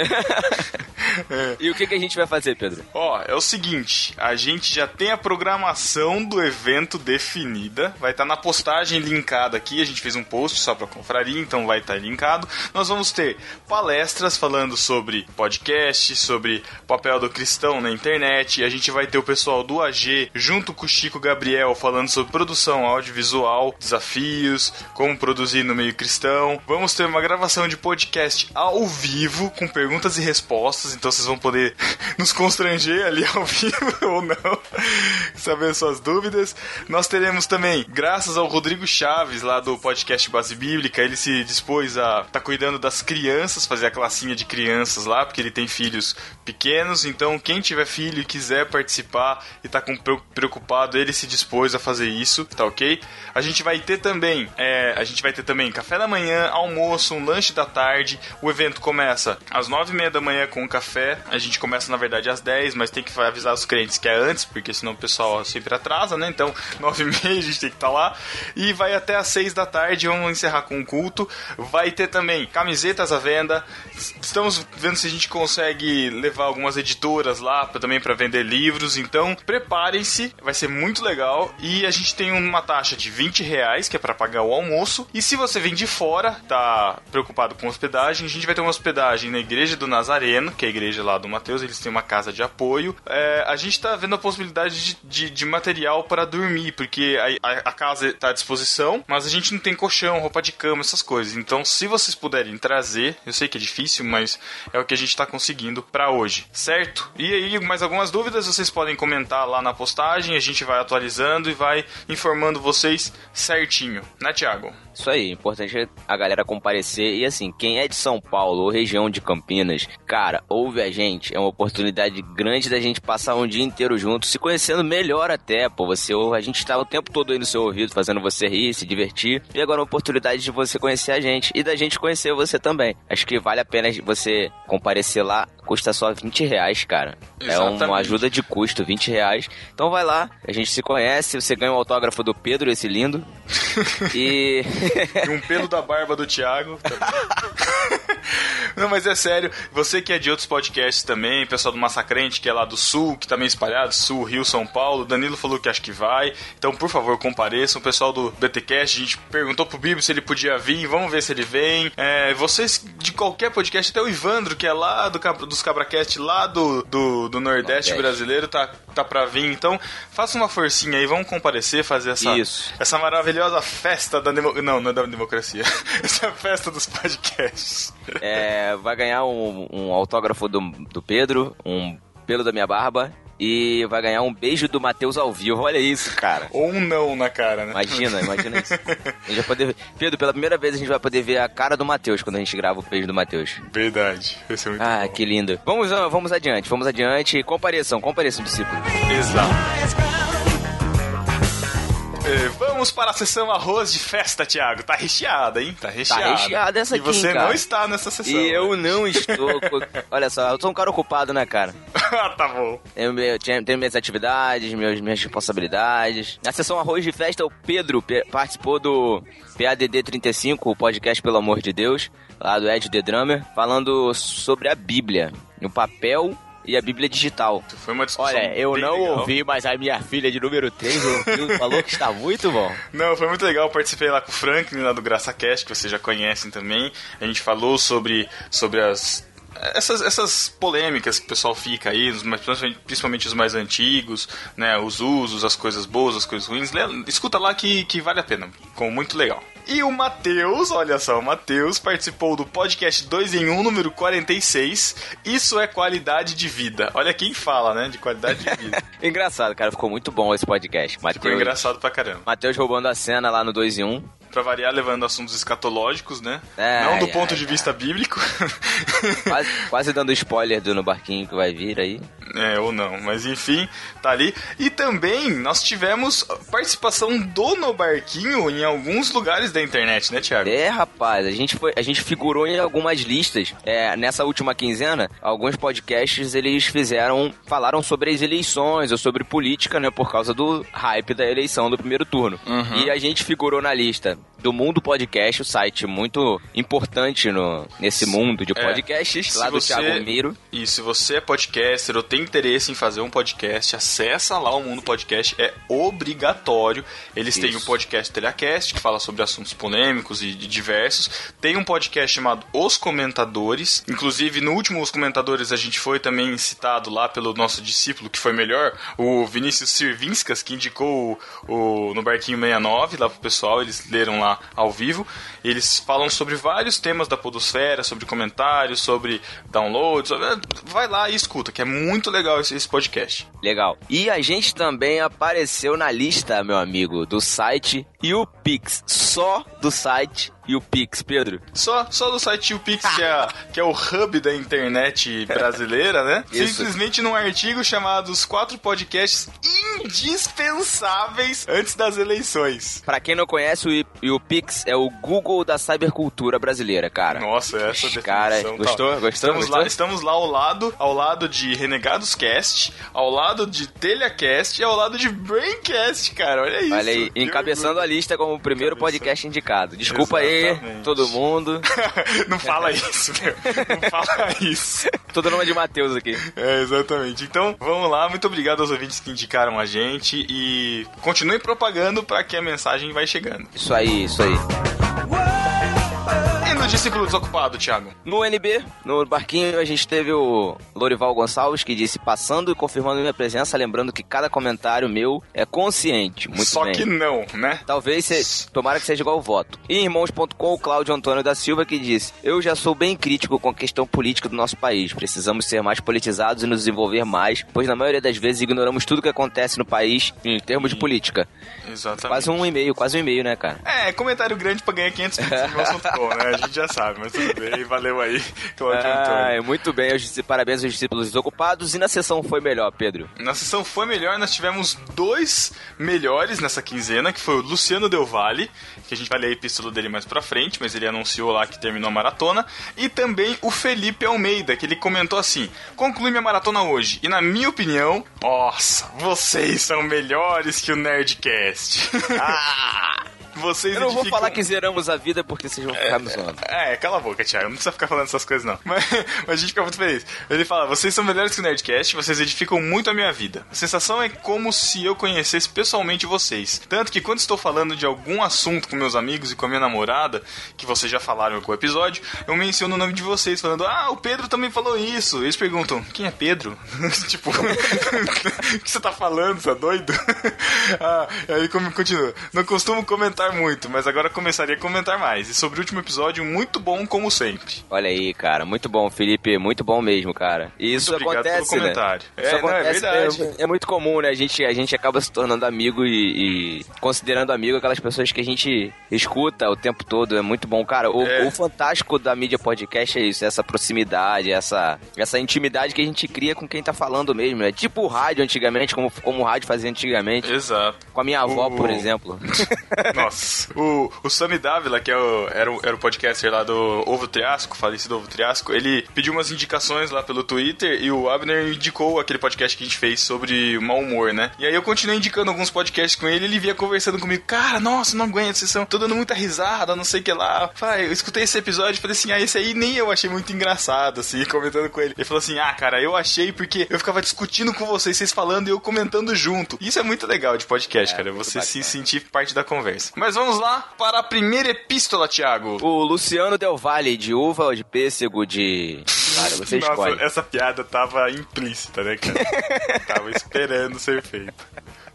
Speaker 2: E o que, que a gente vai fazer, Pedro?
Speaker 1: Ó, é o seguinte, a gente já tem a programação do evento definida, vai estar na postagem linkada aqui, a gente fez um post só pra confraria, então vai estar linkado. Nós vamos ter palestras falando sobre podcast, sobre papel do cristão na internet, a gente vai ter o pessoal do AG junto com o Chico Gabriel falando sobre produção audiovisual, desafios, como produzir no meio cristão. Vamos ter uma gravação de podcast ao vivo com perguntas e respostas, então vocês vão poder <laughs> nos constranger ali ao vivo <laughs> ou não, saber suas dúvidas. Nós teremos também, graças ao Rodrigo Chaves, lá do podcast Base Bíblica, ele se dispôs a tá cuidando das crianças, fazer a classinha de crianças lá, porque ele tem filhos pequenos, então quem tiver filho e quiser participar e tá com preo- preocupado, ele se dispôs a fazer isso, tá ok? A gente vai ter também, é, a gente vai ter também café da manhã, almoço, um lanche da tarde. O evento começa às nove e meia da manhã com o café. A gente começa na verdade às 10, mas tem que avisar os clientes que é antes, porque senão o pessoal sempre atrasa, né? Então <laughs> nove e meia a gente tem que estar lá e vai até às seis da tarde. Vamos encerrar com o culto. Vai ter também camisetas à venda. Estamos vendo se a gente consegue levar algumas editoras lá pra- também para vender livros. Então, preparem-se, vai ser muito legal. E a gente tem uma taxa de 20 reais, que é para pagar o almoço. E se você vem de fora, tá preocupado com hospedagem, a gente vai ter uma hospedagem na igreja do Nazareno, que é a igreja lá do Mateus, eles têm uma casa de apoio. É, a gente tá vendo a possibilidade de, de- de material para dormir, porque a, a- a casa tá à disposição, mas a gente não tem colchão, roupa de cama, essas coisas. Então, se vocês puderem trazer, eu sei que é difícil, mas é o que a gente tá conseguindo para hoje, certo? E aí, mais algumas dúvidas vocês podem comentar lá na postagem, a gente vai atualizando e vai informando vocês certinho, né, Tiago?
Speaker 2: Isso aí, importante é a galera comparecer. E assim, quem é de São Paulo ou região de Campinas, cara, ouve a gente. É uma oportunidade grande da gente passar um dia inteiro junto, se conhecendo melhor até, pô. Você, ouve- a gente tá o tempo todo aí no seu ouvido, fazendo você rir, se divertir. E agora é uma oportunidade de você conhecer a gente e da gente conhecer você também. Acho que vale a pena você comparecer lá. Custa só 20 reais, cara. É uma
Speaker 1: Exatamente.
Speaker 2: ajuda de custo, 20 reais. Então vai lá, a gente se conhece, você ganha o autógrafo do Pedro, esse lindo. E
Speaker 1: E um pelo da barba do Thiago. Não, mas é sério, você que é de outros podcasts também, pessoal do Massacrente, que é lá do Sul, que tá meio espalhado, Sul, Rio, São Paulo, Danilo falou que acho que vai, então por favor compareçam, o pessoal do BTcast, a gente perguntou pro Bibo se ele podia vir, vamos ver se ele vem, É, vocês de qualquer podcast, até o Ivandro, que é lá do, Cab- dos CabraCast, lá do, do, do Nordeste,
Speaker 2: Nordeste.
Speaker 1: brasileiro, tá, tá pra vir, então faça uma forcinha aí, vamos comparecer, fazer essa,
Speaker 2: Isso.
Speaker 1: essa maravilhosa festa da demo... Não, não é da democracia. <laughs> Essa é a festa dos podcasts.
Speaker 2: É, vai ganhar um, um autógrafo do, do Pedro, um pelo da minha barba e vai ganhar um beijo do Matheus ao vivo. Olha isso, cara.
Speaker 1: Ou um não na cara, né?
Speaker 2: Imagina, imagina isso. A gente vai poder... Pedro, pela primeira vez a gente vai poder ver a cara do Matheus quando a gente grava o beijo do Matheus.
Speaker 1: <laughs> Verdade. Vai ser muito
Speaker 2: Ah,
Speaker 1: bom.
Speaker 2: que lindo. Vamos, ah, vamos adiante, vamos adiante. Compareçam, compareçam, discípulos.
Speaker 1: Exato. É, Vamos para a sessão arroz de festa, Thiago. Tá recheada, hein? Tá recheada.
Speaker 2: recheada essa
Speaker 1: E
Speaker 2: aqui, hein,
Speaker 1: você
Speaker 2: cara?
Speaker 1: não está nessa sessão. né?
Speaker 2: E eu não estou. co- Olha só, eu sou um cara ocupado, né, cara?
Speaker 1: <laughs> ah, tá bom.
Speaker 2: Eu, eu tinha- tenho minhas atividades, meus, minhas responsabilidades. Na sessão Arroz de Festa, o Pedro pe- participou do PADD 35, o podcast Pelo Amor de Deus, lá do Ed The Drummer, falando sobre a Bíblia, no papel e a Bíblia digital.
Speaker 1: Foi uma discussão.
Speaker 2: Olha, eu
Speaker 1: bem
Speaker 2: não
Speaker 1: legal.
Speaker 2: ouvi, mas a minha filha de número 3 ouviu, falou que está muito bom.
Speaker 1: Não, foi muito legal. Eu participei lá com o Franklin, lá do Graça Cast, que vocês já conhecem também. A gente falou sobre, sobre as essas, essas polêmicas que o pessoal fica aí, os mais- principalmente- principalmente os mais antigos, né, os usos, as coisas boas, as coisas ruins, lê- escuta lá que, que vale a pena, ficou muito legal. E o Matheus, olha só, o Matheus participou do podcast 2 em 1, número 46. Isso é qualidade de vida. Olha quem fala, né, de qualidade de vida.
Speaker 2: Engraçado, cara, ficou muito bom esse podcast.
Speaker 1: Ficou
Speaker 2: Matheus,
Speaker 1: engraçado pra caramba.
Speaker 2: Matheus roubando a cena lá no 2 em 1.
Speaker 1: Pra variar, levando assuntos escatológicos, né?
Speaker 2: Ai,
Speaker 1: Não do
Speaker 2: É, ai,
Speaker 1: ponto de
Speaker 2: ai.
Speaker 1: vista bíblico. <laughs>
Speaker 2: Quase, quase dando spoiler do No Barquinho que vai vir aí.
Speaker 1: É, ou não, mas enfim, tá ali. E também nós tivemos participação do No Barquinho em alguns lugares da internet, né, Thiago?
Speaker 2: É, rapaz, a gente, foi, a gente figurou em algumas listas. É, nessa última quinzena, alguns podcasts eles fizeram, falaram sobre as eleições ou sobre política, né, por causa do hype da eleição do primeiro turno.
Speaker 1: Uhum.
Speaker 2: E a gente figurou na lista do Mundo Podcast, o site muito importante no, nesse mundo de
Speaker 1: É,
Speaker 2: podcasts,
Speaker 1: se
Speaker 2: lá do
Speaker 1: você-
Speaker 2: Thiago Miro.
Speaker 1: E se você é podcaster ou tem interesse em fazer um podcast, acessa lá o Mundo Podcast, é obrigatório. Eles têm
Speaker 2: Isso.
Speaker 1: o podcast Telecast, que fala sobre assuntos polêmicos e de- diversos. Tem um podcast chamado Os Comentadores. Inclusive, no último Os Comentadores, a gente foi também citado lá pelo nosso discípulo, que foi melhor, o Vinícius Sirvinskas, que indicou o, o- no Barquinho 69 lá pro pessoal. Eles leram lá ao vivo. Eles falam sobre vários temas da podosfera, sobre comentários, sobre downloads. sobre- Vai lá e escuta, que é muito legal esse, esse podcast.
Speaker 2: Legal. E a gente também apareceu na lista, meu amigo, do site e o Pix. Só do site e o Pix, Pedro.
Speaker 1: Só, só do site YouPix, que,
Speaker 2: Ah.
Speaker 1: é, que é o hub da internet brasileira, né?
Speaker 2: <laughs> Isso.
Speaker 1: Simplesmente num artigo chamado Os Quatro Podcasts Indispensáveis Antes das Eleições.
Speaker 2: Pra quem não conhece, o, I- e o Pix é o Google da cybercultura brasileira, cara.
Speaker 1: Nossa, essa definição.
Speaker 2: Cara,
Speaker 1: tá.
Speaker 2: gostou? Gostou?
Speaker 1: Estamos
Speaker 2: Gostou?
Speaker 1: lá, estamos lá ao lado, ao lado de Renegados Cast, ao lado de Telhacast e ao lado de Braincast, cara. Olha é isso.
Speaker 2: Olha aí, encabeçando a lista como o primeiro
Speaker 1: Encabeçando.
Speaker 2: podcast indicado. Desculpa aí,
Speaker 1: Exatamente.
Speaker 2: todo mundo.
Speaker 1: <laughs> Não fala isso, meu. Não
Speaker 2: <laughs>
Speaker 1: fala isso.
Speaker 2: todo nome de Matheus aqui.
Speaker 1: É, exatamente. Então, vamos lá. Muito obrigado aos ouvintes que indicaram a gente e continuem propagando para que a mensagem vai chegando.
Speaker 2: Isso aí, isso aí.
Speaker 1: E no discípulo desocupado, Thiago?
Speaker 2: No NB, no barquinho, a gente teve o Lorival Gonçalves que disse passando e confirmando minha presença, lembrando que cada comentário meu é consciente. Muito
Speaker 1: Só
Speaker 2: bem.
Speaker 1: que não, né?
Speaker 2: Talvez se... tomara que seja igual o voto. E irmãos.com, o Cláudio Antônio da Silva que disse: Eu já sou bem crítico com a questão política do nosso país. Precisamos ser mais politizados e nos desenvolver mais, pois na maioria das vezes ignoramos tudo que acontece no país em termos de política.
Speaker 1: Exatamente.
Speaker 2: Quase um e-mail, quase um e-mail, né, cara?
Speaker 1: É, comentário grande pra ganhar 500 bits no assunto.com, né? A gente já sabe, mas tudo bem. Valeu aí, Cláudio
Speaker 2: Ah,
Speaker 1: Antônio.
Speaker 2: é muito bem, aos discípulos- parabéns aos discípulos desocupados. E na sessão foi melhor, Pedro.
Speaker 1: Na sessão Foi Melhor, nós tivemos dois melhores nessa quinzena, que foi o Luciano Del Valle, que a gente vai ler a epístola dele mais pra frente, mas ele anunciou lá que terminou a maratona, e também o Felipe Almeida, que ele comentou assim, conclui minha maratona hoje, e na minha opinião, nossa, vocês são melhores que o Nerdcast. <laughs> Ah, vocês
Speaker 2: Eu não vou
Speaker 1: edificam-
Speaker 2: falar que zeramos a vida porque vocês vão ficar me zoando.
Speaker 1: é, cala a boca, Thiago. Não precisa ficar falando essas coisas, não. <laughs> Mas, mas a gente fica muito feliz. Ele fala: vocês são melhores que o Nerdcast, vocês edificam muito a minha vida. A sensação é como se eu conhecesse pessoalmente vocês. Tanto que quando estou falando de algum assunto com meus amigos e com a minha namorada, que vocês já falaram em algum episódio, eu menciono o nome de vocês, falando: ah, o Pedro também falou isso. Eles perguntam: quem é Pedro? <laughs> tipo, o que você tá falando, tá doido? <laughs> ah, aí como continua. Não costumo comentar muito, mas agora começaria a comentar mais. E sobre o último episódio, muito bom como sempre.
Speaker 2: Olha aí, cara, muito bom, Felipe, muito bom mesmo, cara. E isso
Speaker 1: obrigado
Speaker 2: acontece,
Speaker 1: pelo
Speaker 2: né?
Speaker 1: comentário. É,
Speaker 2: Isso
Speaker 1: não, é
Speaker 2: acontece,
Speaker 1: verdade.
Speaker 2: é- é muito comum, né? A gente, a gente acaba se tornando amigo e, e considerando amigo aquelas pessoas que a gente escuta o tempo todo. É muito bom, cara. O,
Speaker 1: É.
Speaker 2: o fantástico da mídia podcast é isso, essa proximidade, essa, essa intimidade que a gente cria com quem tá falando mesmo. É tipo o rádio antigamente, como, como o rádio fazia antigamente.
Speaker 1: Exato.
Speaker 2: Com a minha avó,
Speaker 1: O-
Speaker 2: por exemplo.
Speaker 1: <laughs> Nossa. O, o Sami Davila, que é o- era, o, era o podcaster lá do Ovo Triasco, falecido Ovo Triasco, ele pediu umas indicações lá pelo Twitter e o Abner indicou aquele podcast que a gente fez sobre mau humor, né? E aí eu continuei indicando alguns podcasts com ele ele via conversando comigo. Cara, nossa, não aguento, vocês estão tô dando muita risada, não sei o que lá. Falei, "Ah, eu escutei esse episódio e falei assim, ah, esse aí nem eu achei muito engraçado, assim, <laughs> comentando com ele. Ele falou assim, ah, cara, eu achei porque eu ficava discutindo com vocês, vocês falando e eu comentando junto. Isso é muito legal de podcast, cara,
Speaker 2: muito
Speaker 1: você se
Speaker 2: bacana.
Speaker 1: sentir parte da conversa. Mas vamos lá para a primeira epístola, Thiago.
Speaker 2: <laughs> O Luciano Del Valle, de uva ou de pêssego, de. Cara,
Speaker 1: Nossa,
Speaker 2: você
Speaker 1: é
Speaker 2: escolhe.
Speaker 1: essa piada tava implícita, né,
Speaker 2: <laughs>
Speaker 1: cara? tava esperando ser feita.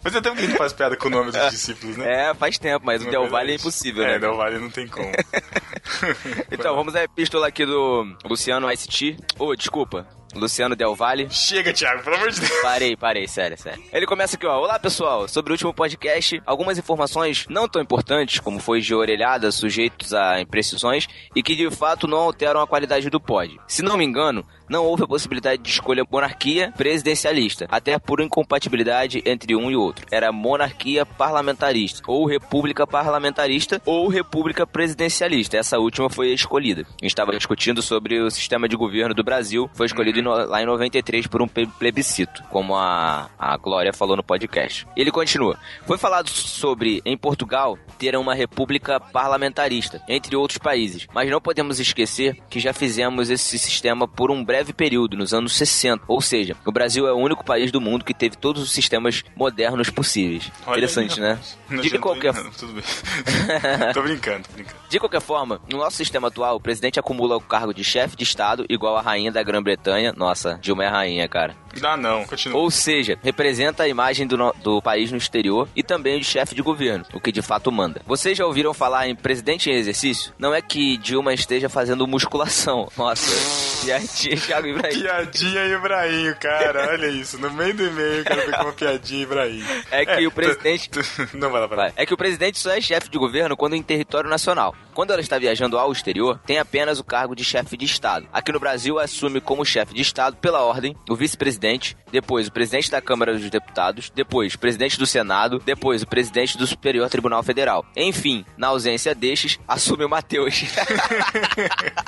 Speaker 1: Mas até porque a gente faz piada com o nome dos discípulos, né?
Speaker 2: É, faz tempo, mas o
Speaker 1: Não
Speaker 2: Del
Speaker 1: verdade.
Speaker 2: Valle é impossível,
Speaker 1: É,
Speaker 2: né?
Speaker 1: Del Valle não tem
Speaker 2: <laughs>
Speaker 1: como.
Speaker 2: Então, vamos à epístola aqui do Luciano ICT. Ô, desculpa. Luciano Del Valle.
Speaker 1: Chega, Thiago, pelo amor de Deus.
Speaker 2: Parei, parei, sério, sério. Ele começa aqui, ó. Olá, pessoal. Sobre o último podcast, algumas informações não tão importantes, como foi de orelhada, sujeitos a imprecisões, e que de fato não alteram a qualidade do pod. Se não me engano, não houve a possibilidade de escolha monarquia presidencialista, até por incompatibilidade entre um e outro. Era monarquia parlamentarista, ou república parlamentarista, ou república presidencialista. Essa última foi a escolhida. A gente estava discutindo sobre o sistema de governo do Brasil, foi escolhido em no- lá em 93 por um pe- plebiscito, como a, a Glória falou no podcast. Ele continua. Foi falado sobre, em Portugal, ter uma república parlamentarista, entre outros países, mas não podemos esquecer que já fizemos esse sistema por um breve período, nos anos 60. Ou seja, o Brasil é o único país do mundo que teve todos os sistemas modernos possíveis.
Speaker 1: Olha aí,
Speaker 2: Interessante, né?
Speaker 1: rapaz. Não
Speaker 2: De
Speaker 1: adiantou
Speaker 2: qualquer
Speaker 1: em nada, Tudo bem. <laughs> tô brincando, tô brincando.
Speaker 2: de qualquer forma, no nosso sistema atual, o presidente acumula o cargo de chefe de Estado, igual a rainha da Grã-Bretanha. Nossa, Dilma é a rainha, cara.
Speaker 1: Ah, não, continua.
Speaker 2: Ou seja, representa a imagem do, no- do país no exterior e também o de chefe de governo, o que de fato manda. Vocês já ouviram falar em presidente em exercício? Não é que Dilma esteja fazendo musculação. <laughs> Nossa, piadinha, Thiago Ibrahim.
Speaker 1: Piadinha Ibrahim, cara, olha isso. No meio do e-mail, o cara fica com uma piadinha Ibrahim.
Speaker 2: É que o presidente-
Speaker 1: tu- tu- Não, vai lá, vai lá.
Speaker 2: Vai. É que o presidente só é chefe de governo quando em território nacional. Quando ela está viajando ao exterior, tem apenas o cargo de chefe de Estado. Aqui no Brasil, assume como chefe de Estado, pela ordem, o vice-presidente, depois o presidente da Câmara dos Deputados, depois o presidente do Senado, depois o presidente do Superior Tribunal Federal. Enfim, na ausência destes, assume o Matheus. <laughs>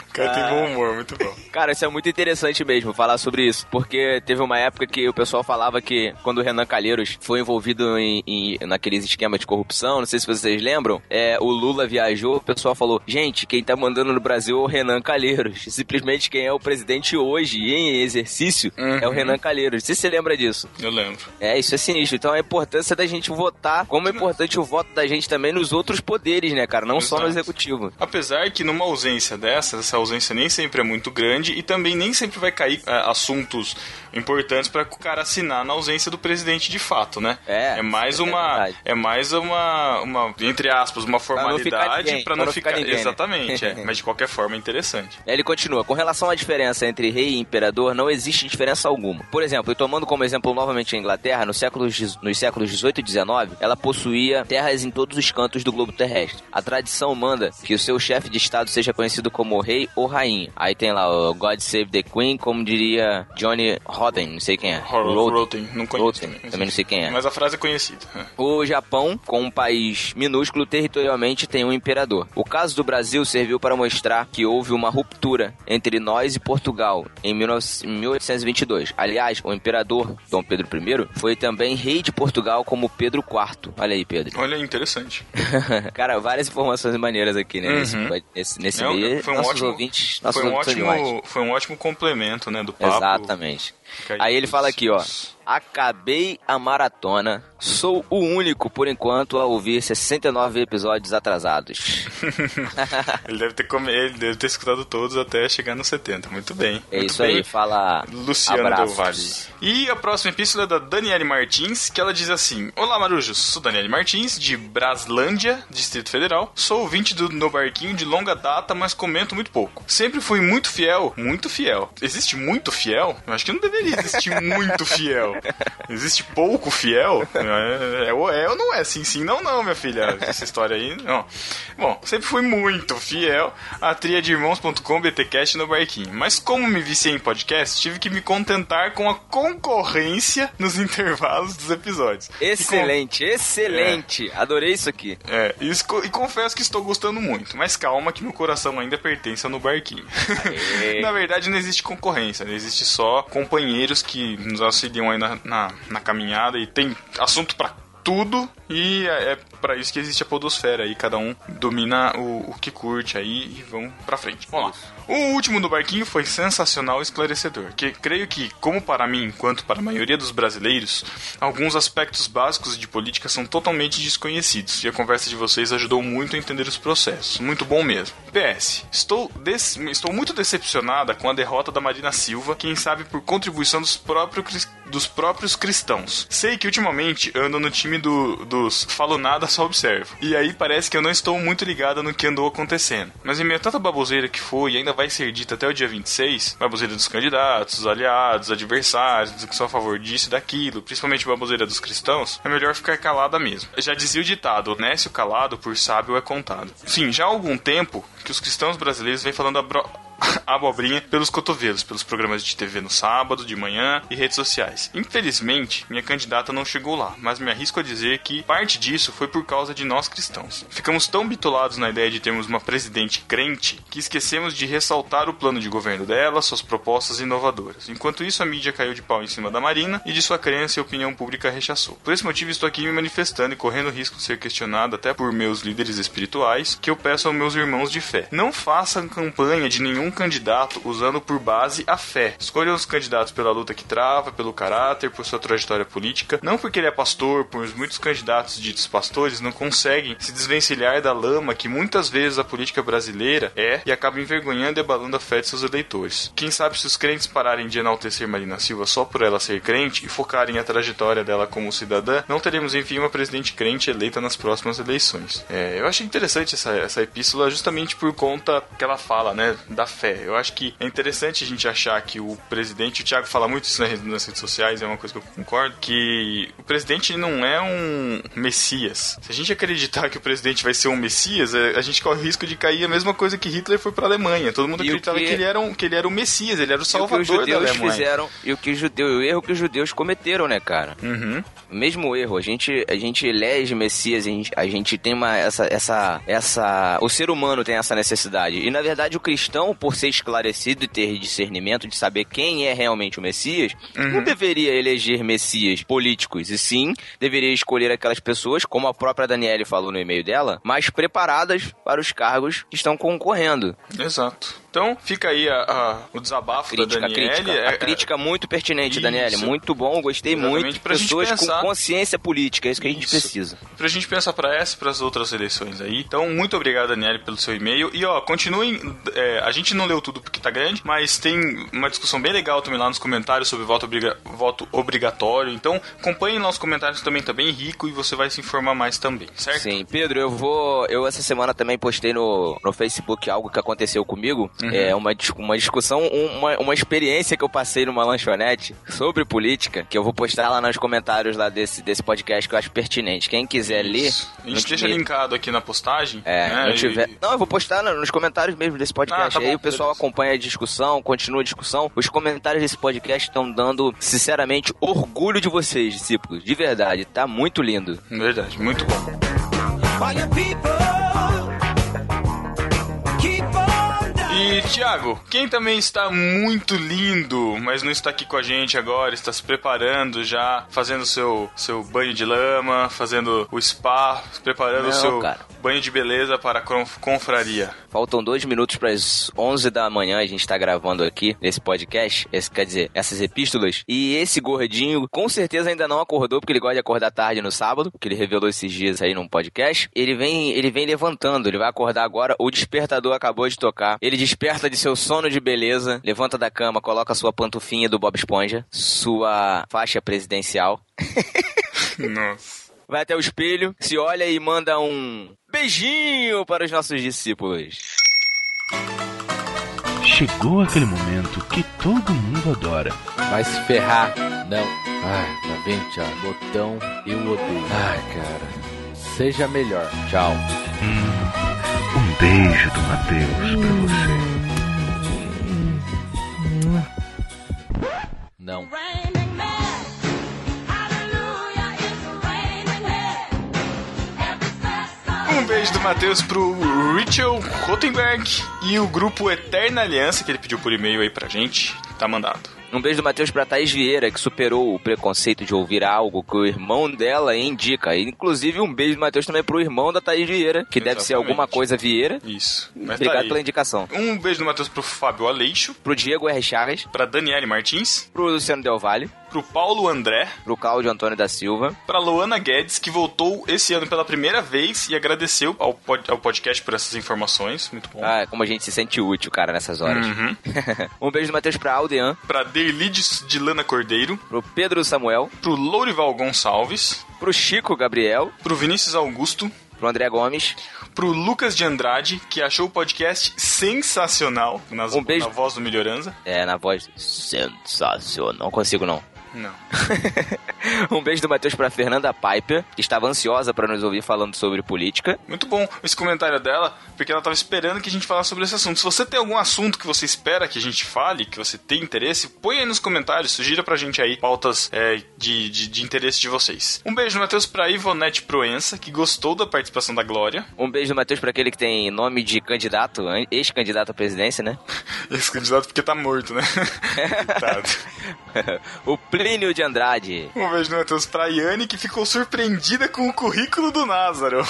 Speaker 1: O cara tem bom humor, muito bom.
Speaker 2: Cara, isso é muito interessante mesmo, falar sobre isso. Porque teve uma época que o pessoal falava que quando o Renan Calheiros foi envolvido em, em- naqueles esquemas de corrupção, não sei se vocês lembram, é, o Lula viajou, o pessoal falou, gente, quem tá mandando no Brasil é o Renan Calheiros. <laughs> Simplesmente quem é o presidente hoje em exercício é o Renan Calheiros. Não sei se você lembra disso.
Speaker 1: Eu lembro.
Speaker 2: É, isso é sinistro. Então a importância da gente votar, como é importante o voto da gente também nos outros poderes, né, cara? Não só no
Speaker 1: Exato.
Speaker 2: executivo.
Speaker 1: Apesar que numa ausência dessa, essa ausência nem sempre é muito grande e também nem sempre vai cair é, assuntos importantes para o cara assinar na ausência do presidente de fato, né?
Speaker 2: É,
Speaker 1: é mais
Speaker 2: isso é
Speaker 1: uma,
Speaker 2: verdade.
Speaker 1: é mais uma, uma entre aspas, uma
Speaker 2: não ficar
Speaker 1: formalidade
Speaker 2: ninguém,
Speaker 1: para
Speaker 2: pra
Speaker 1: não,
Speaker 2: não ficar
Speaker 1: ficar,
Speaker 2: ninguém, né?
Speaker 1: exatamente, é. mas de qualquer forma é interessante.
Speaker 2: Ele continua, com relação à diferença entre rei e imperador, não existe diferença alguma. Por exemplo, e tomando como exemplo novamente a Inglaterra, no século, dez- nos séculos 18 e 19, ela possuía terras em todos os cantos do globo terrestre. A tradição manda que o seu chefe de estado seja conhecido como rei ou rainha. Aí tem lá o God Save the Queen, como diria Johnny Rotten, não sei quem é.
Speaker 1: Harold
Speaker 2: Rotten.
Speaker 1: Roten, não conheço.
Speaker 2: Roten, também não sei quem é.
Speaker 1: Mas a frase é conhecida.
Speaker 2: O Japão, com um país minúsculo territorialmente, tem um imperador. O caso do Brasil serviu para mostrar que houve uma ruptura entre nós e Portugal em 19- 1822. Aliás, o imperador Dom Pedro I foi também rei de Portugal como Pedro IV. Olha aí, Pedro. <laughs>
Speaker 1: Olha, interessante.
Speaker 2: Cara, várias informações maneiras aqui, né? Nesse, nesse, nesse
Speaker 1: Não,
Speaker 2: meio,
Speaker 1: Uhum. foi um
Speaker 2: nossos
Speaker 1: ótimo-
Speaker 2: ouvintes, nossos
Speaker 1: Foi um,
Speaker 2: ouvintes são demais.
Speaker 1: ótimo, foi um ótimo complemento, né, do papo.
Speaker 2: Exatamente.
Speaker 1: Fica aí
Speaker 2: Aí ele fala aqui, ó.
Speaker 1: delicioso.
Speaker 2: Acabei a maratona. Sou o único, por enquanto, a ouvir 69 episódios atrasados.
Speaker 1: Ele deve ter come... ele deve ter escutado todos até chegar nos 70. Muito bem.
Speaker 2: É
Speaker 1: Muito
Speaker 2: isso
Speaker 1: bem.
Speaker 2: aí, fala.
Speaker 1: Luciano
Speaker 2: abraços.
Speaker 1: Del Valle. E a próxima epístola é da Daniele Martins, que ela diz assim: Olá, Marujos, sou Daniele Martins, de Braslândia, Distrito Federal. Sou ouvinte do No Barquinho de longa data, mas comento muito pouco. Sempre fui muito fiel, muito fiel. Existe muito fiel? Eu acho que não deveria existir muito
Speaker 2: <laughs>
Speaker 1: fiel. Existe pouco fiel? É, é, ou é ou não é? Sim, sim, não, não, minha filha. Essa história aí, não. Bom, sempre fui muito fiel à tria de irmãos.com, BTcast no barquinho. Mas como me viciei em podcast, tive que me contentar com a concorrência nos <laughs> intervalos dos episódios. E com-
Speaker 2: Excelente, excelente. Adorei isso aqui.
Speaker 1: é, e, esco- e confesso que estou gostando muito, mas calma que meu coração ainda pertence ao no barquinho. <laughs>
Speaker 2: Aê.
Speaker 1: na verdade, não existe concorrência, né? existe só companheiros que nos auxiliam aí na, na, na caminhada e tem assunto pra tudo e é pra isso que existe a podosfera aí, cada um domina o, o que curte aí e vão pra frente. Vamos lá. O último do barquinho foi sensacional e esclarecedor, que creio que, como para mim, quanto para a maioria dos brasileiros, alguns aspectos básicos de política são totalmente desconhecidos e a conversa de vocês ajudou muito a entender os processos. Muito bom mesmo. PS, estou, des- estou muito decepcionada com a derrota da Marina Silva, quem sabe por contribuição dos próprios cris- dos próprios cristãos. Sei que ultimamente ando no time do, dos falo nada, só observo. E aí parece que eu não estou muito ligada no que andou acontecendo. Mas em meio a tanta baboseira que foi e ainda vai ser dita até o dia 26, baboseira dos candidatos, dos aliados, adversários, do que são a favor disso e daquilo, principalmente baboseira dos cristãos, é melhor ficar calada mesmo. Já dizia o ditado, né? Se o calado por sábio é contado. Sim, já há algum tempo que os cristãos brasileiros vêm falando a bro- <laughs> abobrinha pelos cotovelos, pelos programas de TV no sábado, de manhã e redes sociais. Infelizmente, minha candidata não chegou lá, mas me arrisco a dizer que parte disso foi por causa de nós cristãos. Ficamos tão bitolados na ideia de termos uma presidente crente que esquecemos de ressaltar o plano de governo dela, suas propostas inovadoras. Enquanto isso, a mídia caiu de pau em cima da Marina e de sua crença e a opinião pública rechaçou. Por esse motivo, estou aqui me manifestando e correndo o risco de ser questionado até por meus líderes espirituais, que eu peço aos meus irmãos de fé. Não façam campanha de nenhum candidato usando por base a fé. Escolham os candidatos pela luta que trava, pelo caráter, por sua trajetória política, não porque ele é pastor, pois muitos candidatos ditos pastores não conseguem se desvencilhar da lama que muitas vezes a política brasileira é e acaba envergonhando e abalando a fé de seus eleitores. Quem sabe se os crentes pararem de enaltecer Marina Silva só por ela ser crente e focarem a trajetória dela como cidadã, não teremos enfim uma presidente crente eleita nas próximas eleições. É, eu achei interessante essa, essa epístola justamente por conta que ela fala, né, da fé. Eu acho que é interessante a gente achar que o presidente, o Thiago fala muito isso nas redes- nas redes sociais, é uma coisa que eu concordo, que o presidente não é um messias. Se a gente acreditar que o presidente vai ser um messias, é, a gente corre o risco de cair a mesma coisa que Hitler foi pra Alemanha. Todo mundo
Speaker 2: E o
Speaker 1: acreditava
Speaker 2: que-
Speaker 1: que... ele era um, que ele era o messias, ele era o
Speaker 2: E o que
Speaker 1: salvador
Speaker 2: os judeus
Speaker 1: da Alemanha.
Speaker 2: fizeram e o que os judeus, o erro que os judeus cometeram, né, cara?
Speaker 1: Uhum.
Speaker 2: O mesmo erro, a gente, a gente elege Messias, a gente, a gente tem uma, essa, essa, essa, o ser humano tem essa necessidade. E na verdade o cristão, por ser esclarecido e ter discernimento de saber quem é realmente o Messias,
Speaker 1: Uhum.
Speaker 2: não deveria eleger Messias políticos, e sim deveria escolher aquelas pessoas, como a própria Daniele falou no e-mail dela, mais preparadas para os cargos que estão concorrendo.
Speaker 1: Exato. Então fica aí a- a- o desabafo
Speaker 2: Crítica,
Speaker 1: da
Speaker 2: a
Speaker 1: Daniele.
Speaker 2: crítica.
Speaker 1: É-
Speaker 2: a crítica muito pertinente,
Speaker 1: Isso.
Speaker 2: Daniele. Muito bom, gostei
Speaker 1: Exatamente,
Speaker 2: muito.
Speaker 1: pra gente
Speaker 2: Pessoas
Speaker 1: pensar.
Speaker 2: com consciência política, é isso que a gente
Speaker 1: Isso.
Speaker 2: precisa.
Speaker 1: pra gente pensar pra essa e pras outras eleições aí. Então, muito obrigado, Daniele, pelo seu e-mail. E, ó, continuem... é, a gente não leu tudo porque tá grande, mas tem uma discussão bem legal também lá nos comentários sobre voto, obriga- voto obrigatório. Então, acompanhem lá os comentários também, tá bem rico e você vai se informar mais também, certo?
Speaker 2: Sim, Pedro, eu vou. Eu essa semana também postei no, no Facebook algo que aconteceu comigo.
Speaker 1: Uhum.
Speaker 2: É uma, dis- uma discussão, um, uma, uma experiência que eu passei numa lanchonete sobre política, que eu vou postar lá nos comentários lá desse, desse podcast que eu acho pertinente. Quem quiser ler.
Speaker 1: Isso. A
Speaker 2: não
Speaker 1: gente deixa
Speaker 2: tiver-
Speaker 1: linkado aqui na postagem.
Speaker 2: É,
Speaker 1: né,
Speaker 2: não
Speaker 1: e-
Speaker 2: tiver. Não, eu vou postar no- nos comentários mesmo desse podcast.
Speaker 1: Ah, tá
Speaker 2: aí
Speaker 1: bom,
Speaker 2: o pessoal
Speaker 1: beleza.
Speaker 2: acompanha a discussão, continua a discussão. Os comentários desse podcast estão dando, sinceramente, orgulho de vocês, discípulos. De verdade, tá muito lindo.
Speaker 1: Verdade, muito bom. E, Thiago, quem também está muito lindo, mas não está aqui com a gente agora, está se preparando já, fazendo seu, seu banho de lama, fazendo o spa, se preparando o
Speaker 2: Não,
Speaker 1: seu
Speaker 2: cara.
Speaker 1: banho de beleza para a conf- confraria.
Speaker 2: Faltam dois minutos para as 11 da manhã, a gente tá gravando aqui esse podcast, esse, quer dizer, essas epístolas. E esse gordinho, com certeza ainda não acordou, porque ele gosta de acordar tarde no sábado, que ele revelou esses dias aí num podcast. Ele vem, ele vem levantando, ele vai acordar agora, o despertador acabou de tocar. Ele desperta de seu sono de beleza, levanta da cama, coloca sua pantufinha do Bob Esponja, sua faixa presidencial,
Speaker 1: Nossa.
Speaker 2: vai até o espelho, se olha e manda um beijinho para os nossos discípulos.
Speaker 9: Chegou aquele momento que todo mundo adora.
Speaker 3: Vai se ferrar. Não. Ai, tá bem, Thiago. Botão, eu odeio. Ai, cara. Seja melhor. Tchau.
Speaker 9: Um beijo do Matheus pra você.
Speaker 3: Não.
Speaker 1: Um beijo do Matheus pro Richel Rotenberg e o grupo Eterna Aliança, que ele pediu por e-mail aí pra gente. Tá mandado.
Speaker 2: Um beijo do Matheus pra Thaís Vieira, que superou o preconceito de ouvir algo que o irmão dela indica. E, Inclusive, um beijo do Matheus também pro irmão da Thaís Vieira, que deve ser
Speaker 1: Exatamente.
Speaker 2: alguma coisa Vieira.
Speaker 1: Isso. Mas tá
Speaker 2: Obrigado
Speaker 1: aí.
Speaker 2: pela indicação.
Speaker 1: Um beijo do Matheus pro Fábio Aleixo,
Speaker 2: Pro Diego R. Chagas,
Speaker 1: pra Daniele Martins,
Speaker 2: pro Luciano Del Valle,
Speaker 1: pro Paulo André,
Speaker 2: pro Cláudio Antônio da Silva,
Speaker 1: pra Luana Guedes, que voltou esse ano pela primeira vez e agradeceu ao, pod- ao podcast por essas informações. Muito bom.
Speaker 2: Ah, é. como a gente se sente útil, cara, nessas horas.
Speaker 1: Uhum.
Speaker 2: <laughs> um beijo do Matheus pra Aldean,
Speaker 1: Pra Derlides de Lana Cordeiro,
Speaker 2: pro Pedro Samuel,
Speaker 1: pro Lourival Gonçalves,
Speaker 2: pro Chico Gabriel,
Speaker 1: pro Vinícius Augusto,
Speaker 2: pro André Gomes,
Speaker 1: pro Lucas de Andrade, que achou o podcast sensacional nas,
Speaker 2: Um beijo.
Speaker 1: na voz do Melhoranza.
Speaker 2: é, na voz sensacional. Não consigo, não.
Speaker 1: Não.
Speaker 2: <laughs> um beijo do Matheus pra Fernanda Piper, que estava ansiosa pra nos ouvir falando sobre política.
Speaker 1: Muito bom esse comentário dela, porque ela estava esperando que a gente falasse sobre esse assunto. Se você tem algum assunto que você espera que a gente fale, que você tem interesse, põe aí nos comentários, sugira pra gente aí pautas é, de, de, de interesse de vocês. Um beijo, Matheus, pra Ivonete Proença, que gostou da participação da Glória.
Speaker 2: Um beijo do Matheus pra aquele que tem nome de candidato, an- ex-candidato à presidência, né?
Speaker 1: <laughs>
Speaker 2: <laughs>
Speaker 1: Esse candidato porque tá morto, <laughs> né? Coitado.
Speaker 2: o Plínio de Andrade.
Speaker 1: Um beijo, Matheus, pra Yane, que ficou surpreendida com o currículo do Názaro.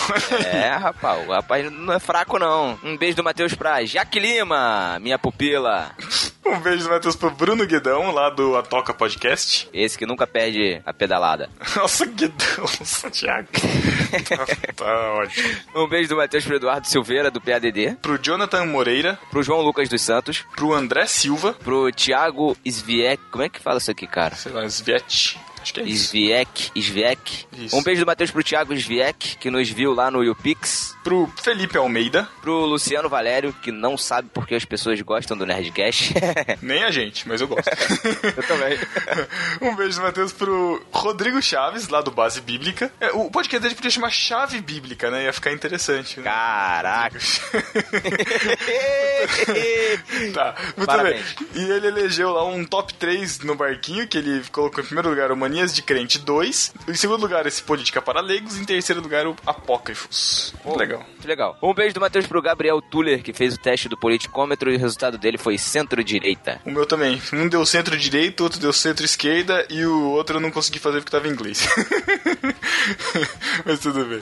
Speaker 2: É, rapaz, o rapaz não é fraco, não. Um beijo do Matheus pra Jaque Lima, minha pupila.
Speaker 1: <laughs> Um beijo, Matheus, pro Bruno Guedão, lá do Atoca Podcast.
Speaker 2: Esse que nunca perde a pedalada.
Speaker 1: <laughs> Nossa, Guedão, <laughs> Santiago. tá, tá ótimo.
Speaker 2: Um beijo do Matheus pro Eduardo Silveira, do PADD.
Speaker 1: Pro Jonathan Moreira,
Speaker 2: Pro João Lucas dos Santos.
Speaker 1: pro André Silva,
Speaker 2: Pro Thiago Sviek. Como é que fala isso aqui, cara?
Speaker 1: sei lá, Sviet. Acho que é isso.
Speaker 2: Sviek, Sviek.
Speaker 1: Isso.
Speaker 2: Um beijo do Matheus pro Thiago Sviek, que nos viu lá no YouPix.
Speaker 1: Pro Felipe Almeida,
Speaker 2: Pro Luciano Valério, que não sabe porque as pessoas gostam do Nerdcast. <laughs>
Speaker 1: nem a gente, mas eu gosto.
Speaker 2: Eu também.
Speaker 1: <laughs> um beijo, Matheus, pro Rodrigo Chaves, lá do Base Bíblica. É, o podcast dele podia chamar Chave Bíblica, né? Ia ficar interessante, né?
Speaker 2: Caraca.
Speaker 1: <laughs> Tá, muito
Speaker 2: Parabéns.
Speaker 1: bem. E ele elegeu lá um top 3 no barquinho, que ele colocou em primeiro lugar o Manias de Crente 2, em segundo lugar esse Política para Leigos, em terceiro lugar o Apócrifos. Muito legal.
Speaker 2: Muito legal. Um beijo do Matheus pro Gabriel Tuller, que fez o teste do politicômetro e o resultado dele foi centro-direita.
Speaker 1: O meu também. Um deu centro-direita, outro deu centro-esquerda e o outro eu não consegui fazer porque tava em inglês. <laughs> Mas tudo bem.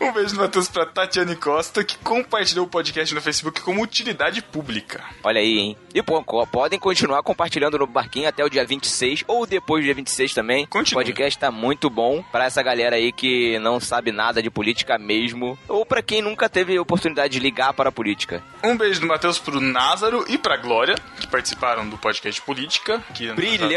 Speaker 1: Um beijo do Matheus pra Tatiane Costa, que compartilhou o podcast no Facebook como utilidade pública.
Speaker 2: Olha aí, hein? E pô, co- podem continuar compartilhando no barquinho até o dia 26 ou depois do dia 26 também.
Speaker 1: Continue.
Speaker 2: O podcast tá muito bom pra essa galera aí que não sabe nada de política mesmo ou pra quem nunca teve oportunidade de ligar para a política.
Speaker 1: Um beijo do Matheus pro Názaro e pra Glória, que participaram do podcast Política. Que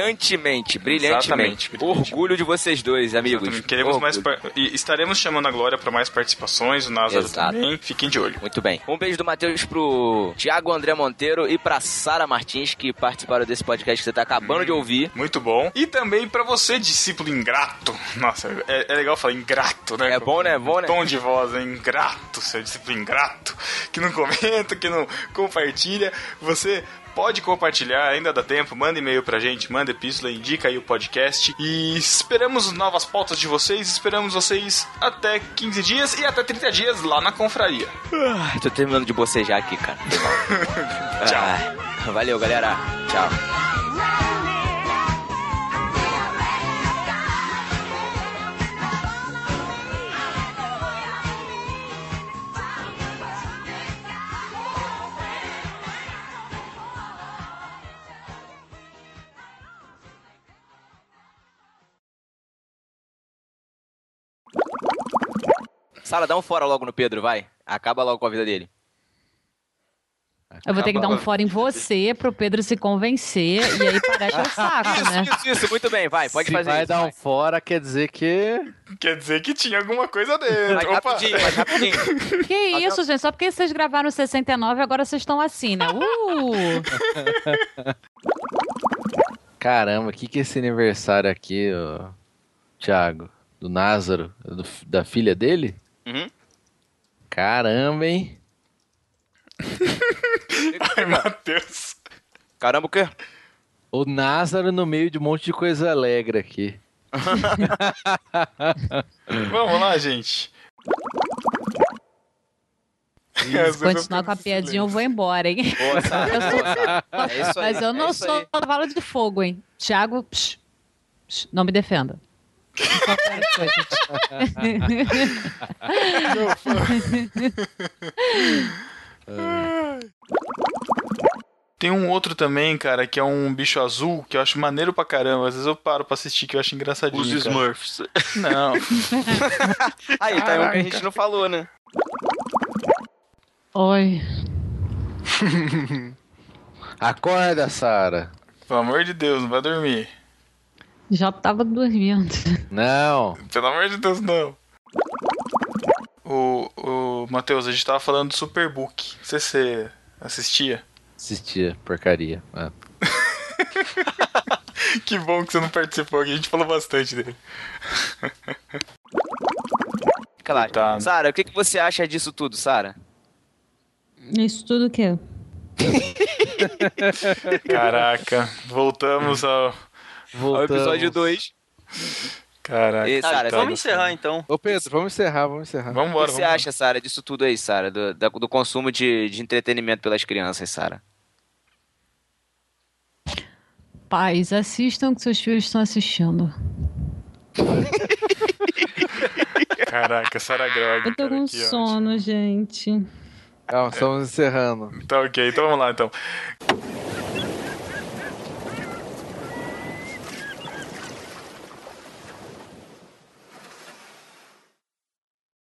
Speaker 2: Brilhantemente, brilhantemente.
Speaker 1: Exatamente, brilhante.
Speaker 2: Orgulho de vocês dois, amigos.
Speaker 1: Exatamente. Queremos mais
Speaker 2: Orgulho.
Speaker 1: par- e estaremos chamando a Glória pra mais participações, o Názaro
Speaker 2: Exato.
Speaker 1: também. Fiquem de olho.
Speaker 2: Muito bem. Um beijo do Matheus pro Tiago André Monteiro e pra Sara Martins, que participaram desse podcast que você tá
Speaker 1: Hum.
Speaker 2: acabando de ouvir.
Speaker 1: Muito bom. E também pra você, discípulo ingrato. Nossa, é, é legal falar ingrato, né?
Speaker 2: É bom, né? É bom, né?
Speaker 1: Tom de voz, né? Ingrato, seu discípulo ingrato. Que não comenta, que não compartilha. Você pode compartilhar, ainda dá tempo. Manda e-mail pra gente, manda epístola, indica aí o podcast. E esperamos novas pautas de vocês. Esperamos vocês até 15 dias e até 30 dias lá na confraria.
Speaker 2: Ai, tô terminando de bocejar aqui, <laughs> cara.
Speaker 1: Tchau.
Speaker 2: Ah, valeu, galera. Tchau. Sara, dá um fora logo no Pedro, vai. Acaba logo com a vida dele.
Speaker 5: Eu vou ter que dar um fora em você pro Pedro se convencer e aí parar de
Speaker 2: <laughs>
Speaker 5: saco, né?
Speaker 2: Isso, isso, muito bem, vai, pode
Speaker 3: Se
Speaker 2: fazer
Speaker 3: vai
Speaker 2: isso.
Speaker 3: dar um
Speaker 2: vai.
Speaker 3: fora, quer dizer que...
Speaker 1: Quer dizer que tinha alguma coisa dentro.
Speaker 2: Vai
Speaker 1: Opa.
Speaker 2: rapidinho, vai rapidinho.
Speaker 5: Que isso, gente? Só porque vocês gravaram 69, agora vocês estão assim, né? Uh!
Speaker 3: Caramba, o que, que é esse aniversário aqui, ô, Thiago? Do Názaro? do f- da filha dele?
Speaker 2: Uhum.
Speaker 3: Caramba, hein?
Speaker 1: <laughs> Ai, Matheus.
Speaker 2: Caramba, o quê?
Speaker 3: O Názaro no meio de um monte de coisa alegre aqui.
Speaker 1: Vamos lá, gente.
Speaker 5: Se continuar com a piadinha, eu vou
Speaker 2: <laughs>
Speaker 5: embora, hein?
Speaker 2: Boa, Sara.
Speaker 5: Eu sou- assim.
Speaker 2: boa, Sara. É isso aí.
Speaker 5: Mas eu não
Speaker 2: é isso
Speaker 5: sou
Speaker 2: aí.
Speaker 5: cavalo de fogo, hein? Tiago, psh, psh, não me defenda. Só quero coisas.
Speaker 1: Tem um outro também, cara, que é um bicho azul que eu acho maneiro pra caramba. Às vezes eu paro pra assistir que eu acho engraçadinho.
Speaker 4: Os
Speaker 1: cara.
Speaker 4: Smurfs.
Speaker 1: Não.
Speaker 2: Aí, tá aí um que a gente não falou, né?
Speaker 5: Oi.
Speaker 3: Acorda, Sara.
Speaker 1: Pelo amor de Deus, não vai dormir.
Speaker 5: Já tava dormindo.
Speaker 3: Não.
Speaker 1: Pelo amor de Deus, não. O, o Matheus, a gente tava falando do Superbook. Não sei se você assistia. <laughs>
Speaker 3: Assistia, porcaria. Ah.
Speaker 1: Que bom que você não participou aqui, a gente falou bastante dele.
Speaker 2: Claro.
Speaker 1: Coitado.
Speaker 2: Sara, o que, que você acha disso tudo, Sara?
Speaker 10: Isso tudo o quê?
Speaker 1: Caraca, voltamos ao.
Speaker 2: Ao
Speaker 3: Voltamos.
Speaker 2: episódio 2.
Speaker 1: Caraca.
Speaker 2: E, Sara,
Speaker 4: Ah, vamos encerrar então.
Speaker 3: Ô, Pedro, vamos encerrar, vamos encerrar.
Speaker 1: Vamos
Speaker 2: O
Speaker 1: embora.
Speaker 2: que você acha, Sara, disso tudo aí, Sara? Do, da- do consumo de, de entretenimento pelas crianças, Sara?
Speaker 5: Pais, assistam o que seus filhos estão assistindo.
Speaker 1: Caraca, Sara Greg.
Speaker 10: Eu tô
Speaker 1: cara,
Speaker 10: com
Speaker 1: que ótimo.
Speaker 10: sono, gente.
Speaker 3: Calma, Então, estamos encerrando.
Speaker 1: Tá ok, então vamos lá então.